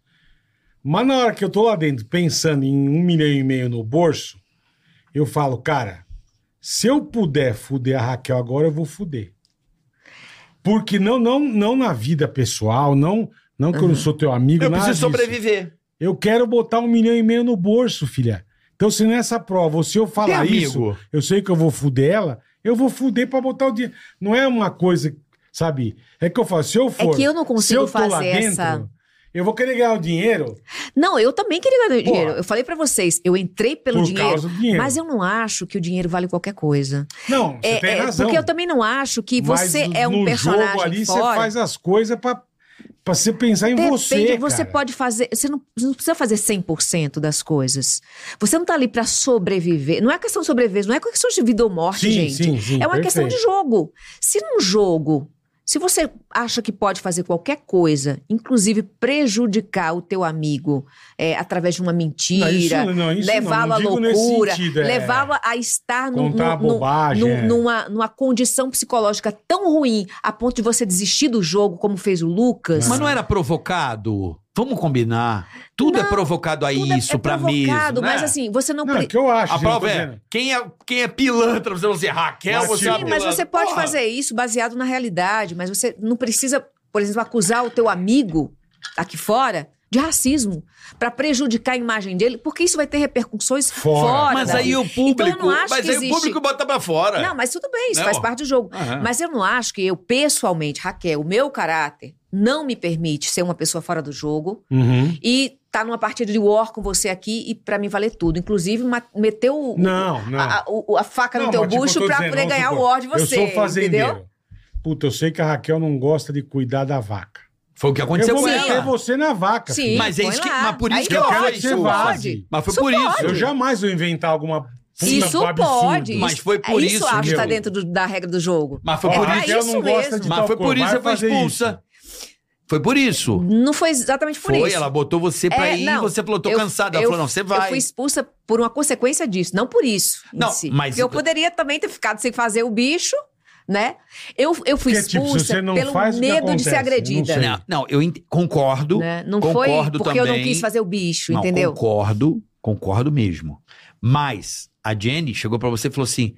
Mas na hora que eu tô lá dentro pensando em um milhão e meio no bolso, eu falo, cara, se eu puder fuder a Raquel agora, eu vou fuder. Porque não, não, não na vida pessoal, não, não que eu não sou teu amigo,
Uhum. Eu
nada
preciso
disso.
sobreviver.
Eu quero botar um milhão e meio no bolso, filha. Então, se nessa prova, se eu falar
Tem
isso,
amigo.
eu sei que eu vou fuder ela, eu vou fuder pra botar o dinheiro. Não é uma coisa, sabe? É que eu falo, se eu for.
que eu não consigo
se eu tô lá
fazer
dentro,
essa-
Eu vou querer ganhar o dinheiro
Não, eu também queria ganhar
Porra.
dinheiro. Eu falei pra vocês, eu entrei pelo
por
dinheiro,
causa do dinheiro.
mas eu não acho que o dinheiro vale qualquer coisa.
Não, você
É,
tem
é,
razão.
porque eu também não acho que
Mas
você é um
no
personagem
jogo ali,
fora.
você faz as coisas pra, pra você pensar em
Depende,
você.
você
cara.
pode fazer. Você não, você não precisa fazer 100% das coisas. Você não tá ali pra sobreviver. Não é questão de sobreviver, não é questão de vida ou morte,
Sim,
gente.
sim, sim,
é uma questão de
perfeito.
jogo. Se num jogo, se você acha que pode fazer qualquer coisa, inclusive prejudicar o teu amigo é, através de uma mentira,
Não, isso não, não, isso não,
levá-lo
não
à
digo nesse
loucura,
sentido, é.
levá-lo a estar num-
Contar
num- num-
bobagem,
num-
é.
numa, numa condição psicológica tão ruim a ponto de você desistir do jogo, como fez o Lucas.
Mas não era provocado? Vamos combinar. Tudo é
Não,
provocado a
Tudo é-
isso,
é
pra mim. né?
provocado, mas assim, você não,
Não, é
pre-
o que eu acho.
A
gente, eu tô
prova é,
dizendo.
quem é, quem é pilantra? Você não dizer, Raquel,
Mas sim,
você é uma
Sim, mas
pilantra.
você pode
Porra!
fazer isso baseado na realidade, mas você não precisa, por exemplo, acusar o teu amigo aqui fora de racismo pra prejudicar a imagem dele, porque isso vai ter repercussões
Fora.
fora.
Mas aí o público,
Então eu não acho
mas
que
aí
existe-
o público bota pra fora.
Não, mas tudo bem, isso
Não.
faz parte do jogo.
Aham.
Mas eu não acho que eu, pessoalmente, Raquel, o meu caráter não me permite ser uma pessoa fora do jogo.
Uhum.
e tá numa partida de war com você aqui e pra mim valer tudo. Inclusive, ma- meteu o-
Não, não.
A, a- o- a faca
Não,
no teu
mas, tipo,
bucho
eu tô
pra
dizendo,
poder
vamos
ganhar o
supor,
war de você.
Eu sou um fazendeiro.
Entendeu?
Puta, eu sei que a Raquel não gosta de cuidar da vaca.
Foi o que
eu
aconteceu
vou
com
meter
ela.
você na vaca.
Sim,
filho.
Mas é
põe
isso que-
lá.
mas por isso
Aí
que ela
pode,
fez
isso
isso.
pode.
Mas foi
Isso
por isso.
pode.
Eu jamais vou inventar alguma puta
Isso
pro absurdo.
pode.
Mas foi por isso,
Isso acho que tá
meu.
dentro do- da regra do jogo.
Mas foi
É
por
pra
isso.
Raquel não
isso
gosta
mesmo.
de tal
Mas foi
coisa,
por isso
vai
que ela foi
fazer
expulsa. Foi por isso.
Não foi exatamente por
foi,
isso.
ela botou você pra
É,
ir
não,
você falou, tô
eu-
cansada. Ela
eu-
falou, não, você
Eu
vai.
fui expulsa por uma consequência disso, não por isso. em
Não,
si.
mas-
Porque eu poderia também ter ficado sem fazer o bicho, né? Eu, eu fui
Porque, tipo, se
expulsa
você não
pelo
faz, o que
medo de
acontece?
ser
Eu não
agredida.
sei.
Não, não, eu ent- concordo.
né? Não foi
concordo
porque eu
também.
não quis fazer o bicho,
Não,
entendeu?
Concordo, concordo mesmo. Mas a Jenny chegou pra você e falou assim: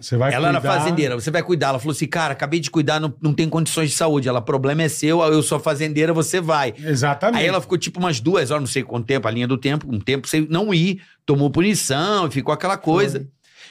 Você vai
ela era
cuidar.
fazendeira, você vai cuidar. Ela falou assim: cara, acabei de cuidar, não, não tem condições de saúde. Ela, problema é seu, eu sou fazendeira, você vai.
Exatamente.
Aí ela ficou tipo umas duas horas, não sei quanto tempo, a linha do tempo, um tempo sem não ir, tomou punição, ficou aquela coisa.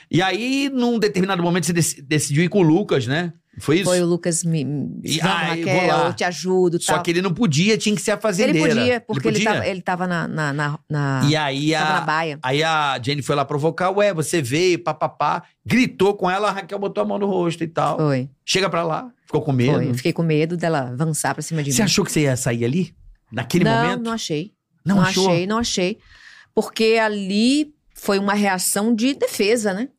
E aí, num determinado momento, você dec- decidiu ir com o Lucas, né? Foi isso?
Foi o Lucas me. me-
E-
Vamos,
ah, eu vou
Raquel,
lá.
eu te ajudo.
Só
tal.
que ele não podia, tinha que ser a
ele
fazendeira.
podia, porque ele,
podia?
tava, ele tava na. na, na, na-
E aí
tava na
a,
baia.
aí a Jenny foi lá provocar, ué, você veio, papapá, gritou com ela, a Raquel botou a mão no rosto e tal.
Foi.
Chega pra lá, ficou com medo.
Foi. Eu fiquei com medo dela avançar pra cima de
Você
mim.
achou que você ia sair ali? Naquele
não,
momento?
não achei.
Não achou?
achei, não achei. Porque ali foi uma reação de defesa, né?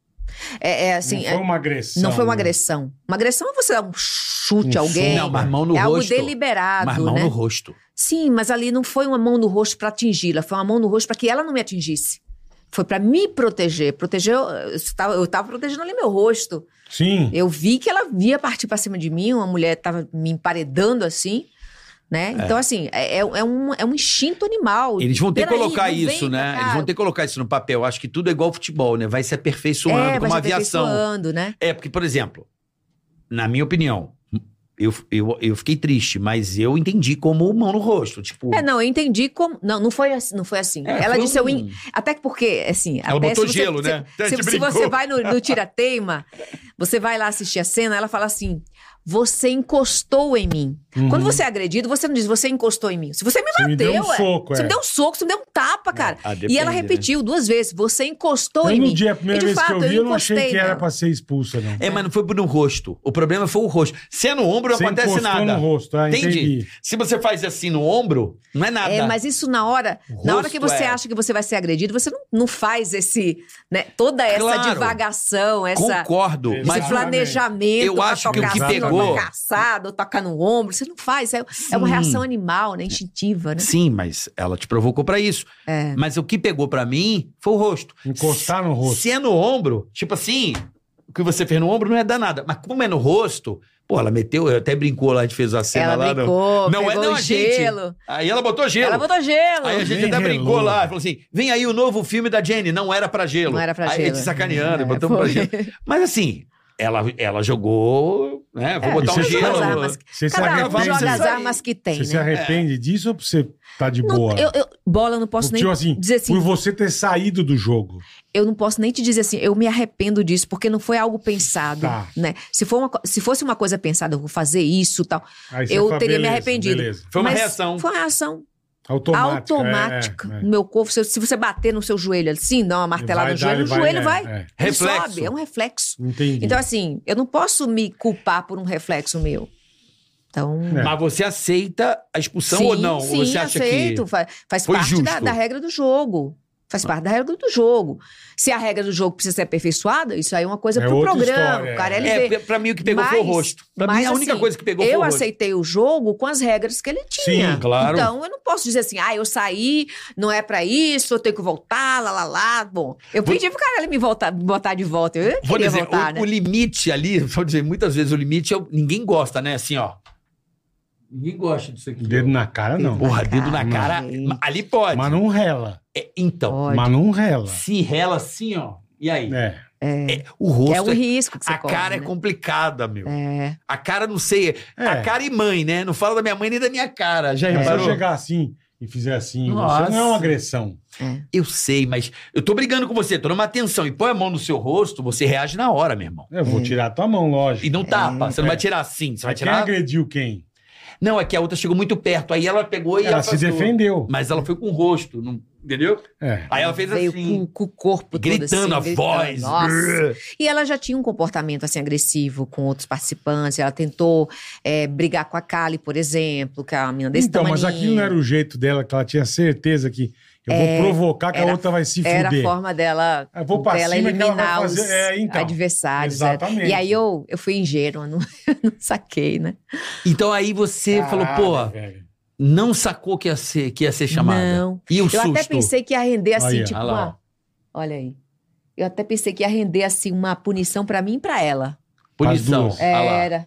É, é assim.
não foi
é-
uma agressão.
não foi uma
né?
agressão. Uma agressão é você dar um chute
Um
a alguém.
Não, mas mão no
é algo
rosto.
deliberado,
mas mão
né?
no rosto.
Sim, mas ali não foi uma mão no rosto pra atingi-la, foi uma mão no rosto pra que ela não me atingisse. Foi pra me proteger. Proteger, eu- eu estava, eu estava protegendo ali meu rosto.
Sim.
Eu vi que ela via partir pra cima de mim, uma mulher tava me emparedando assim, né? Então, assim, é, é- é um, é um instinto animal.
Eles vão ter que
Tipo, Peraí,
colocar
não vem
isso,
pra
né?
cá.
Eles vão ter que colocar isso no papel. Acho que tudo é igual ao futebol, né? Vai se aperfeiçoando
é,
como
mas
a
já tá
aviação.
aperfeiçoando, né?
É, porque, por exemplo, na minha opinião, Eu, eu, eu fiquei triste, mas eu entendi como mão no rosto. Tipo,
É, não, eu entendi como. Não, não foi assim. Não foi assim.
É,
Ela
foi
disse eu.
um-
en- Até que porque, assim.
Ela
até
botou
se
gelo,
se-
né? Até
Se,
te
se
brincou.
você vai no, no Tirateima, você vai lá assistir a cena, ela fala assim. Você encostou em mim. Quando você é agredido, você não diz, você encostou em mim. Se você me
Uhum. Você
bateu,
me deu um
é.
soco,
você
é.
me deu um soco, você me deu um tapa, cara.
Ah,
e
depende,
ela
né?
repetiu duas vezes, você encostou
Eu,
em
no
mim.
dia, a primeira
e de
vez
fato,
que eu vi, eu não
encostei
achei que era
nela.
pra ser expulsa, não.
É, mas não foi no rosto. O problema foi o rosto. Se é no ombro, não
Você
acontece
encostou
nada.
no rosto, ah,
Entendi.
entendi.
Se você faz assim no ombro, não é nada.
É, mas isso na hora,
O
na hora
rosto
que você
é.
acha que você vai ser agredido, você não, não faz esse, né, toda essa
Claro.
divagação, essa
Concordo.
Esse
Mas
esse
Exatamente.
planejamento,
Eu
pra
acho que o
tocar
que
assim,
pegou-
tocar Caçado, tocar no ombro, você não faz, é, é uma
Sim.
reação animal, né, instintiva, né?
Sim, mas ela te provocou pra isso.
É.
Mas o que pegou pra mim foi o rosto.
Encostar no rosto.
Se é no ombro, tipo assim, o que você fez no ombro não é danada. Mas como é no rosto, pô, ela meteu, ela até brincou lá, a gente fez a cena tá lá.
Ela
no-
brincou,
Não é
pegou
não,
o
a gente.
gelo.
Aí ela botou gelo.
Ela botou gelo.
Aí a gente
Nem
até brincou
relou.
lá, falou assim: vem aí o novo filme da Jenny, não era pra gelo.
Não era pra
aí,
gelo.
te sacaneando,
É,
botamos pra
foi.
gelo. Mas assim, ela, ela jogou, né? Vou
É,
botar
e
um
você
gelo.
jogou
as armas.
Você se
Cada um
arrepende,
joga as
você-
armas que tem,
Você se
né?
arrepende
É.
disso ou você tá de
Não,
boa?
eu, eu- bola, eu não posso
Porque,
nem
assim,
dizer assim,
Por você ter saído do jogo.
eu não posso nem te dizer assim, eu me arrependo disso, porque não foi algo pensado,
Tá.
né? Se, for uma co- se fosse uma coisa pensada, eu vou fazer isso tal.
Aí você
Eu
fala,
teria me
beleza,
arrependido.
Beleza.
Foi uma
Mas
reação.
Foi uma reação
Automática.
automática
é, é, é.
no meu corpo. Se, se você bater no seu joelho assim, dá uma martelada
Vai
no
dar,
joelho,
ele
o joelho
é,
vai.
é.
Ele
Reflexo.
sobe, é um reflexo.
Entendi.
Então, assim, eu não posso me culpar por um reflexo meu. Então.
É.
Mas você aceita a expulsão Então, ou não? Ou
Sim,
você acha
aceito.
que.
fa- Faz
foi
parte da,
justo? Ah.
da regra do jogo. Faz parte da regra do jogo. Se a regra do jogo precisa ser aperfeiçoada, isso aí é uma coisa
É
pro
outra
programa.
história,
o cara
é.
ele
É,
vê.
pra- pra mim o que pegou foi o
Mas-
rosto. Pra mim
mas,
a única
assim,
coisa que pegou foi o
Eu
rosto.
aceitei o jogo com as regras que ele tinha.
Sim,
claro.
Então, eu não posso dizer assim, ah, eu saí, não é pra isso, eu tenho que voltar, lá, lá, lá. Bom, eu
Vou-
pedi pro cara ele me voltar, me botar de volta. Eu
Vou
queria
dizer,
voltar,
o,
né?
o limite ali, vou dizer, muitas vezes o limite é. o- Ninguém gosta, né? Assim, ó. Ninguém gosta disso aqui.
é. Dedo na cara, não.
Porra, dedo na cara.
Gente.
Ali pode.
Mas não rela.
É, então,
Pode.
Mas não rela.
se rela assim, ó. E aí?
É.
O rosto.
É um
é-
risco que você
a
corre,
cara é
né?
complicada, meu.
É.
A cara, não sei.
É.
A cara e mãe, né? Não fala da minha mãe nem da minha cara. Já
Mas se eu
reparou?
chegar assim e fizer assim,
Nossa.
você não é uma agressão.
Eu sei, mas eu tô brigando com você, tô numa tensão e põe a mão no seu rosto, você reage na hora, meu irmão.
Eu vou tirar a tua mão, lógico.
Hum. E não tapa. Você não
É.
vai tirar assim, você vai
Mas quem
tirar.
agrediu quem?
Não, é que a outra chegou muito perto. Aí ela pegou e
Ela se
afastou.
defendeu.
Mas ela foi com o rosto, não- entendeu?
É.
Aí ela fez
Veio
assim.
com, com o corpo todo
Gritando
assim,
a
gritando.
voz.
Nossa.
brrr.
E ela já tinha um comportamento assim agressivo com outros participantes. Ela tentou eh, brigar com a Kali, por exemplo, que é uma mina desse
Então, mas
tamaninho.
aquilo não era o jeito dela, que ela tinha certeza que eu
É,
vou provocar que a
era-
outra vai se
Era a
fuder.
forma dela,
Eu vou pra
dela
cima que ela vai
eliminar os
fazer- é, então.
adversários. né?
Exatamente.
E aí eu, eu fui ingênua, não, não saquei, né?
Então aí você falou,
Caralho,
pô,
velho.
não sacou que ia ser, que ia ser chamada.
Não.
E o
Eu
susto.
até pensei que ia render assim,
Aí, ó.
tipo,
Olha lá,
uma- olha aí. Eu até pensei que ia render assim uma punição pra mim e pra ela.
Punição.
As duas.
Olha lá, olha
Era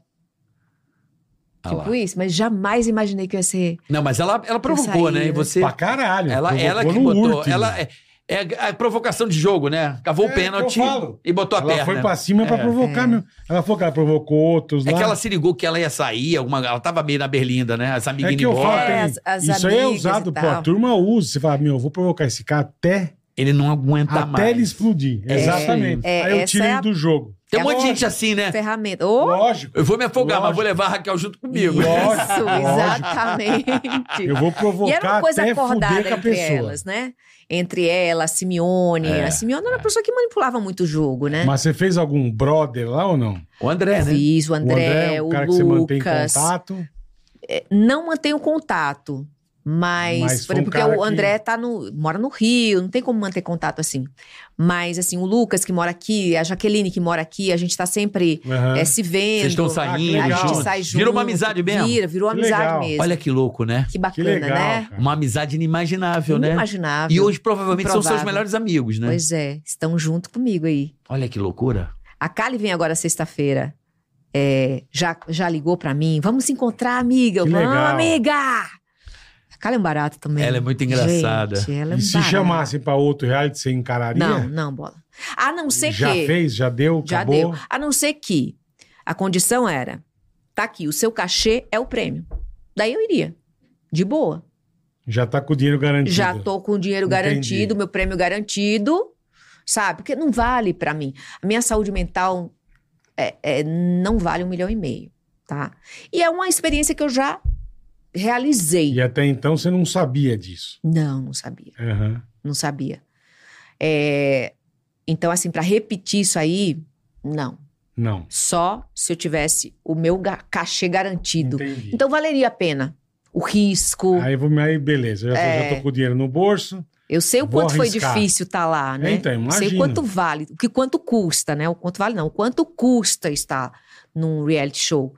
lá.
tipo isso, mas jamais imaginei que eu ia ser.
Não, mas ela, ela provocou,
saí,
né? E
né?
você.
Pra caralho.
Ela,
provocou
ela que
no
botou.
último.
Ela é, é a provocação de jogo, né? Cavou
É,
o
que eu
pênalti
falo.
e botou a
Ela
perna.
foi pra cima
É,
pra provocar mesmo. Ela falou que ela provocou outros
É
lá.
que ela se ligou que ela ia sair, alguma, ela tava meio na berlinda, né? As amiguinhas
É que
indo
eu falo,
embora.
tem-
É, as- as
isso aí é
amigas
usado,
e
pô,
tal.
a turma usa. Você fala, meu, eu vou provocar esse cara até,
Ele não aguenta
até
mais.
ele explodir.
É,
Exatamente.
é,
aí eu
essa
tiro
é
ele
a-
do jogo.
Tem um
É
monte de
lógico.
gente assim, né?
Ferramenta. Ô!
Lógico.
Eu vou me afogar,
Lógico.
mas vou levar a Raquel junto comigo.
Isso,
Lógico, lógico.
exatamente.
Eu vou
E
provocar
era uma coisa
até
acordada
fuder com a
entre
pessoa.
elas, né? Entre ela, a Simeone.
É,
a Simeone era uma pessoa que manipulava muito o jogo, né?
Mas você fez algum brother lá ou não?
O André, né?
Fiz, o André,
o é
o,
um cara que você mantém
Lucas. É,
contato.
Não mantenho contato. Mas,
Mas foi
por
um
exemplo, porque
cara
o
que-
André tá no, mora no Rio, não tem como manter contato assim. Mas, assim, o Lucas que mora aqui, a Jaqueline que mora aqui, a gente tá sempre
Aham.
eh, se vendo.
Vocês estão
que
saindo.
A
legal.
gente sai junto.
Virou uma amizade mesmo.
Vira, virou
Que
amizade
legal.
mesmo.
Olha que louco, né?
que
Que
bacana,
legal,
né?
cara.
Uma amizade inimaginável, né?
Inimaginável.
E hoje provavelmente são seus
Improvável.
melhores amigos, né?
Pois é, estão junto comigo aí.
Olha que loucura.
A Kali vem agora sexta-feira. É, já, já ligou pra mim. Vamos se encontrar, amiga.
Que
Vamos,
legal.
amiga! A Kali é um barato também.
Ela é muito engraçada.
Gente, ela é um
E se
barato.
chamassem pra outro reality, você encararia?
Não, não, bola. A não ser
Já
que.
fez, já deu,
já
acabou.
deu. A não ser que. A condição era: tá aqui, o seu cachê é o prêmio. Daí eu iria. De boa.
Já tá com o dinheiro garantido.
Já tô com o dinheiro
Entendi.
garantido, meu prêmio garantido, sabe? Porque não vale pra mim. A minha saúde mental é- é, não vale um milhão e meio, tá? E é uma experiência que eu já realizei.
E até então você não sabia disso.
Não, não sabia.
Aham.
Não sabia. É, então, assim, pra repetir isso aí, não.
Não.
Só se eu tivesse o meu ga- cachê garantido.
Entendi.
Então, valeria a pena. O risco.
Aí, eu vou, aí beleza, eu já, tô-
É.
já tô com o dinheiro no bolso.
Eu sei o
Vou
quanto foi
arriscar.
difícil estar lá, né?
Então,
Eu sei
imagino.
o quanto vale, o que quanto custa, né? O quanto vale não, o quanto custa estar num reality show.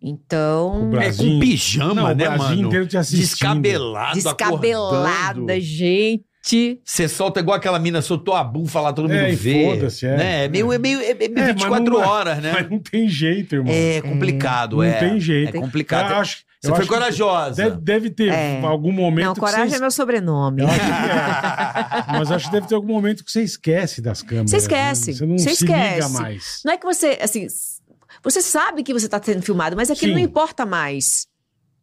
O
Então,
É
Brasil.
com pijama,
Não, o
né,
Brasil
mano?
inteiro te assistindo.
Descabelado,
descabelada,
acordando.
gente.
Você solta igual aquela mina, soltou a bufa lá, todo mundo
É, e
vê.
foda-se, é.
Né? É meio, é meio é, é
mas
24
não é-
horas, né?
Mas não tem jeito, irmão.
É complicado,
Não
é.
tem jeito.
É
Eu
complicado.
acho-
Você
eu
foi
acho que
corajosa.
Deve, deve ter
É.
algum momento.
Não,
que
coragem
você
é meu sobrenome.
Eu acho que é. Mas acho que deve ter algum momento que você esquece das câmeras.
Você esquece.
né? Você não
Você
se liga
esquece.
mais.
Não é que você, assim, s- você sabe que você está sendo filmado, mas aquilo
Sim.
não importa mais,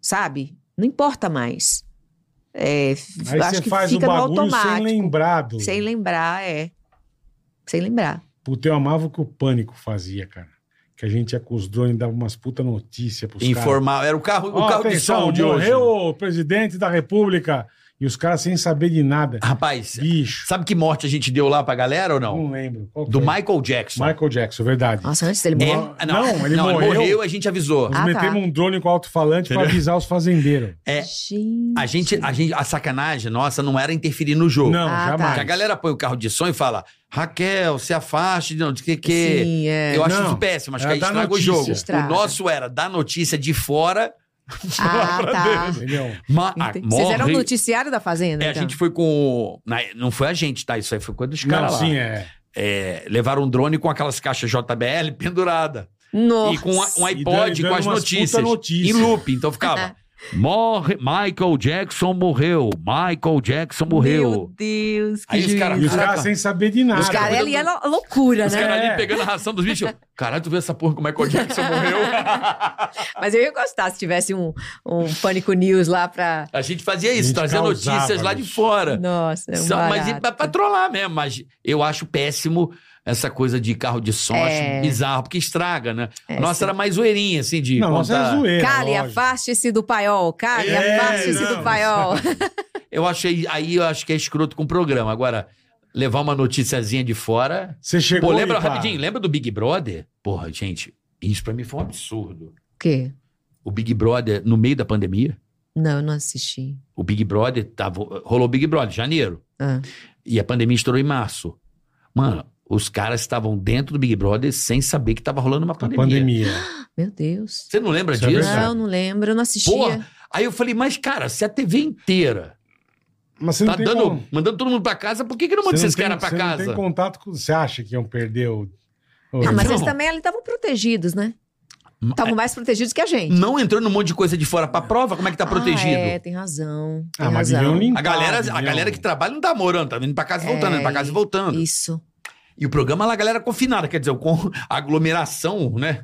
sabe? Não importa mais. É, f-
Aí
acho
você
que
faz o
fica no
bagulho sem
automático.
lembrado.
Sem lembrar, é. Sem lembrar.
Puta, eu amava o que o Pânico fazia, cara. Que a gente ia com os drones e dava umas puta notícia pros caras.
Informal. Era o carro,
Ó,
o carro de
atenção,
som de hoje.
morreu o presidente da república. E os caras sem saber de nada.
Rapaz,
Bicho.
sabe que morte a gente deu lá pra galera ou
Não
Ah, não?
lembro. Qual
Do
foi?
Michael Jackson.
Michael Jackson, verdade.
Nossa, antes dele
É,
morrer.
Não,
não,
ele
não,
morreu.
a gente avisou.
Nós
Ah, tá.
metemos um drone com alto-falante pra avisar os fazendeiros.
É,
Gente.
a gente, a gente, a sacanagem nossa não era interferir no jogo.
Não,
Ah, tá.
jamais.
Que a galera põe o carro de som e fala, Raquel, se afaste, não, de que que...
Sim, é.
Eu acho
Não.
isso péssimo, acho que
Era
aí
dar
estraga o
notícia.
jogo.
Estraga.
O nosso era dar notícia de fora,
Ah, tá.
Entendeu?
mas ah,
Entendi. Vocês
morre.
eram o noticiário da Fazenda?
É, a
então?
gente foi com... o- na- Não foi a gente, tá? Isso aí foi quando os
Não,
caras lá.
sim, é.
é, levaram um drone com aquelas caixas JBL pendurada.
Nossa.
E com a- um
dando-
iPod
dando
com as
umas
notícias.
puta notícia.
Em loop. Então ficava. Morre, Michael Jackson morreu. Michael Jackson
Meu
morreu.
Deus, que
Aí os caras-
E os
juízo.
caras sem saber de nada.
Os caras ali é lo- loucura,
Os
né?
caras
É.
ali pegando a ração dos bichos. Caralho, tu viu essa porra que o Michael Jackson morreu?
Mas eu ia gostar se tivesse um, um Pânico News lá pra.
a gente fazia
A
isso,
gente
trazia
causava
notícias lá de
isso.
fora.
Nossa, é um
Só- mas
barato.
é pra, pra trollar mesmo. Mas eu acho péssimo essa coisa de carro de som.
É.
Acho bizarro, porque estraga, né?
É,
nossa,
sim.
era mais zoeirinha, assim, de
Não, nossa,
contar.
é zoeira.
Cale,
lógico.
afaste-se do paiol. Cale,
É,
afaste-se
não.
do paiol.
Eu achei, aí eu acho que é escroto com o programa. Agora, levar uma noticiazinha de fora.
Você chegou
Pô, lembra
e pá.
rapidinho, lembra do Big Brother? Porra, gente, isso pra mim foi um absurdo.
O quê?
O Big Brother, no meio da pandemia,
Não, eu não assisti.
o Big Brother tava. Rolou o Big Brother, em janeiro.
Ah.
E a pandemia estourou em março. Mano, os caras estavam dentro do Big Brother sem saber que tava rolando uma
A
pandemia.
pandemia.
Meu Deus.
Você não lembra
Isso é
disso?
verdade.
Não, não lembro, eu não assistia.
Porra. Aí eu falei, mas cara, se a TV inteira
Mas você
tá
não tem
dando,
como-
mandando todo mundo pra casa, por que, que não manda
você não
esses
tem-
caras pra
você
casa?
Não tem contato com. Você acha que iam perder o. o-
Ah, mas
Não. É.
eles também ali estavam protegidos, né? Estavam mais protegidos que a gente.
não entrando um monte de coisa de fora pra prova, como é que tá protegido?
Ah, é, tem razão. Tem
Ah, mas
razão.
deviam limpar.
A galera, a
deviam-
galera que trabalha não tá morando, tá vindo pra casa e
É,
voltando, indo pra casa e voltando.
Isso.
E o programa lá, a galera confinada, quer dizer, com aglomeração, né?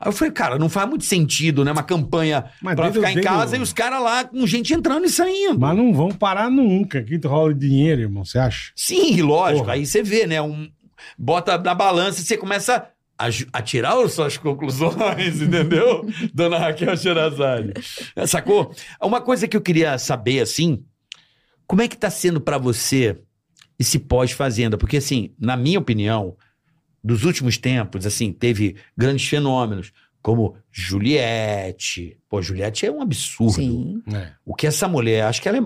Aí eu falei, cara, não faz muito sentido, né? Uma campanha
Mas
pra
desde-
ficar em
desde
casa
o-
e os caras lá com gente entrando e saindo.
Mas não vão parar nunca. Aqui rola dinheiro, irmão. Você acha?
Sim, lógico.
Porra.
Aí você vê, né? Um, bota na balança e você começa a, ju- a tirar as suas conclusões, entendeu? Dona Raquel Xerazade. Sacou? Uma coisa que eu queria saber, assim, como é que tá sendo pra você esse pós-fazenda? Porque, assim, na minha opinião, dos últimos tempos, assim, teve grandes fenômenos, como Juliette. Pô, Juliette é um absurdo.
Sim.
É.
O que essa mulher, acho que ela é.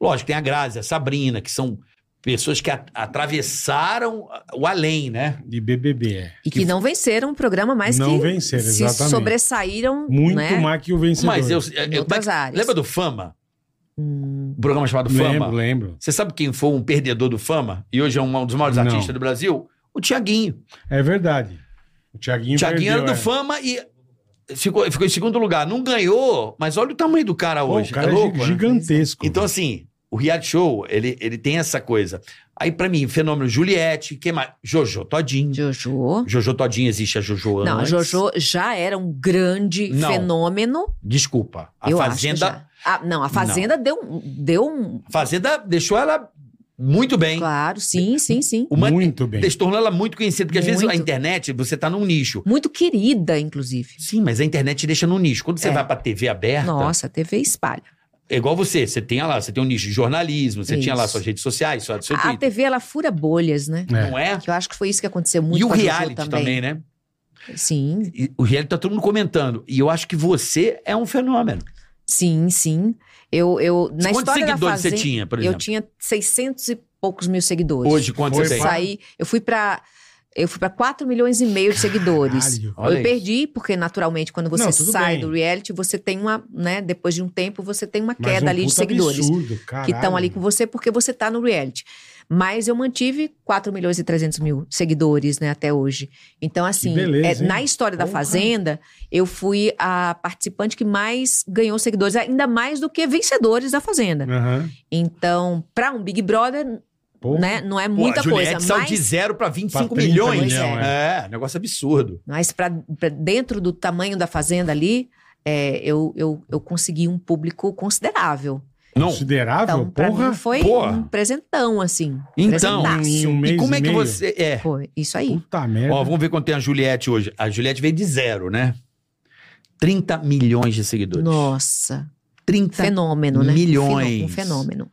Lógico, tem a Grazi, a Sabrina, que são pessoas que a- atravessaram o além, né?
De BBB. É.
E que, não venceram o programa, mas
não
que
venceram,
se
exatamente.
sobressaíram.
Muito
né?
mais que o vencedor.
Mas eu. eu-
Em outras áreas.
Lembra do Fama?
Hum,
O programa chamado
lembro,
Fama?
lembro.
Você sabe quem foi um perdedor do Fama? E hoje é um dos maiores
Não.
artistas do Brasil? O Tiaguinho.
É verdade. O Thiaguinho
O Tiaguinho
perdeu,
era do
é.
Fama e. Ficou, ficou em segundo lugar. Não ganhou, mas olha o tamanho do cara
Pô,
hoje.
o cara
é
é,
louco, né?
gigantesco.
Então, assim, O reality show, ele, ele tem essa coisa. Aí, pra mim, fenômeno Juliette, quem mais? Jojo Todinho.
Jojo.
Jojo Todinho existe a Jojo
Não, a
antes.
Jojo já era um grande
Não.
fenômeno.
Desculpa. A
eu
Fazenda.
Acho já. Ah, não, a Fazenda deu um. Deu um
Fazenda deixou ela muito bem.
claro, sim, sim, sim.
Uma-
Muito bem.
Des- Tornou ela muito conhecida, porque às vezes
Muito.
a internet, você tá num nicho.
Muito querida, inclusive.
Sim, mas a internet te deixa num nicho. Quando você
É.
vai pra TV aberta,
Nossa, a TV espalha.
é igual você. Você tem lá, você tem um nicho de jornalismo, você tinha lá
Isso.
suas redes sociais, sua, seu
A
Twitter.
TV, ela fura bolhas, né?
É.
Não é?
Que eu acho que foi isso que aconteceu muito
E o
com a Jojo
reality também. né?
Sim,
E o reality tá todo mundo comentando. E eu acho que você é um fenômeno.
sim, sim. Eu, eu, na
Quantos
história da
seguidores
Fazenda,
você tinha, por
eu
exemplo?
tinha 600 e poucos mil seguidores.
Hoje, quanto
Foi
você tem?
pra-
saí, eu fui pra eu fui para 4 milhões e meio de seguidores.
Caralho.
Olha
eu
aí.
perdi, porque naturalmente, quando você
Não, tudo
sai
bem.
do reality, você tem uma, né? Depois de um tempo, você tem uma
Mas
queda
um
ali de
puta
seguidores
absurdo,
que
caralho.
estão ali com você porque você tá no reality. Mas eu mantive 4 milhões e 300 mil seguidores, né, até hoje. Então, assim,
beleza,
é,
hein?
na história da
Porra.
Fazenda, eu fui a participante que mais ganhou seguidores, ainda mais do que vencedores da Fazenda.
Aham.
Então, pra um Big Brother,
Porra.
né, não é
Pô,
muita
a Juliette
coisa.
saiu
mas...
de zero pra 25
Pra né? 30
milhões.
milhão,
é. negócio absurdo.
Mas para dentro do tamanho da fazenda ali, é, eu, eu, eu consegui um público considerável.
Um
Não.
Considerável,
Então, pra
porra.
mim foi
porra.
um presentão, assim.
Então,
presentaço.
em um mês
e como
e
é que
meio?
você. É.
Foi isso aí.
Puta merda.
Ó, vamos ver quanto tem a Juliette hoje. A Juliette veio de zero, né? 30 milhões de seguidores.
Nossa,
30
fenômeno, né?
Tá. Milhões.
Um fenômeno.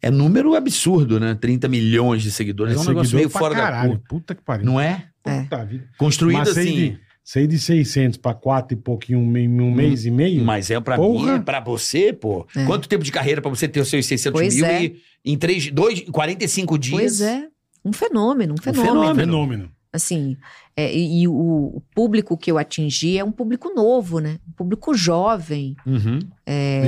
É número absurdo, né? 30 milhões de
É
seguidores. É, um
seguidor
negócio meio
pra
fora
caralho.
da curva.
Puta que pariu.
Não é?
É.
Puta vida.
Construído
Mas sei
assim.
de, sei de 600 pra 4 e pouquinho, um, me- um mês e meio.
Hum. Mas é pra
Porra.
mim, pra você, pô.
É.
Quanto tempo de carreira pra você ter os seus 600
Pois
mil
é.
e em 3, 2, 45 dias?
Pois é. Um fenômeno, um fenômeno.
fenômeno.
Fenômeno.
Assim, é, e, e o, o público que eu atingi é um público novo, né? Um público jovem.
Uhum.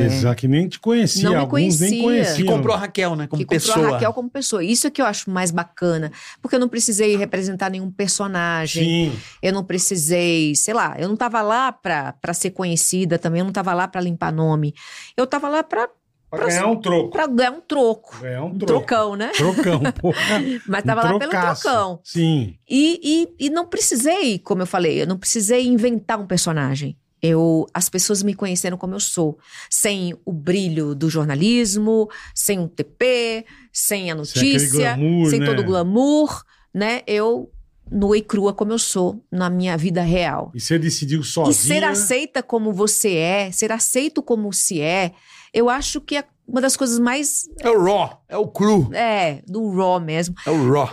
Exato, que nem te conhecia.
É. Não me
Alguns nem
conhecia.
conheciam.
Que comprou a Raquel, né? Como
que
pessoa.
comprou a Raquel como pessoa. Isso é que eu acho mais bacana. Porque eu não precisei representar nenhum personagem.
Sim.
Eu não precisei, sei lá, eu não tava lá pra, pra ser conhecida também, eu não tava lá pra limpar nome. Eu tava lá pra,
Pra
Pra-
ganhar um troco.
pra ganhar um troco.
Ganhar um
Um
troco.
trocão, né?
Trocão, porra. Um
Mas tava lá pelo
trocaço.
trocão.
Sim.
E, e, e não precisei, como eu falei, eu não precisei inventar um personagem. Eu, as pessoas me conheceram como eu sou, sem o brilho do jornalismo, sem o TP, sem a
Sem aquele
notícia,
glamour,
sem
né?
todo o glamour, né? Eu nua e crua como eu sou na minha vida real.
E você decidiu
E
sozinha.
ser aceita como você é, ser aceito como se é, eu acho que é uma das coisas mais
É o Raw. É o cru.
é do raw mesmo,
É o Raw.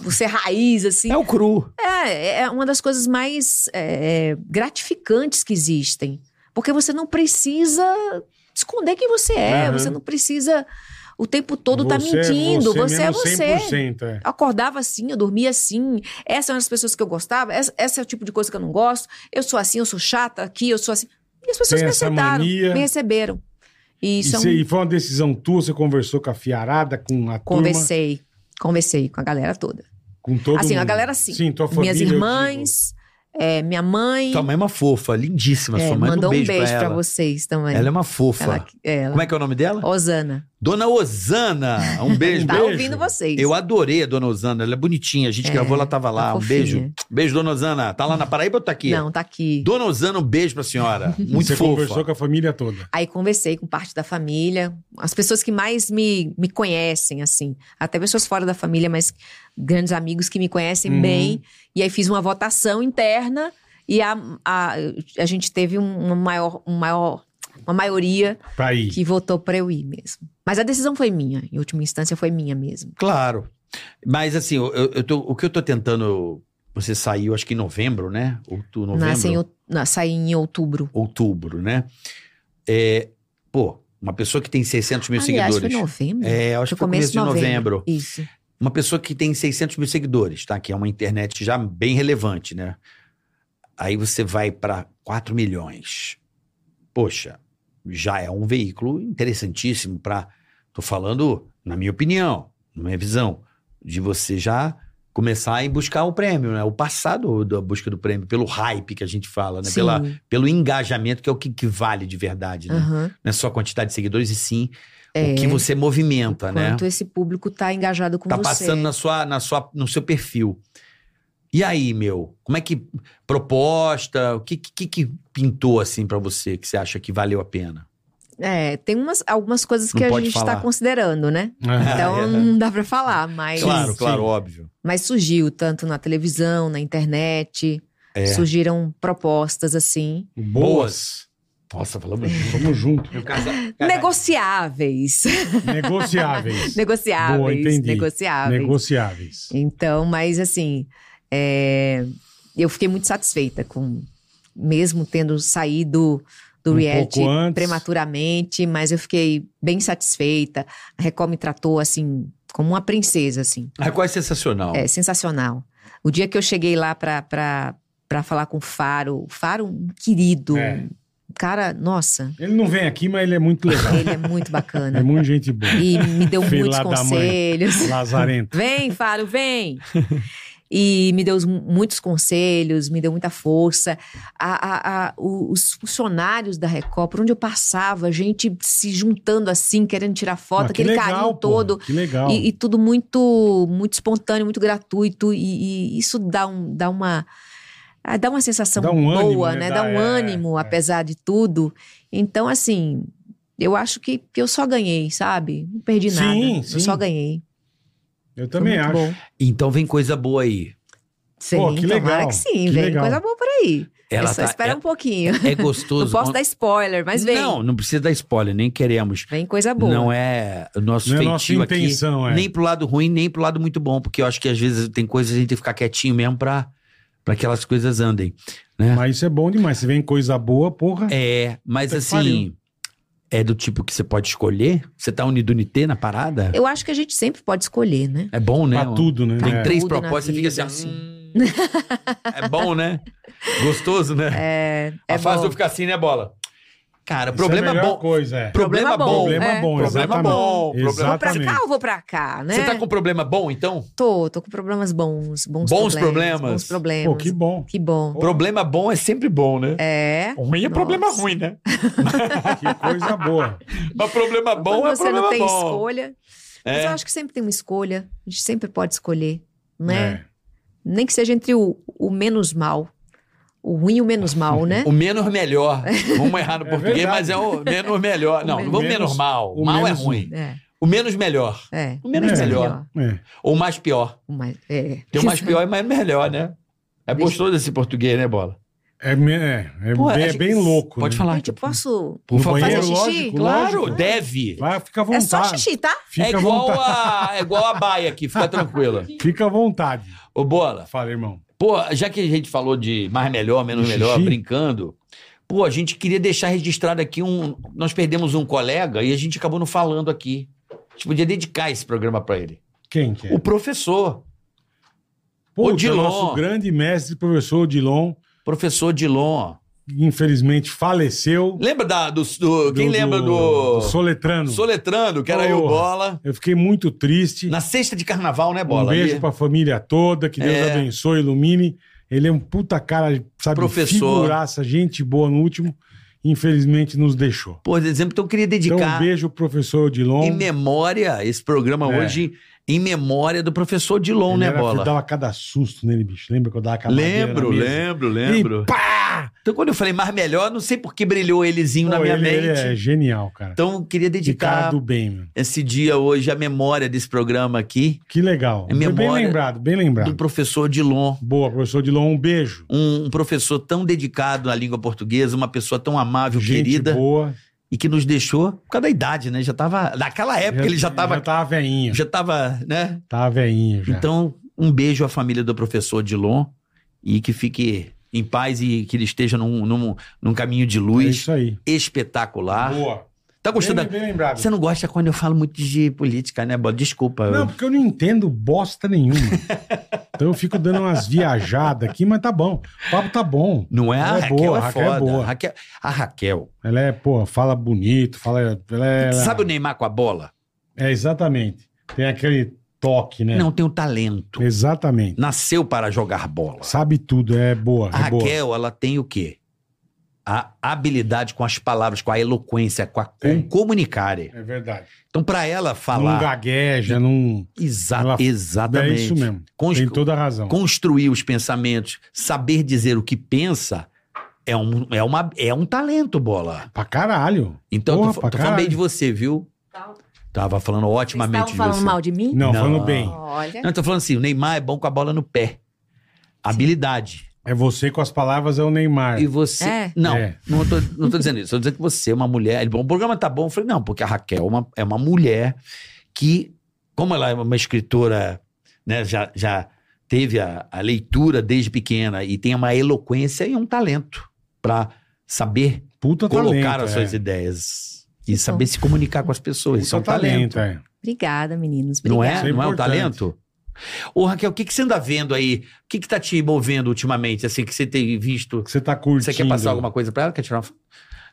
você raiz assim,
É o cru.
é, é uma das coisas mais é, gratificantes que existem, porque você não precisa esconder quem você é,
Aham.
você não precisa o tempo todo estar tá
Você é
mentindo, você, é
mesmo,
você.
100%, é.
Eu acordava assim, eu dormia assim. Essas eram as pessoas que eu gostava. Essa, essa é o tipo de coisa que eu não gosto. Eu sou assim, eu sou chata aqui, eu sou assim. E as pessoas
Tem
me
essa
aceitaram,
mania.
me receberam. E
E,
isso é um-
cê- e foi uma decisão tua, você conversou com a fiarada, com a turma,
Conversei, conversei com a galera toda.
com todo
assim, a
mundo.
galera sim.
Sim, tua família.
Minhas
eu
irmãs, é, minha mãe.
Tua mãe é uma fofa, lindíssima.
é,
Sua mãe
mandou
um beijo, pra,
pra
ela.
vocês também.
Ela é uma fofa.
Ela- ela.
Como é que é o nome dela?
Osana.
Dona Osana. Um beijo.
tá
beijo.
ouvindo vocês.
Eu adorei a Dona Osana. Ela é bonitinha. A gente gravou, ela tava lá.
tá
um
fofinha.
beijo. Beijo, Dona Osana. Tá lá na Paraíba ou tá aqui?
Não, tá aqui.
Dona Osana, um beijo pra senhora. Muito
Você
fofa.
conversou com a família toda.
Aí conversei com parte da família, as pessoas que mais me, me conhecem, assim. Até pessoas fora da família, mas grandes amigos que me conhecem
Uhum.
bem. E aí fiz uma votação interna e a, a, a gente teve um, uma maior, um maior, uma maioria
Pra ir.
que votou pra eu ir mesmo. Mas a decisão foi minha, em última instância foi minha mesmo.
Claro. Mas assim, eu, eu- eu tô- o que eu tô tentando. Você saiu, acho que em novembro, né? Outubro, novembro.
Nasce em, out- na- saí em outubro.
Outubro, né? É, pô, uma pessoa que tem 600 mil
Aliás, foi
seguidores.
novembro?
É, acho que foi começo de novembro.
Isso.
Uma pessoa que tem 600 mil seguidores, tá? Que é uma internet já bem relevante, né? Aí você vai para 4 milhões. Poxa, já é um veículo interessantíssimo para. Tô falando, na minha opinião, na minha visão, de você já começar a buscar o prêmio, né? O passado da busca do prêmio, pelo hype que a gente fala, né?
Sim.
Pela, pelo engajamento, que é o que, que vale de verdade, né?
Aham.
Não é só a quantidade de seguidores, e sim
É.
o que você movimenta, né?
Quanto esse público tá engajado com
tá
você.
passando na sua, na sua, no seu perfil. E aí, meu, como é que proposta, o que que, que pintou assim pra você que você acha que valeu a pena?
É, tem umas, algumas coisas
Não
que a
pode
gente está
falar.
considerando, né? Então
é.
não dá pra falar, mas,
claro,
sim.
claro, óbvio.
mas surgiu tanto na televisão, na internet,
É.
surgiram propostas assim,
Boas.
Nossa, falamos.
Vamos junto.
negociáveis,
Negociáveis.
negociáveis,
Boa, entendi.
negociáveis.
Negociáveis.
Então, mas assim, é, eu fiquei muito satisfeita com, mesmo tendo saído do
Um
reality
pouco antes.
prematuramente, mas eu fiquei bem satisfeita. A Record me tratou assim como uma princesa, assim.
A qual é sensacional.
É sensacional. O dia que eu cheguei lá pra, pra, pra falar com o Faro, o Faro, um querido,
É.
um cara, nossa,
Ele não vem aqui, mas ele é muito legal.
ele é muito bacana.
é muito gente boa.
E me deu
Filha
muitos
da mãe.
conselhos.
Lazarento.
Vem, Faro, vem! E me deu mu- muitos conselhos, me deu muita força. A- a- a- o- os funcionários da Record, por onde eu passava, gente se juntando assim, querendo tirar foto,
Ah, que
aquele carinho
pô,
todo.
Que legal.
E, e tudo muito muito espontâneo, muito gratuito. E, e isso dá, um, dá uma. ah, Dá uma sensação
Dá um
boa,
ânimo,
né?
né?
Dá,
Dá- é,
um ânimo,
é.
apesar de tudo. Então, assim, eu acho que, que eu só ganhei, sabe? Não perdi
Sim,
nada.
sim.
Eu só ganhei.
Eu
Foi
também
muito
acho.
Bom.
Então vem coisa boa aí.
Sim,
Pô, que
tomara
legal,
que sim,
que
vem
legal.
coisa boa por aí.
Ela
eu só
tá-
espera
é-
um pouquinho.
É
Não
gostoso.
posso dar Tá spoiler, mas vem.
Não, não precisa dar spoiler, nem queremos.
Vem coisa boa.
Não é o nosso
Não é nossa
feitio
intenção,
aqui,
é.
nem pro lado ruim, nem pro lado muito bom, porque eu acho que às vezes tem coisas que a gente tem que ficar quietinho mesmo pra, pra que aquelas coisas andem.
Mas isso é bom demais. Se vem coisa boa, porra.
É, mas
Puta que
assim, é do tipo que você pode escolher? Você tá unidunité na parada?
Eu acho que a gente sempre pode escolher, né?
É bom, né?
pra tudo, né?
Tem
É.
três
Tudo na
propostas e fica
vida,
assim.
assim.
hum, é bom, né? Gostoso, né?
É, é
a fase
bom.
do ficar assim, né, bola? Cara,
Isso
problema
é a melhor
bom.
coisa, é.
Problema bom.
Problema bom,
Problema
é.
bom,
Problema
exatamente.
bom. Problema
Vou pra
Exatamente.
cá ou vou pra cá, né?
Você tá com problema bom, então?
Tô, tô com problemas bons. Bons,
Bons problemas?
Bons problemas.
Pô, que bom.
Que bom.
Problema bom é sempre bom, né?
É.
Ruim é problema
Nossa.
ruim, né?
Que coisa boa.
Mas problema bom
Quando
é
você não
problema
tem
bom.
escolha. Mas
É.
eu acho que sempre tem uma escolha. A gente sempre pode escolher,
É.
né? Nem que seja entre o, o menos mal. O ruim e o menos mal, né?
O menos melhor. Vamos errar no
É
português,
verdade.
mas é o menos melhor. Não, não
menos-
vamos menos
menos-
mal.
o
mal é
menos-
ruim.
É,
O menos melhor.
é.
O menos
É.
melhor.
É.
Ou mais pior.
O mais, é.
Tem o mais pior e mais melhor, né? É gostoso esse português, né, Bola?
É, me- é, é
Pô,
bem,
a
é
gente-
bem louco.
Pode
né?
falar.
Gente, eu posso...
Por
No
favor.
banheiro,
Fazer xixi?
lógico,
Claro,
lógico. né?
deve.
Vai, fica à
É
vontade.
só xixi, tá?
Fica
é,
à
igual
vontade.
a, é igual a baia aqui, fica tranquila.
Fica à vontade.
Ô, Bola,
Fala, irmão.
pô, já que a gente falou de mais melhor, menos
De
melhor,
xixi?
brincando, pô, a gente queria deixar registrado aqui um. Nós perdemos um colega e a gente acabou não falando aqui. A gente podia dedicar esse programa pra ele.
Quem que é?
O professor.
Puta,
Odilon.
nosso grande mestre, professor Odilon,
Professor Dilon.
infelizmente faleceu.
Lembra da, do, do- Quem
Do-
lembra
do
do.
Soletrano.
Soletrando, que era eu,
Porra.
Bola.
Eu fiquei muito triste.
Na sexta de carnaval, né,
Um
Bola?
beijo
Ali.
pra família toda, que Deus
É.
abençoe, ilumine. Ele é um puta cara, sabe,
Professor.
figuraça, gente boa no úlimo. Infelizmente nos deixou.
Pô, exemplo, então eu queria dedicar.
Então, um beijo, professor Odilon.
Em memória, esse programa
É.
hoje, em memória do professor Dilon,
Ele
né,
era- Eu
Bola?
dava cada susto nele, bicho. Lembra que eu dava cada
Lembro, lembro, lembro.
E pá!
Então, quando eu falei mais melhor, não sei por que brilhou elezinho na
Pô,
minha
ele, ele
mente.
é genial, cara.
Então, eu queria
De cara
dedicar
do bem, mano.
esse dia hoje, a memória desse programa aqui,
Que legal.
É memória.
bem lembrado, bem
do
lembrado.
professor Dilon.
Boa, professor Dilon, um beijo.
Um professor tão dedicado à língua portuguesa, uma pessoa tão amável,
Gente
querida,
boa.
e que nos deixou por causa da idade, né? Já tava. Naquela época, É ele já tava.
Já tava É. veinha.
Já tava, né?
Tava veinha já.
Então, um beijo à família do professor Dilon e que fique em paz e que ele esteja num, num, num caminho de
é
luz
isso aí.
espetacular.
Boa.
Tá gostando?
Bem,
da-
bem lembrado.
Você não gosta quando eu falo muito de política, né, Bola? Desculpa.
Não,
eu-
porque eu não entendo bosta nenhuma. então eu fico dando umas viajadas aqui, mas tá bom. O papo tá bom.
Não é a
Ela é
Raquel,
boa,
é
a Raquel é
foda.
boa.
A Raquel- a Raquel.
Ela é, pô, fala bonito, fala. Ela é, ela-
Sabe o Neymar com a bola?
É, exatamente. Tem aquele toque, né?
Não, tem o talento.
Exatamente.
Nasceu para jogar bola.
Sabe tudo, é boa.
A
é boa.
Raquel, ela tem o quê? A habilidade com as palavras, com a eloquência, com a com
Tem.
comunicar.
É verdade.
Então, para ela
Não
falar.
gagueja, não.
Exa
ela-
exatamente.
É isso mesmo.
Cons-
Tem toda a razão.
Construir os pensamentos, saber dizer o que pensa, é um, é uma, é um talento, bola.
Pra caralho.
Então,
Porra,
tu,
pra
tu falando bem
caralho.
de você, viu? Tava falando
Vocês
otimamente
estavam
de
falando
você.
mal né? de mim?
Não,
Não.
falando bem.
Olha.
Não, eu tô falando assim, o Neymar é bom com a bola no pé. Habilidade.
É você com as palavras, é o Neymar.
E você.
É.
Não,
É.
não, tô, não tô dizendo isso. Tô dizendo que você é uma mulher. Ele, bom, o programa tá bom. Eu falei, não, porque a Raquel é uma, é uma mulher que, como ela é uma escritora, né, já, já teve a, a leitura desde pequena e tem uma eloquência e um talento pra saber
Puta
colocar
talento.
as
é.
suas ideias e
Então.
saber se comunicar com as pessoas.
Puta
Isso é um
talento,
talento.
é.
Obrigada, meninos.
Não
Obrigada.
é?
Isso é
não é um
importante.
talento? Ô, Raquel, o que, que você anda vendo aí? O que, que tá te envolvendo ultimamente? Assim, que você tem visto.
Que Você tá curtindo.
Você quer passar alguma coisa pra ela? Quer tirar uma foto?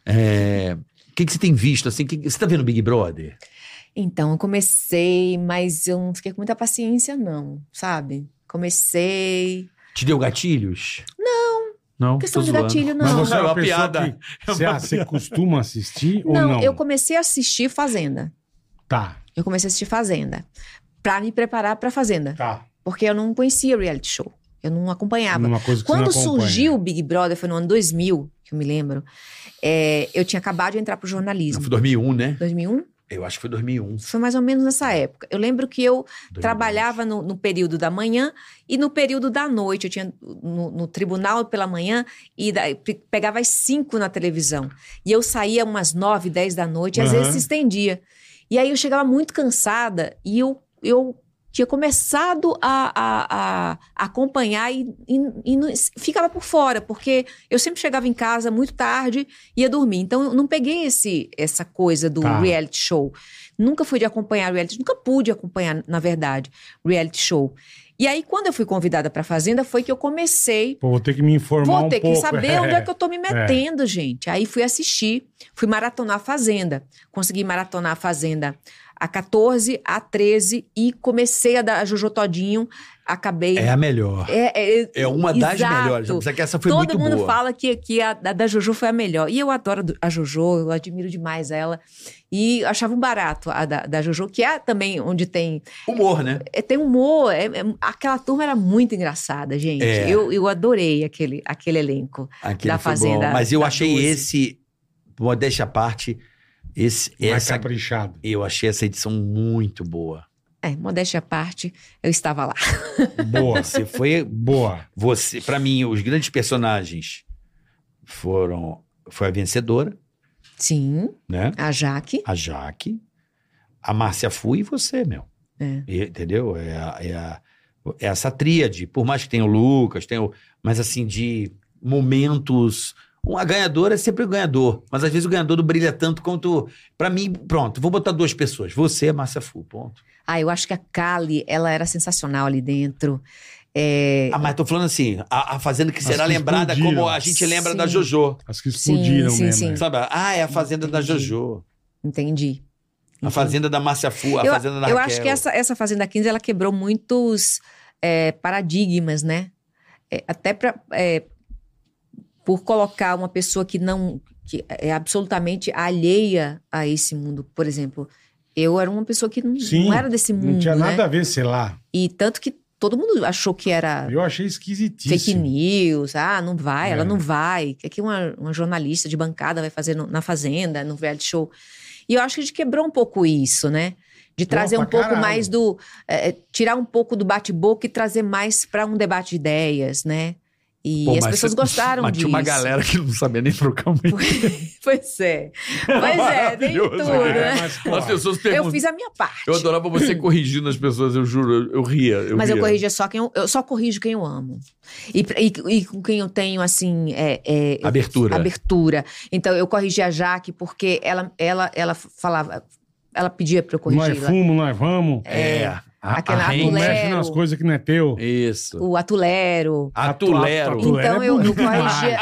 É, O que, que você tem visto? Assim, que... Você tá vendo Big Brother?
Então, eu comecei, mas eu não fiquei com muita paciência, não, sabe? Comecei.
Te deu gatilhos? Não. Não?
Questão
Tô
de
zoando.
gatilho,
Mas
não.
você é
É
uma
uma
pessoa
piada.
que você, ah, você costuma assistir ou
Não,
não?
eu comecei a assistir Fazenda.
Tá,
Eu comecei a assistir Fazenda. Pra me preparar pra Fazenda.
tá.
Porque eu não conhecia reality show. Eu não acompanhava.
Uma coisa que você
Quando
não acompanha.
surgiu o Big Brother, foi no ano 2000, que eu me lembro, é, eu tinha acabado de entrar pro
Não,
jornalismo.
Foi 2001, né?
2001?
Eu acho que foi 2001.
Foi mais ou menos nessa época. Eu lembro que eu
2002.
trabalhava no, no período da manhã e no período da noite. Eu tinha no, no tribunal pela manhã e da- pe- pegava às 5 na televisão. E eu saía umas 9, 10 da noite, e às
Aham.
vezes se estendia. E aí eu chegava muito cansada e eu, eu tinha começado a, a- a acompanhar e, e- e não- ficava por fora, porque eu sempre chegava em casa muito tarde e ia dormir. Então eu não peguei esse, essa coisa do
Tá.
reality show. Nunca fui de acompanhar reality, nunca pude acompanhar, na verdade, reality show. E aí, quando eu fui convidada para Fazenda, foi que eu comecei
Pô, vou ter que me informar
Vou
um
ter
pouco.
que saber onde é que eu tô me metendo, gente. Aí fui assistir, fui maratonar a Fazenda. Consegui maratonar a Fazenda a 14, a 13 e comecei a dar a Jojo Todinho. Acabei.
É a melhor.
É, é-
É uma das
Exato.
melhores. Apesar que essa foi
Todo
muito
mundo
boa.
fala que, que a da, da Jojo foi a melhor. E eu adoro a do- a Jojo, eu admiro demais ela. E achava um barato a da, da Jojo, que é também onde tem.
Humor, né?
é, tem humor. é- é- aquela turma era muito engraçada, gente.
É.
Eu, eu adorei aquele, aquele elenco.
Aquele
Da
foi
Fazenda,
bom. Mas eu
da
achei
12.
esse... Modéstia à parte, esse,
Mais
essa...
caprichado.
Eu achei essa edição muito boa.
É, modéstia à parte, eu estava lá.
Boa,
Você foi
boa.
Você, para mim, os grandes personagens foram foi a vencedora,
Sim,
né?
a Jaque.
A Jaque, a Márcia Fui e você, meu.
É.
E- entendeu? É, a- é a- é essa tríade, por mais que tenha o Lucas, tenha o, mas assim de momentos uma ganhadora é sempre o ganhador, mas às vezes o ganhador não brilha tanto quanto Pra mim, pronto, vou botar duas pessoas, você e a Márcia Fui, ponto.
Ah, eu acho que a Kali, ela era sensacional ali dentro. É,
Ah, mas tô falando assim, a, a fazenda que
As
será
que
lembrada
explodiram.
como a gente lembra da
Sim.
JoJo.
As que
Sim,
explodiram
sim,
mesmo.
sim.
é.
Sabe? Ah, é a fazenda da
Entendi.
JoJo.
entendi.
A
Entendi.
fazenda da Márcia Fu, a
eu,
fazenda da
eu
Raquel.
acho que essa, essa Fazenda 15, ela quebrou muitos é, paradigmas, né? É, até pra, é, por colocar uma pessoa que não... que é absolutamente alheia a esse mundo. Por exemplo, eu era uma pessoa que não,
Sim,
não era desse mundo,
Não tinha
né?
nada a ver, sei lá.
E tanto que todo mundo achou que era...
Eu achei
fake
esquisitíssimo.
news, ah, não vai,
É.
ela não vai. O que que uma, uma jornalista de bancada vai fazer no- na Fazenda, no reality show? E eu acho que a gente quebrou um pouco isso, né? De
Porra,
trazer um
pra
pouco
caralho.
mais do. eh, tirar um pouco do bate-boca e trazer mais para um debate de ideias, né? E
Pô,
as
mas
pessoas
cê-
gostaram
Mas
disso.
tinha uma galera que não sabia nem trocar uma ideia.
Pois é. Pois é, tem
Maravilhoso,
tudo,
É,
né?
mas, pô,
As pessoas
Eu
perguntam.
fiz a minha parte.
Eu adorava você corrigindo as pessoas, eu juro, eu, eu ria. Eu
Mas eu
é.
ria.
corrigia só quem eu, eu só corrijo quem eu amo. E, pra- e, e com quem eu tenho, assim. é- é,
Abertura.
abertura. Então eu corrigi a Jaque porque ela, ela, ela falava, ela pedia pra eu
nós
corrigi-la.
fumo, nós vamos.
É. A-
Aquela
a
Não
Heinz.
mexe nas coisas que não é teu.
Isso.
o atulero.
Atulero.
Atulero
Então
é
eu, eu
bonito
corrigia,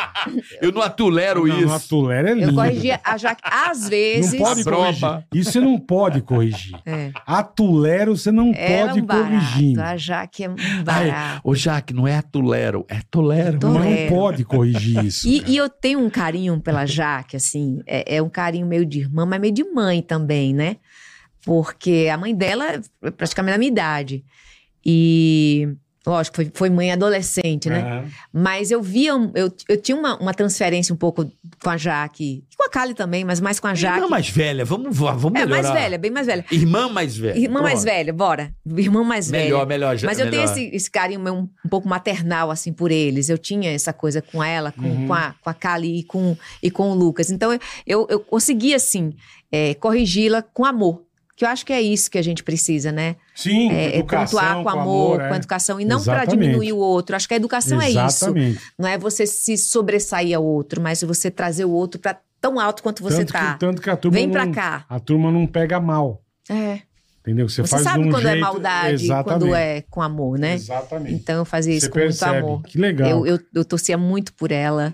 Eu não atulero
Não,
isso.
não, a tulera é
eu
linda.
corrigia a Jaque. Às vezes.
Não pode
Broba.
corrigir. Isso você não pode corrigir.
É.
A tulera você não
Era
pode
um
corrigir.
barato. A Jaque é um
Ai,
barato.
ô, Jaque, não é atulero, é tolero.
Tô-
Não
Tolero.
pode corrigir isso. né?
E, e eu tenho um carinho pela Jaque, assim, é, é um carinho meio de irmã, mas meio de mãe também, né? Porque a mãe dela é praticamente da minha idade. E, lógico, foi, foi mãe adolescente, né?
Aham.
Mas eu via, um- eu, eu tinha uma, uma transferência um pouco com a Jaque, com a Kali também, mas mais com a Jaque.
é Irmã mais velha, vamos, vamos
é,
melhorar.
mais velha, bem mais velha.
Irmã mais velha.
Irmã mais
Pronto.
velha, bora. Irmã mais
Melhor,
velha.
melhor. já-
Mas eu tenho
melhor.
esse, esse carinho meu um, um pouco maternal, assim, por eles. Eu tinha essa coisa com ela, com,
Uhum.
com a, com a Kali e com, e com o Lucas. Então, eu, eu, eu consegui, assim, é, corrigi-la com amor. Que eu acho que é isso que a gente precisa, né?
Sim,
É, é
educação,
pontuar com amor, com
é.
educação. E não para
Exatamente.
diminuir o outro. Acho que a educação é isso.
Exatamente.
Não é você se sobressair ao outro, mas você trazer o outro para tão alto quanto você
tanto
tá.
Que, tanto que a turma
Vem
não,
pra cá.
A turma não pega mal.
É.
Entendeu? Você,
Você,
faz
sabe
de um
quando é
jeito-
maldade, e
Exatamente.
quando é com amor, né?
Exatamente.
Então eu fazia isso
Você
com
percebe.
muito amor.
Que legal.
Eu, eu, eu torcia muito por ela,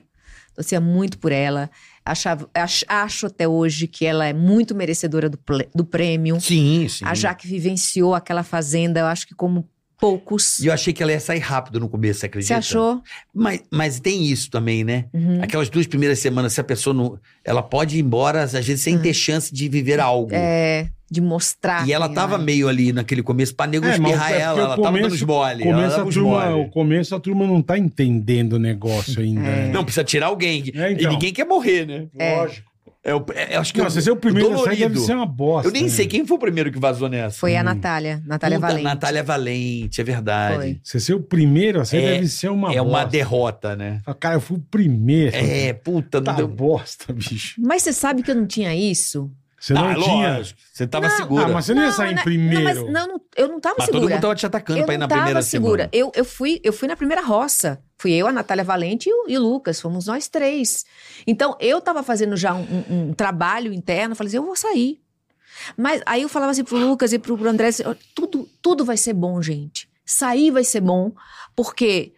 torcia muito por ela. Achava, ach- acho até hoje que ela é muito merecedora do, ple- do prêmio.
Sim, sim.
A Jaque vivenciou aquela fazenda, eu acho que como poucos.
E eu achei que ela ia sair rápido no começo, você acredita?
Você achou?
Mas, mas tem isso também, né?
Uhum.
Aquelas duas primeiras semanas, se a pessoa não. Ela pode ir embora, às vezes, sem ter chance de viver algo.
Hum. É, de mostrar.
E ela
quem é.
tava meio ali naquele começo pra nego
É, mas
espirrar
é porque
ela,
o
ela tava dando
começo- é
os mole. Ela
Começa
dava
a
os
turma,
mole.
o começo a turma não tá entendendo o negócio ainda.
É.
né?
Não, precisa tirar alguém.
É, então.
E ninguém quer morrer, né?
Lógico.
É, o- é- eu acho que
Não,
o-
se você é o primeiro a sair, deve
dolorido.
ser uma bosta.
Eu nem
né?
sei quem foi o primeiro que vazou nessa.
Foi
Hum.
a Natália, Natália
Puta,
Valente.
Natália Valente, é verdade.
Foi.
Se Você ser o primeiro a sair,
É-
deve ser uma
é
bosta.
uma derrota, né?
Fala, Cara, eu fui o primeiro.
É, puta, não
Tá
deu.
bosta, bicho.
Mas você sabe que eu não tinha isso?
Você não
Ah,
tinha.
lógico, Você tava
Não,
segura.
Ah, mas você não, ia
Tá, Não,
sair
né?
em primeiro.
Não, mas não, não, eu não tava
Mas
segura.
todo mundo tava te atacando
eu
pra ir na
não tava
primeira
segura.
semana.
Eu, eu, fui, eu fui na primeira roça. Fui eu, a Natália Valente e o, e o Lucas. Fomos nós três. Então, eu tava fazendo já um, um- um trabalho interno. Falei assim, eu vou sair. Mas aí eu falava assim pro Lucas e pro, pro André. assim, ó, tudo, tudo vai ser bom, gente. Sair vai ser bom. Porque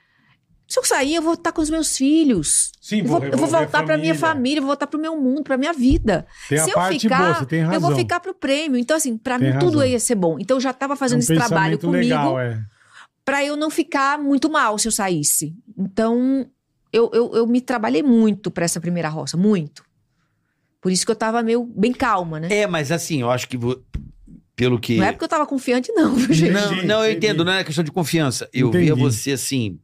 se eu sair, eu vou estar com os meus filhos.
Sim,
eu, vou, eu vou
revolver a
voltar pra minha família. Eu vou voltar pro meu mundo, pra minha vida
Tem a
se eu
parte
ficar,
boa, você tem razão.
eu vou ficar pro prêmio. Então, assim, pra
Tem
mim tudo
razão.
ia ser bom. Então, eu já tava
É um
fazendo esse trabalho
pensamento
comigo
legal, é.
pra eu não ficar muito mal se eu saísse. Então, eu, eu, eu me trabalhei muito pra essa primeira roça, muito. Por isso que eu tava meio bem calma, né?
É, mas assim, eu acho que. vo- Pelo que.
Não é porque eu tava confiante, não, viu, gente?
Não,
Entendi,
não, eu
entendi.
entendo, não é questão de confiança. Eu
Entendi.
via você assim.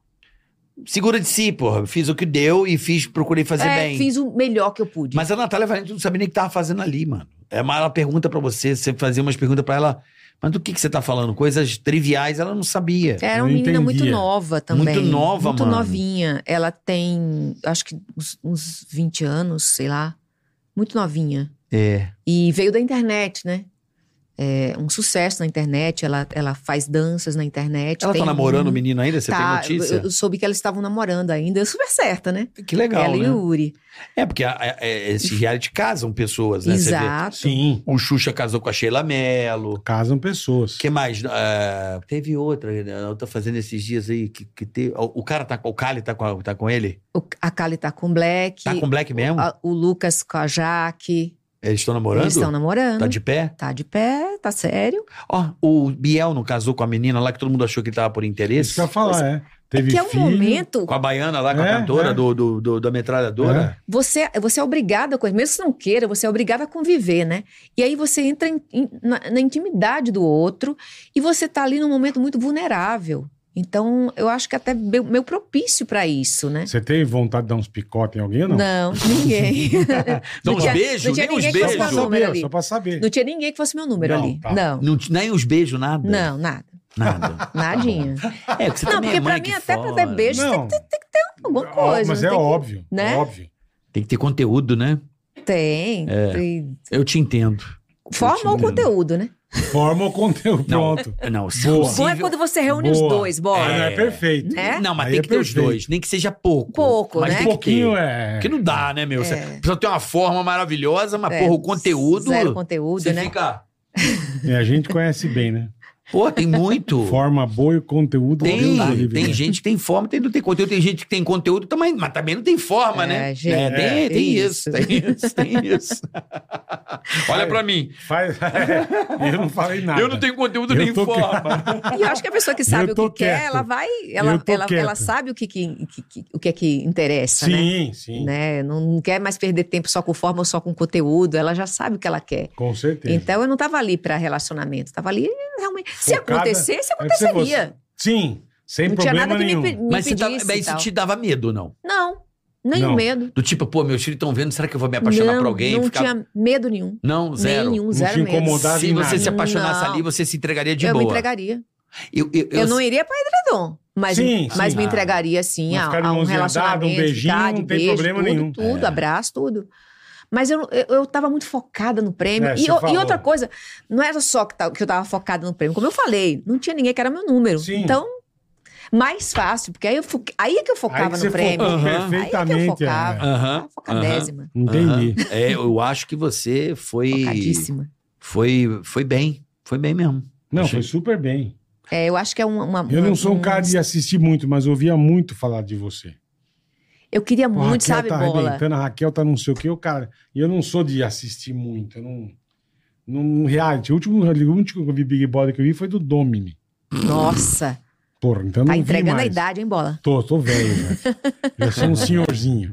Segura de si, porra. Fiz o que deu e fiz, procurei fazer
É,
bem.
fiz o melhor que eu pude.
Mas a Natália Valente não sabia nem o que tava fazendo ali, mano. É, mas ela pergunta pra você, você fazia umas perguntas pra ela, mas do que, que você tá falando? Coisas triviais, ela não sabia.
Era uma
Eu
menina muito
entendia.
nova também.
Muito nova,
Muito
mano.
novinha. Ela tem, acho que uns, uns 20 anos, sei lá. Muito novinha.
É.
E veio da internet, né? É um sucesso na internet, ela, ela faz danças na internet.
Ela
tem
tá namorando o
um-
menino ainda? Você
tá,
tem notícia?
Eu, eu soube que elas estavam namorando ainda, eu super certa, né?
Que legal,
ela
né?
e o Uri.
É, porque a- a- a- esses reality casam pessoas, né? Você vê.
Exato.
Sim,
O Xuxa casou com a Sheila Mello.
casam pessoas.
O
é
que mais? Ah, teve outra, né? eu tô fazendo esses dias aí que, que teve. O, o cara tá com. O Kali tá com, a- tá com ele?
O- a Kali tá com o Black.
Tá com o Black mesmo?
a- o Lucas com a Jaque.
Eles estão namorando?
Eles estão namorando.
Tá de pé?
Tá de pé, tá sério.
Ó, o Biel não casou com a menina lá que todo mundo achou que tava por interesse?
Isso que eu ia falar, é. Teve
é que é um
filho, né?
momento.
Com a baiana lá, com
É,
a cantora
é.
do, do, do- da metralhadora?
Você, você é obrigada, com- mesmo se não queira, você é obrigada a conviver, né? E aí você entra em- em- na, na intimidade do outro e você tá ali num momento muito vulnerável. Então, eu acho que até meu, meu propício para isso, né?
Você tem vontade de dar uns picotes em alguém ou não?
ninguém.
Dá
É.
Não
uns
tinha-
beijos,
não tinha
nem uns
ninguém que
Só
fosse
pra
Beijo.
beijos.
Número
saber,
ali.
só pra saber.
Não tinha ninguém que fosse meu número
Não,
ali.
tá.
Não,
Não, Ah, tá nem uns beijos, nada.
não, nada.
Nada.
Nadinha.
É, porque você
não,
também
porque
é mãe
pra mim,
que
até pra
fora.
ter beijo,
Não.
tem, tem- tem que ter alguma
Ó,
coisa.
Mas
não
é
tem que-
óbvio,
né?
óbvio.
Tem que ter conteúdo, né?
Tem.
É.
tem-
Eu te entendo. te
Forma o
entendo.
conteúdo, né?
Forma o conteúdo,
Não.
pronto.
Não, se
Boa.
Bom é
possível-
quando você reúne os
Boa.
dois,
Ah,
bora.
não é
É.
perfeito.
É?
Não, mas
Aí
tem
é
que ter os
perfeito.
dois, nem que seja pouco.
Pouco,
mas
né?
tem
Um
que
pouquinho
ter.
é...
Porque não dá, né, meu? Você
É.
precisa ter uma forma maravilhosa, mas
É,
porra, o conteúdo.
Zero conteúdo,
você
né?
fica.
É, a gente conhece bem, né?
Pô, tem muito.
Forma boa e conteúdo.
Tipo, Tem,
Deus livre.
tem gente que tem forma, tem não tem conteúdo, tem gente que tem conteúdo, também, mas também não tem forma,
É,
né?
gente,
é, tem,
é,
tem
tem
isso,
isso.
tem isso, tem isso. Olha pra mim,
Faz... eu não falei nada.
eu não tenho conteúdo
Eu
nem
tô
forma.
quieto.
E eu acho que a pessoa que sabe
Eu
o que
tô
quer,
quieto.
ela vai. Ela,
tô
ela,
quieto.
ela sabe o que, que, que- que- o que é que interessa, né?
Sim, sim.
né? Não, não quer mais perder tempo só com forma ou só com conteúdo. Ela já sabe o que ela quer.
Com certeza.
Então eu não estava ali para relacionamento, estava ali realmente. Se
Focada,
acontecesse,
deve ser
aconteceria.
Sim, sem
Não tinha
problema
nada que
nenhum.
me, pe- me
Mas você tá tava-
pedisse.
mas
e
isso
tal.
te dava medo, não?
Não, nenhum
Não.
medo.
Do tipo, pô, meus filhos estão vendo, será que eu vou me apaixonar
não,
por alguém? e
Não
ficar...
tinha medo nenhum.
não zero.
Nenhum,
Não
zero
se
medo.
incomodava
Se
em
você
nada.
se apaixonasse
Não.
ali, você se entregaria de
eu
boa.
me entregaria.
Eu, eu,
Eu, não iria para edredom, mas,
Sim,
mas
sim.
me entregaria sim
Mas
a,
ficar de
a um
mãozinha dada, um
relacionamento,
beijinho,
ficar de
não tem
beijo,
problema
tudo,
nenhum.
Tudo,
É.
abraço, tudo. Mas eu, eu, eu tava muito focada no prêmio.
É,
e,
você
eu- e
falou.
outra coisa, não era só que, ta- que eu tava focada no prêmio. Como eu falei, não tinha ninguém que era meu número.
Sim.
Então, mais fácil, porque aí, eu fo- aí é que eu
Aí
focava
que
no
você
prêmio.
focou
Aham.
Aí é que eu
perfeitamente.
focava.
é.
Aham,
Tava focadésima.
Entendi.
Aham. É, eu acho que você foi.
Focadíssima.
Foi, foi bem. Foi bem mesmo.
Não,
Achei-
foi super bem.
É, eu acho que é uma. uma-
Eu não
uma-
sou um cara
Uhum.
de assistir muito, mas ouvia muito falar de você.
Eu queria
Pô,
muito,
a Raquel
sabe,
tá
bola?
arrebentando, a Raquel tá não sei o que, eu, cara. E eu não sou de assistir muito, eu não. Não reality. O último, o último que eu vi Big Brother que eu vi foi do Domini.
Nossa.
Porra, então eu
Tá
não vi
entregando
mais.
a idade, hein, bola?
Tô, tô velho, velho. Eu sou um senhorzinho.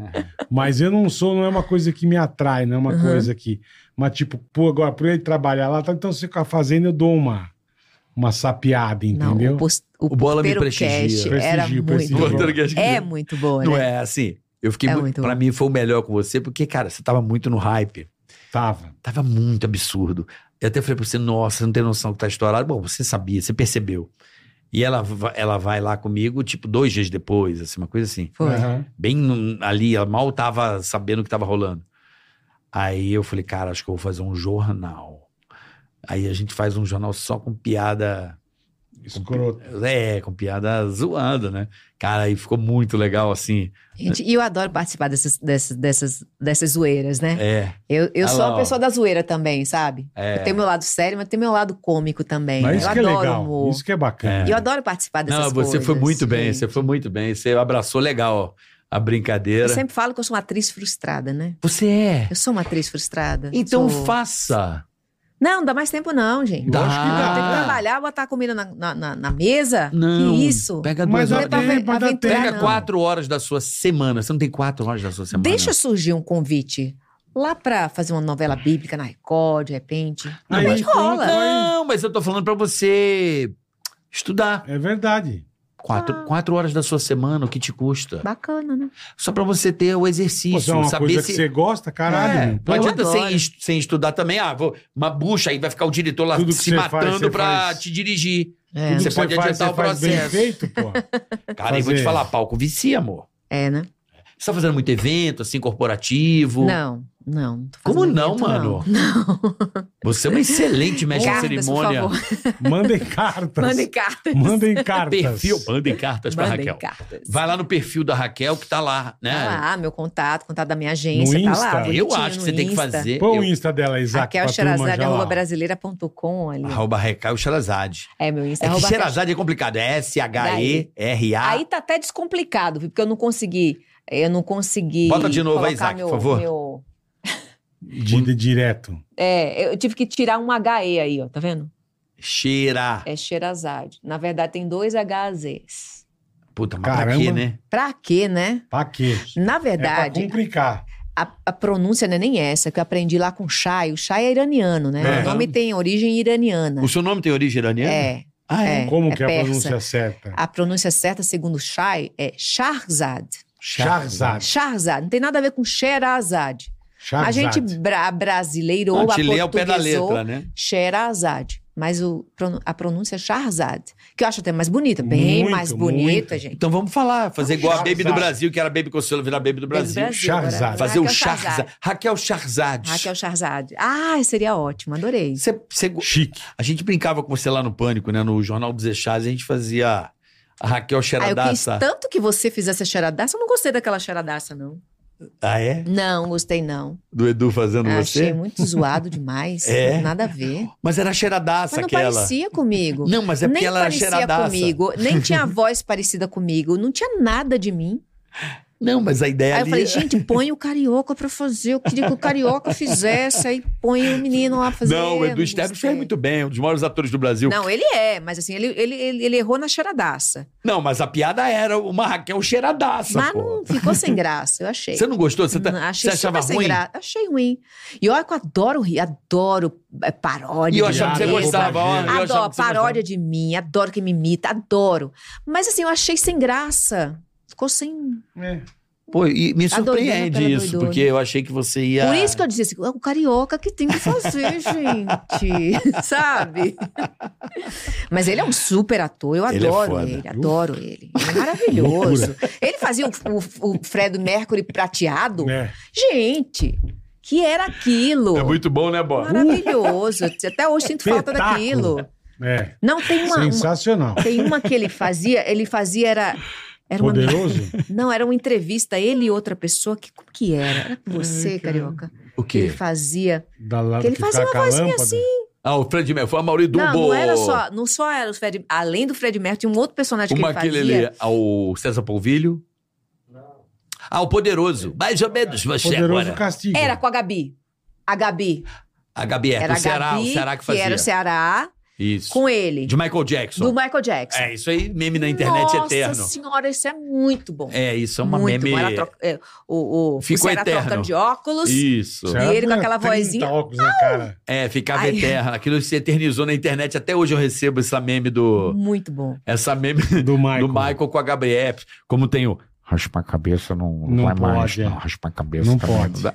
Mas eu não sou, não é uma coisa que me atrai, não é uma coisa que. Mas, tipo, pô, agora, por ele trabalhar lá, tá, então se ficar fazendo, eu dou uma, uma sapiada, entendeu?
Não, o, post, o,
O bola me
porteiro
prestigia.
cast era
Prestigio,
muito
prestigio.
bom.
Porteiro
É muito boa,
Não
né?
é assim. Eu fiquei.
É
mu-
muito
pra
bom.
mim foi o melhor com você, porque, cara, você tava muito no hype.
Tava.
Tava muito absurdo. Eu até falei pra você, nossa, você não tem noção que tá estourado. Bom, você sabia, você percebeu. E ela, va- ela vai lá comigo, tipo, dois dias depois, assim, uma coisa assim.
Foi.
Aham.
bem no- ali, ela mal tava sabendo o que tava rolando. Aí eu falei, cara, acho que eu vou fazer um jornal. Aí a gente faz um jornal só com piada.
Escroto.
É, com piada zoando, né? Cara, aí ficou muito legal assim.
Gente, e eu adoro participar dessas, dessas, dessas, dessas zoeiras, né?
É.
Eu, eu
Ah
sou
lá,
uma
ó.
pessoa da zoeira também, sabe?
É.
Eu tenho meu lado sério, mas tenho meu lado cômico também.
Mas isso
eu
que é
adoro
legal.
humor.
Isso que é bacana.
E Eu adoro participar dessas
Não,
coisas.
você foi muito bem,
gente.
você foi muito bem. Você abraçou legal a brincadeira.
Eu sempre falo que eu sou uma atriz frustrada, né?
Você é.
é Eu sou uma atriz frustrada.
Então
Sou-
faça.
Não, não dá mais tempo não, gente.
Dá.
Lógico que dá.
Tem que trabalhar, botar comida na, na, na- na mesa.
Ah. Não.
Que isso?
Pega
Mas
duas
dá
horas.
Não é pra
tempo,
ave-
dá tempo.
aventurar,
Pega
não.
quatro horas da sua semana. Você não tem quatro horas da sua semana.
Deixa surgir um convite lá pra fazer uma novela bíblica na Record, de repente.
Aí,
Mas rola.
pronto, aí-
Não, mas eu tô falando pra você estudar.
É verdade.
Quatro,
Ah.
quatro horas da sua semana, o que te custa?
Bacana, né?
Só pra você ter o
Pô, se é
exercício,
uma
saber
coisa
se...
que você gosta, caralho.
É,
meu.
não
Pô,
adianta
adoro.
sem, est- sem estudar também. Ah, vou, uma bucha, aí vai ficar o diretor lá
Tudo que
se
você faz,
matando
você
pra
faz.
te dirigir.
É,
tudo
você
que
pode
faz,
adiantar
você
o
faz Bem
processo.
feito, pô.
Cara, eu vou te
Fazer.
falar, palco vicia, amor.
é né?
Você tá fazendo muito evento, assim, corporativo.
Não, não. não tô fazendo
Como não,
evento,
mano?
Não.
Você é uma excelente mestre de
Cartas,
cerimônia.
por favor.
Mandem cartas.
Mandem cartas.
Mandem cartas.
Perfil, mandem cartas pra
Mandem
Raquel.
cartas.
Vai lá no perfil da Raquel que tá lá, né?
Tá lá, meu contato, contato da minha agência,
No
tá
Insta?
lá.
Eu
bonitinho
acho que
no
você tem que
Insta.
fazer.
Põe
eu-
o Insta dela, Isaac.
Raquel
pra turma
Xerazade,
já
arroba
lá.
brasileira.com ali.
Arroba Recai o Xerazade.
É meu Insta,
É que
arroba Raquel
Xerazade é complicado. É S-H-E-R-A.
Aí tá até descomplicado, viu? porque eu não consegui. Eu não consegui.
Bota de novo aí,
colocar
Isaac,
meu-
por favor.
meu-
De, de direto.
É, eu tive que tirar um HE aí, ó, tá vendo?
Cheira.
É Xerazade. Na verdade, tem dois HZs.
Puta, mas pra
Caramba.
quê, né?
Pra quê, né?
Pra quê?
Na
É
verdade,
pra complicar.
a, a pronúncia não é nem essa, que eu aprendi lá com o Shai. O Shai é iraniano,
É.
né? O nome tem origem iraniana.
O seu nome tem origem iraniana?
É.
Ah, é?
É,
Como
é
que é a
persa.
pronúncia certa?
A pronúncia certa, segundo o Shai, é Shahrzad.
Charzad.
Shahrzad. Não tem nada a ver com Xerazade. A gente bra brasileiro ou
Não,
a
te lê ao pé da
portuguesou
letra, né?
Sherazade. Mas o pronu- a pronúncia é Shahrazad, que eu acho até mais bonita, bem
Muito,
mais bonita,
muito.
gente.
Então vamos falar, fazer igual a Baby do
Charzade.
Brasil, que era Baby Consuelo, virar Baby do Brasil.
Desde o agora.
Shahrazad.
Fazer o
Raquel Shahrazad.
Charzade. Raquel Charzade.
Raquel Shahrazad. Ah, seria ótimo, adorei.
Você- você-
Chique.
A gente brincava com você lá no Pânico, né? No Jornal dos Echás, a gente fazia a Raquel
Ah, eu quis
Xeradaça.
tanto que você fizesse a cheiradaça, eu não gostei daquela cheiradaça, não.
Ah, é?
Não, gostei não.
Do Edu fazendo você?
Ah, Achei muito zoado demais.
É?
Nada a ver.
Mas era cheiradaça
Mas não
aquela.
parecia comigo.
Não, mas é porque
nem
ela era
parecia
cheiradaça.
comigo, nem tinha a voz parecida comigo, não tinha nada de mim.
Não, mas a ideia
aí eu
ali... é?
falei, gente, põe o carioca pra fazer. Eu queria que o carioca fizesse, aí põe o menino lá pra fazer.
não, o Edu Esteves
gostei.
fez muito bem, um dos maiores atores do Brasil. Não,
Não, ele é, mas assim, ele, ele, ele, ele errou na cheiradaça.
mas a piada era uma Raquel cheiradaça,
mas
pô.
não ficou sem graça, eu achei.
Você não gostou? Você, tá-
Não,
você achava
super sem
ruim?
graça. Achei ruim. E olha que eu adoro rir, adoro é, paródia.
E eu
de
achava que você
mesa.
gostava. ó, eu achava que você
Adoro,
gostava.
paródia de mim, adoro quem me imita, adoro. Mas assim, eu achei sem graça. Ficou sem.
É.
Pô, e me
Tá doidona pela
surpreende isso,
doidona.
porque eu achei que você ia...
Por isso que eu disse assim: é o carioca que tem que fazer, gente. Sabe? Mas ele é um super ator, eu
Ele é
adoro
foda.
ele, adoro ele. Ele é maravilhoso. ele fazia o, o, o Fred Mercury prateado.
É.
Gente, que era aquilo?
É muito bom, né, Bob?
Maravilhoso. Até hoje sinto falta
Espetáculo.
daquilo.
É.
Não, tem uma, uma-
Sensacional.
tem uma que ele fazia, ele fazia era era uma
Poderoso?
Não, era uma entrevista ele e outra pessoa que como que era? Era com você, carioca.
O
Que ele
quê?
fazia.
Da lá,
Que ele
que
fazia
tá
uma
com a
vozinha
lâmpada.
assim.
Ah, o Fred Mercury. Foi a Mauri Dumbo.
Não, não era só, não só era o Fred, além do Fred Mercury, tinha um outro personagem
Uma
que ele
aquele
fazia.
ali, ao César Polvilho. Ah, o Poderoso. Mais ou menos você
Poderoso
agora.
castigo.
Era É. com a Gabi. A Gabi.
A Gabi é,
Era
o
a
Ceará,
Gabi,
o Ceará que fazia.
era o Ceará,
Isso.
com ele.
De Michael Jackson.
do Michael Jackson.
É, isso aí, meme na internet
Nossa
eterno.
senhora, isso é muito bom.
É, isso é uma
muito
meme.
bom. Ela troca, é, o, o,
Ficou
o Ceará
eterno.
trocando de óculos.
Isso.
Será
E ele com
que
aquela
30
vozinha.
óculos na cara.
É, ficava
Ai.
eterno. Aquilo se eternizou na internet. Até hoje eu recebo essa meme do.
Muito bom.
Essa meme
Do Michael.
do Michael com a Gabriel. Como tem o.
Raspar a cabeça não, não,
Não
vai mais.
pode, é.
Não, raspar a cabeça
Não
também
pode.
dá.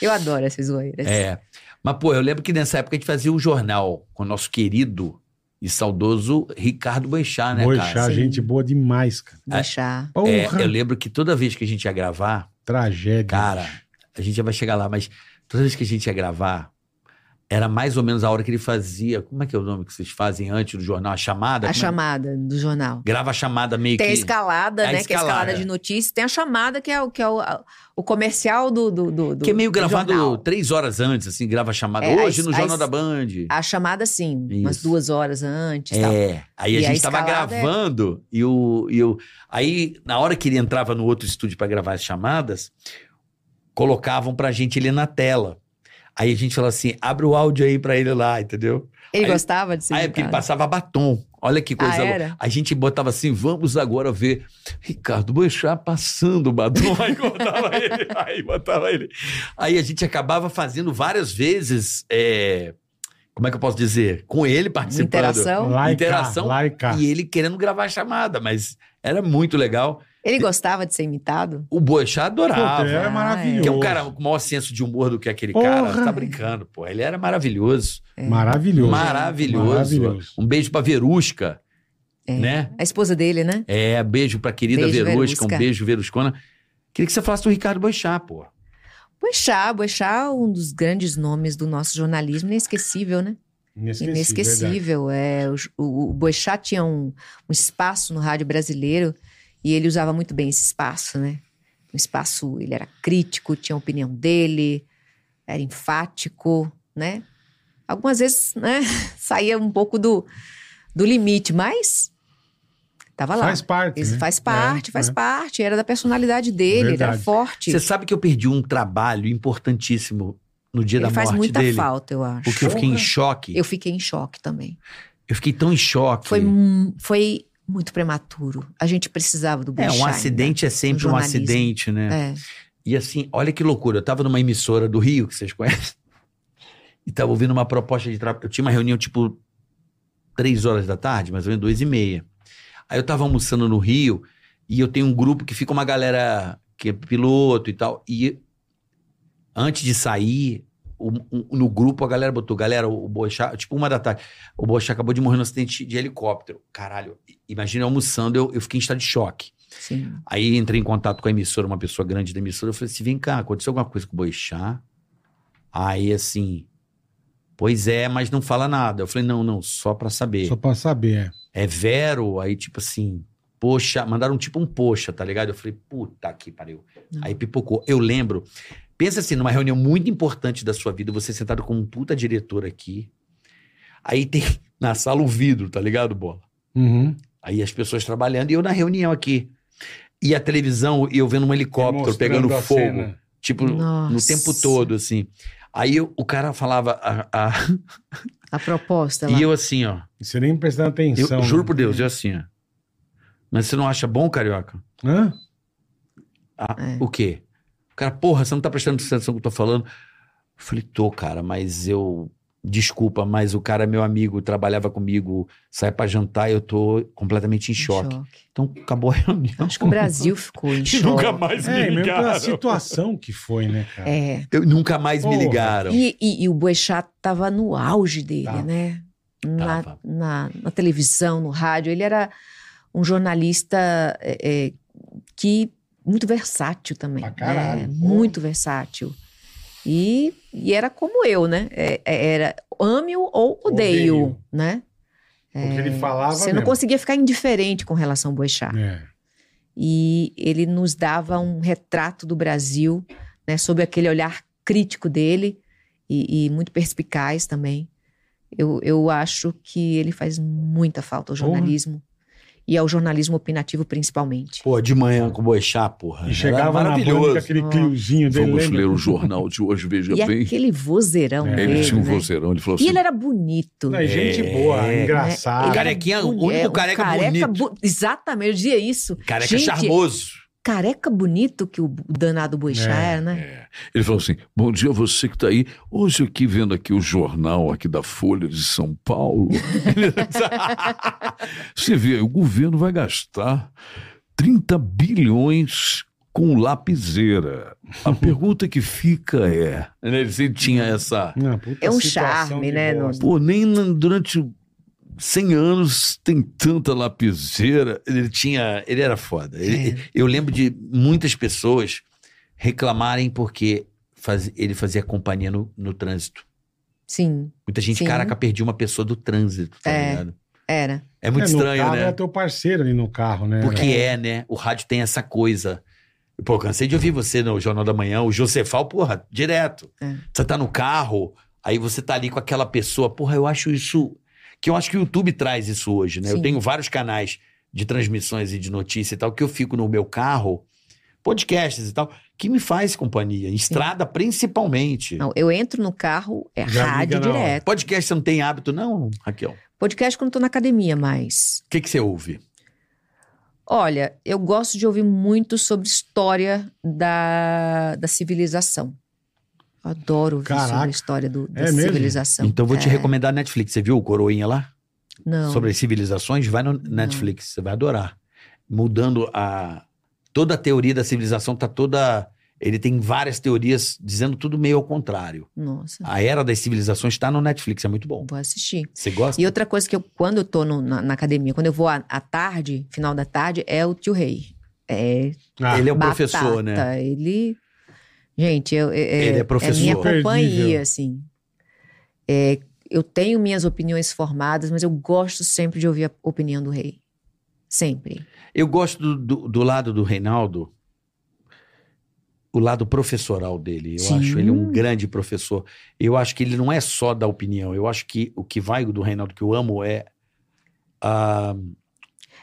Eu adoro essas zoeiras.
É. Mas, pô, eu lembro que nessa época a gente fazia um jornal com o nosso querido e saudoso Ricardo Boixá, né, cara?
Boixá,
Sim.
gente boa demais, cara.
Deixar.
Porra,
É, eu lembro que toda vez que a gente ia gravar,
tragédia.
cara, a gente já vai chegar lá, mas toda vez que a gente ia gravar, era mais ou menos a hora que ele fazia. Como é que é o nome que vocês fazem antes do jornal? A chamada? Como
A
é?
chamada do jornal.
Grava a chamada meio
Tem a
que.
escalada,
É a
né? Que é a escalada
escalada.
de notícias. Tem a chamada, que é o, que é o, a- o comercial do, do, do, do-
que é meio
do
gravado
jornal.
três horas antes, assim, grava a chamada.
É, a
Hoje
es-
no
a
Jornal
es-
da Band.
A chamada, sim, umas
Isso.
duas horas antes. e Tal.
É, aí a
E a
gente tava
escalada é-
gravando e, o, e o, aí na hora que ele entrava no outro estúdio pra gravar as chamadas, colocavam pra gente ele na tela. Aí a gente falava assim, abre o áudio aí pra ele lá, entendeu?
Ele
Aí-
gostava de ser
aí é porque ele
imitado.
passava batom. Olha que coisa
Ah,
louca.
era?
A gente botava assim, vamos agora ver Ricardo Boechat passando o batom. Aí botava ele, aí botava ele. Aí a gente acabava fazendo várias vezes, é, como é que eu posso dizer? Com ele participando.
Interação.
Laica,
Interação
Laica.
E ele querendo gravar a chamada, mas era muito legal.
Ele gostava de ser imitado?
O Boechat adorava.
Puta, era
Ah,
maravilhoso.
que é um cara com maior senso de humor do que aquele
Porra.
cara. Você tá brincando, pô. Ele era maravilhoso.
É.
Maravilhoso.
Maravilhoso.
Maravilhoso.
Um beijo pra Verusca,
É.
né?
A esposa dele, né?
É, beijo pra querida
Beijo,
Verusca,
Verusca.
um beijo, Veruscona. Queria que você falasse do Ricardo Boechat, pô.
Boixá, Boixá é um dos grandes nomes do nosso jornalismo, inesquecível, né?
Inesquecível. verdade.
Inesquecível. É, o, J- o, o Boixá tinha um, um espaço no rádio brasileiro e ele usava muito bem esse espaço, né? Um espaço, ele era crítico, tinha a opinião dele, era enfático, né? Algumas vezes, né, saía um pouco do, do limite, mas tava lá.
Faz parte.
Isso
né?
faz parte,
É,
faz
é.
parte, era da personalidade dele, ele era
Verdade.
forte.
Você sabe que eu perdi um trabalho importantíssimo no dia
ele
da
faz
morte
muita
dele.
falta, eu acho.
Porque eu fiquei em
Porra.
choque. Eu,
Eu fiquei em choque também.
fiquei tão em choque.
Foi, mu- foi muito prematuro. A gente precisava do né?
É,
Bushine.
um acidente é sempre um
jornalismo.
acidente, né?
É.
E assim, olha que loucura. Eu tava numa emissora do Rio, que vocês conhecem, e tava ouvindo uma proposta de trabalho. Eu tinha uma reunião tipo três horas da tarde, mais ou menos duas e meia. Aí eu tava almoçando no Rio, e eu tenho um grupo que fica uma galera que é piloto e tal. E antes de sair, o- o- no grupo a galera botou, galera, o Boixá, tipo uma da tarde, o Boixá acabou de morrer num acidente de helicóptero. Caralho, imagina eu almoçando, eu, eu fiquei em estado de choque.
Sim.
Aí entrei em contato com a emissora, uma pessoa grande da emissora. Eu falei assim: vem cá, aconteceu alguma coisa com o Boixá? Aí assim, pois é, mas não fala nada. Eu falei: não, não, só pra saber.
Só pra saber.
É Vero? Aí tipo assim, Poxa, mandaram tipo um poxa, tá ligado? Eu falei, puta que pariu. Aí pipocou. Eu lembro. Pensa assim, numa reunião muito importante da sua vida, você sentado com um puta diretor aqui. Aí tem na sala o vidro, tá ligado, bola?
Uhum.
Aí as pessoas trabalhando e eu na reunião aqui. E a televisão, e eu vendo um helicóptero
Mostrando
pegando
a
fogo.
cena.
Tipo, no
Nossa.
tempo todo, assim. Aí eu- o cara falava. a- a-
A proposta Então lá.
e eu assim, ó.
E Você nem prestando
Eu
atenção.
juro
né?
por Deus, eu assim, ó. Mas você não acha bom, carioca?
Hã?
Ah,
É.
O quê? O cara, porra, você não tá prestando atenção no que eu tô falando. Eu falei, tô, cara, mas eu. Desculpa, mas o cara é meu amigo, trabalhava comigo, sai pra jantar, eu tô completamente em choque. Então acabou a reunião.
Acho que o Brasil ficou em choque.
Nunca mais me
É, e mesmo pela
ligaram.
situação que foi, né, cara?
É.
Eu, nunca mais me
Porra.
ligaram.
E, e- e o Boechat tava no auge dele,
Tava.
né? Na,
Tava.
na- na televisão, no rádio. Ele era um jornalista é, é, que muito versátil também.
Pra caralho,
né?
pô.
Muito versátil. E, e era como eu, né? É, é, era ame-o ou odeio,
Odeio.
né?
Porque
É,
ele falava
Você não
mesmo.
conseguia ficar indiferente com relação ao Boechat.
É.
e ele nos dava um retrato do Brasil, né, sob aquele olhar crítico dele e, e muito perspicaz também. Eu, eu acho que ele faz muita falta ao
Porra.
jornalismo e ao jornalismo opinativo principalmente.
Pô, de manhã com o Boixá, porra.
E
Era
chegava na banda
assim,
com aquele
Nossa.
cliozinho dele.
Vamos
lembra?
ler o jornal de hoje, veja
E
bem.
aquele vozeirão
É.
Ele
dele,
tinha um
né?
vozeirão, ele falou
E
assim.
ele era bonito.
É, gente
É.
boa,
Ele
O
engraçado.
era
carequinha, o
bonito,
único
é, um
careca bonito.
bu- Exatamente, eu dizia isso.
Careca
Gente,
charmoso.
Careca bonito que o danado Boixá
É.
era, né?
é. Ele falou assim: Bom dia, você que está aí. Hoje aqui vendo aqui o jornal aqui da Folha de São Paulo. você vê, o governo vai gastar 30 bilhões com um lapiseira. A pergunta que fica é:
né, Ele sempre tinha essa.
Não, puta
É um
situação
charme,
de
né,
bosta.
pô,
Nuno?
nem na- durante 100 anos tem tanta lapiseira.
Ele tinha. Ele era foda. Ele-
É.
Eu lembro de muitas pessoas reclamarem porque faz- ele fazia companhia no, no trânsito.
Sim,
Muita gente,
Sim.
caraca, perdi uma pessoa do trânsito, tá
É.
ligado?
era.
É muito
É, no
estranho,
carro
né?
Era teu parceiro ali no carro, né?
Porque é, né? O rádio tem essa coisa. Pô, eu cansei de ouvir você no Jornal da Manhã, o Josefal, porra, direto.
É.
Você tá no carro, aí você tá ali com aquela pessoa, porra, eu acho isso. Que eu acho que o YouTube traz isso hoje, né? Eu
Sim.
tenho vários canais de transmissões e de notícia e tal, que eu fico no meu carro, podcasts e tal, que me faz companhia. em Estrada, principalmente.
Não, eu entro no carro, é
Já
rádio
liga na hora.
direto.
Podcast você não tem hábito, não, Raquel? O
Podcast quando estou na academia, mas.
que, que você ouve?
Olha, eu gosto de ouvir muito sobre história da, da civilização. Eu adoro ouvir sobre
Caraca.
a história do, da
É mesmo?
civilização.
Então, eu vou te
É,
recomendar a Netflix. Você viu o Coroinha lá?
Não.
sobre as civilizações, vai no Netflix, você vai adorar. Mudando a toda a teoria da civilização tá toda ele tem várias teorias dizendo tudo meio ao contrário.
Nossa,
A era das civilizações está no Netflix, é muito bom.
vou assistir.
Você gosta?
E outra coisa que eu, quando eu tô no- na, na academia, quando eu vou à, à tarde, final da tarde, é o tio Rei. É
Ah,
Ele é um
batata.
professor, né?
Ele. Gente, eu, é, é-
Ele é
É minha
professor.
Imperdível.
companhia, assim. É, eu tenho minhas opiniões formadas, mas eu gosto sempre de ouvir a opinião do rei. Sempre.
Eu gosto do, do, do lado do Reinaldo, o lado professoral dele. Eu
Sim.
acho ele um grande professor. Eu acho que ele não é só da opinião. Eu acho que o que vai do Reinaldo que eu amo é a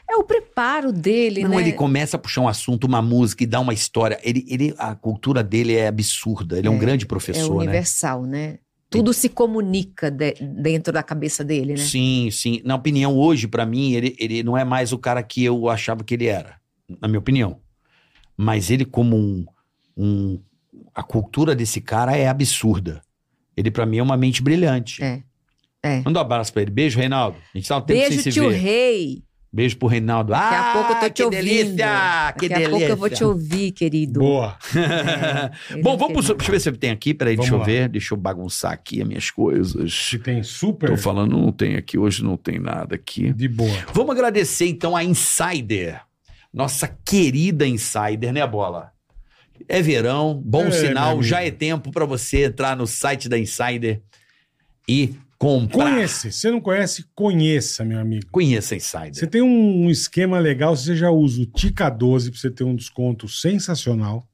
É o preparo dele,
não,
né?
ele começa a puxar um assunto, uma música e dá uma história. Ele, ele, a cultura dele é absurda. Ele é, um
É,
grande
é
professor, né?
universal, né? Tudo se comunica de- dentro da cabeça dele, né?
Sim, sim. Na opinião, hoje, pra mim, ele, ele não é mais o cara que eu achava que ele era, na minha opinião. Mas ele, como um. um- a cultura desse cara é absurda. Ele, pra mim, é uma mente brilhante.
É. É.
Manda um abraço pra ele. Beijo, Reinaldo. A gente tá um tempo
Beijo,
sem se
tio
ver.
Rei.
Beijo pro Reinaldo.
Daqui
ah,
a pouco eu tô te
que
ouvindo.
delícia! Que
Daqui a pouco eu vou te
delícia!
ouvir,
é
querido.
Boa.
Ele
Bom,
é
vamos pro,
querido.
deixa eu ver se tem aqui. Peraí, deixa
Vamos
eu
lá.
ver. Deixa eu bagunçar aqui as minhas coisas.
Se tem super
Tô falando, não tem aqui, hoje não tem nada aqui.
de boa.
Vamos agradecer então a Insider. Nossa querida Insider, né, Bola? É verão, bom
É, meu
sinal,
amigo.
já é tempo para você entrar no site da Insider e comprar.
Conheça. Se você não conhece, conheça, meu amigo.
Conheça a Insider.
Você tem um esquema legal, você já usa o Tica 12 pra você ter um desconto sensacional.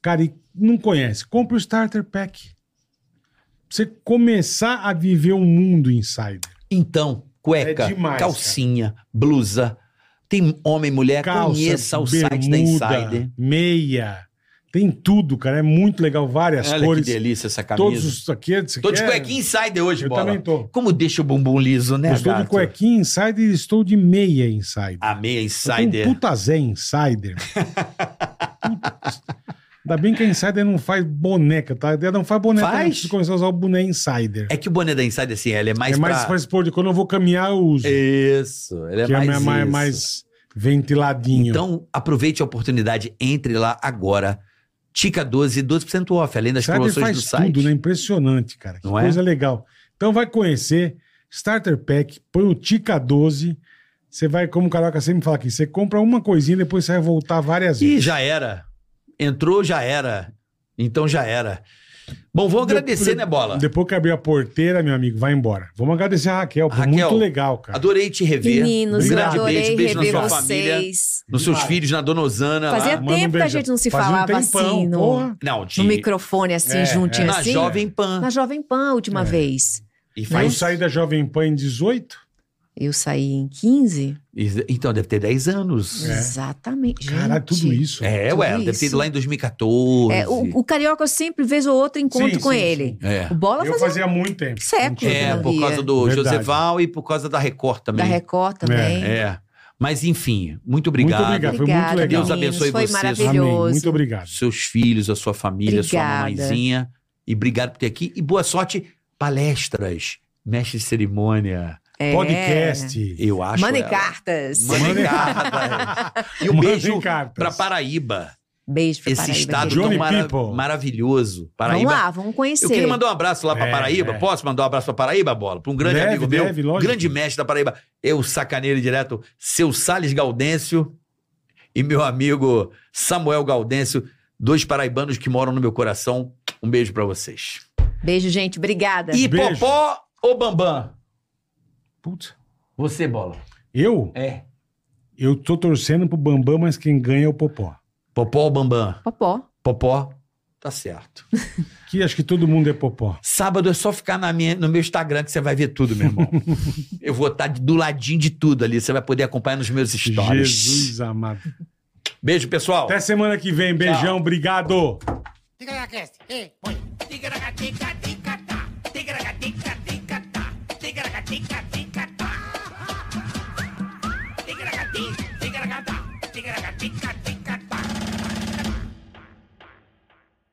Cara, e não conhece, compra o Starter Pack. Pra você começar a viver um mundo insider.
Então, cueca,
É demais,
calcinha, blusa. Tem homem e mulher,
Calça,
É, conheça o site da
bermuda,
Insider.
meia, tem tudo, cara. É muito legal, várias
Olha
cores.
que delícia essa camisa.
Todos os é. aqui, você
Tô de
quer?
cuequinha Insider hoje,
Eu
bola.
também tô.
Como deixa o bumbum liso, né,
Eu estou de
gato?
cuequinha insider e estou de meia insider.
A meia
Eu tenho um
Insider.
Puta Zé insider. Putz. Ainda bem que a insider não faz boneca, tá? Ela não faz boneca,
Faz?
não precisa começar a usar o boné insider.
É que o boné da Insider, assim, ela é mais
é mais
pra...
pra expor de quando eu vou caminhar, eu uso.
Isso, ela é
que
mais
é mais,
isso.
mais ventiladinho.
Então, aproveite a oportunidade, entre lá agora. Tica 12, 12% off, além das
Insider
promoções
faz
do site.
tudo, né? Impressionante, cara. Que
Não é?
coisa legal. Então vai conhecer Starter Pack, põe o Tica 12. Você vai, como o Caraca sempre fala aqui, você compra uma coisinha depois você vai voltar várias
E
vezes.
já era. Entrou, já era. Então já era. Bom, vamos agradecer,
De-
né, Bola?
Depois que abrir a porteira, meu amigo, vai embora. Vamos agradecer a Raquel, pô,
Raquel,
muito legal, cara.
Adorei te rever.
Meninos,
um
eu
grande
adorei
beijo, beijo
rever
na sua família,
vocês.
nos seus
Vai.
filhos, na dona Osana. lá.
Fazia
Manda um
tempo que a
beijo.
gente não se
Fazia um
falava
tempão,
assim no,
porra.
Não, de...
no microfone, assim,
É,
juntinho,
Na
assim.
Jovem
Ah.
Pan.
Na Jovem Pan, a última vez.
E
Aí eu
faz...
saí da Jovem Pan em 18.
Eu saí em 15.
E- Então, deve ter 10 anos. É,
Exatamente.
Caralho,
Gente. Um
tudo isso.
ué,
Tudo
deve ter
isso.
ido lá em 2014.
É, o, o carioca eu sempre vez ou outro encontro
Sim,
com
sim,
ele.
sim.
É.
O Bola
Eu
fazia
fazia muito tempo.
séculos, né,
É,
Não
por
via.
causa do
Verdade.
Joseval e por causa da Record também.
da Record também.
É. Mas, enfim, muito
Muito
obrigado.
obrigado, foi
Obrigada,
muito legal.
Deus
meninos,
abençoe
Foi
vocês.
Amém,
maravilhoso.
muito obrigado.
Seus filhos, a sua família, a sua
Obrigada.
mamãezinha. E obrigado por ter aqui. E boa sorte, palestras, mestre de cerimônia.
É.
Podcast.
Eu acho.
Mandem
ela-
cartas.
Mandem cartas. E um beijo
Mandem cartas.
pra Paraíba.
Beijo pra
Esse
Paraíba,
estado
gente.
tão
Johnny
mara-
People.
maravilhoso.
Vamos
Paraíba.
lá, vamos conhecer.
Eu queria mandar um abraço lá pra
É,
Paraíba.
é.
Posso mandar um abraço pra Paraíba, Bola? Pra um grande
Deve,
amigo
deve,
meu,
lógico.
grande mestre da Paraíba. Eu sacanei ele direto, seu Sales Gaudêncio e meu amigo Samuel Gaudêncio, dois paraibanos que moram no meu coração. Um beijo pra vocês.
Beijo, gente. Obrigada.
E
Beijo.
Popó ou Bambam?
Putz.
Você, Bola.
Eu?
É.
Eu tô torcendo pro Bambam, mas quem ganha é o Popó.
Popó ou Bambam?
Popó.
Popó. Tá certo.
Que acho que todo mundo é Popó.
Sábado é só ficar na minha- no meu Instagram que você vai ver tudo, meu irmão. Eu vou estar do ladinho de tudo ali. Você vai poder acompanhar nos meus stories.
Jesus amado.
Beijo, pessoal.
Até semana que vem. Beijão, obrigado.
Tica na cast. Ei, põe. Tica na tica, tica.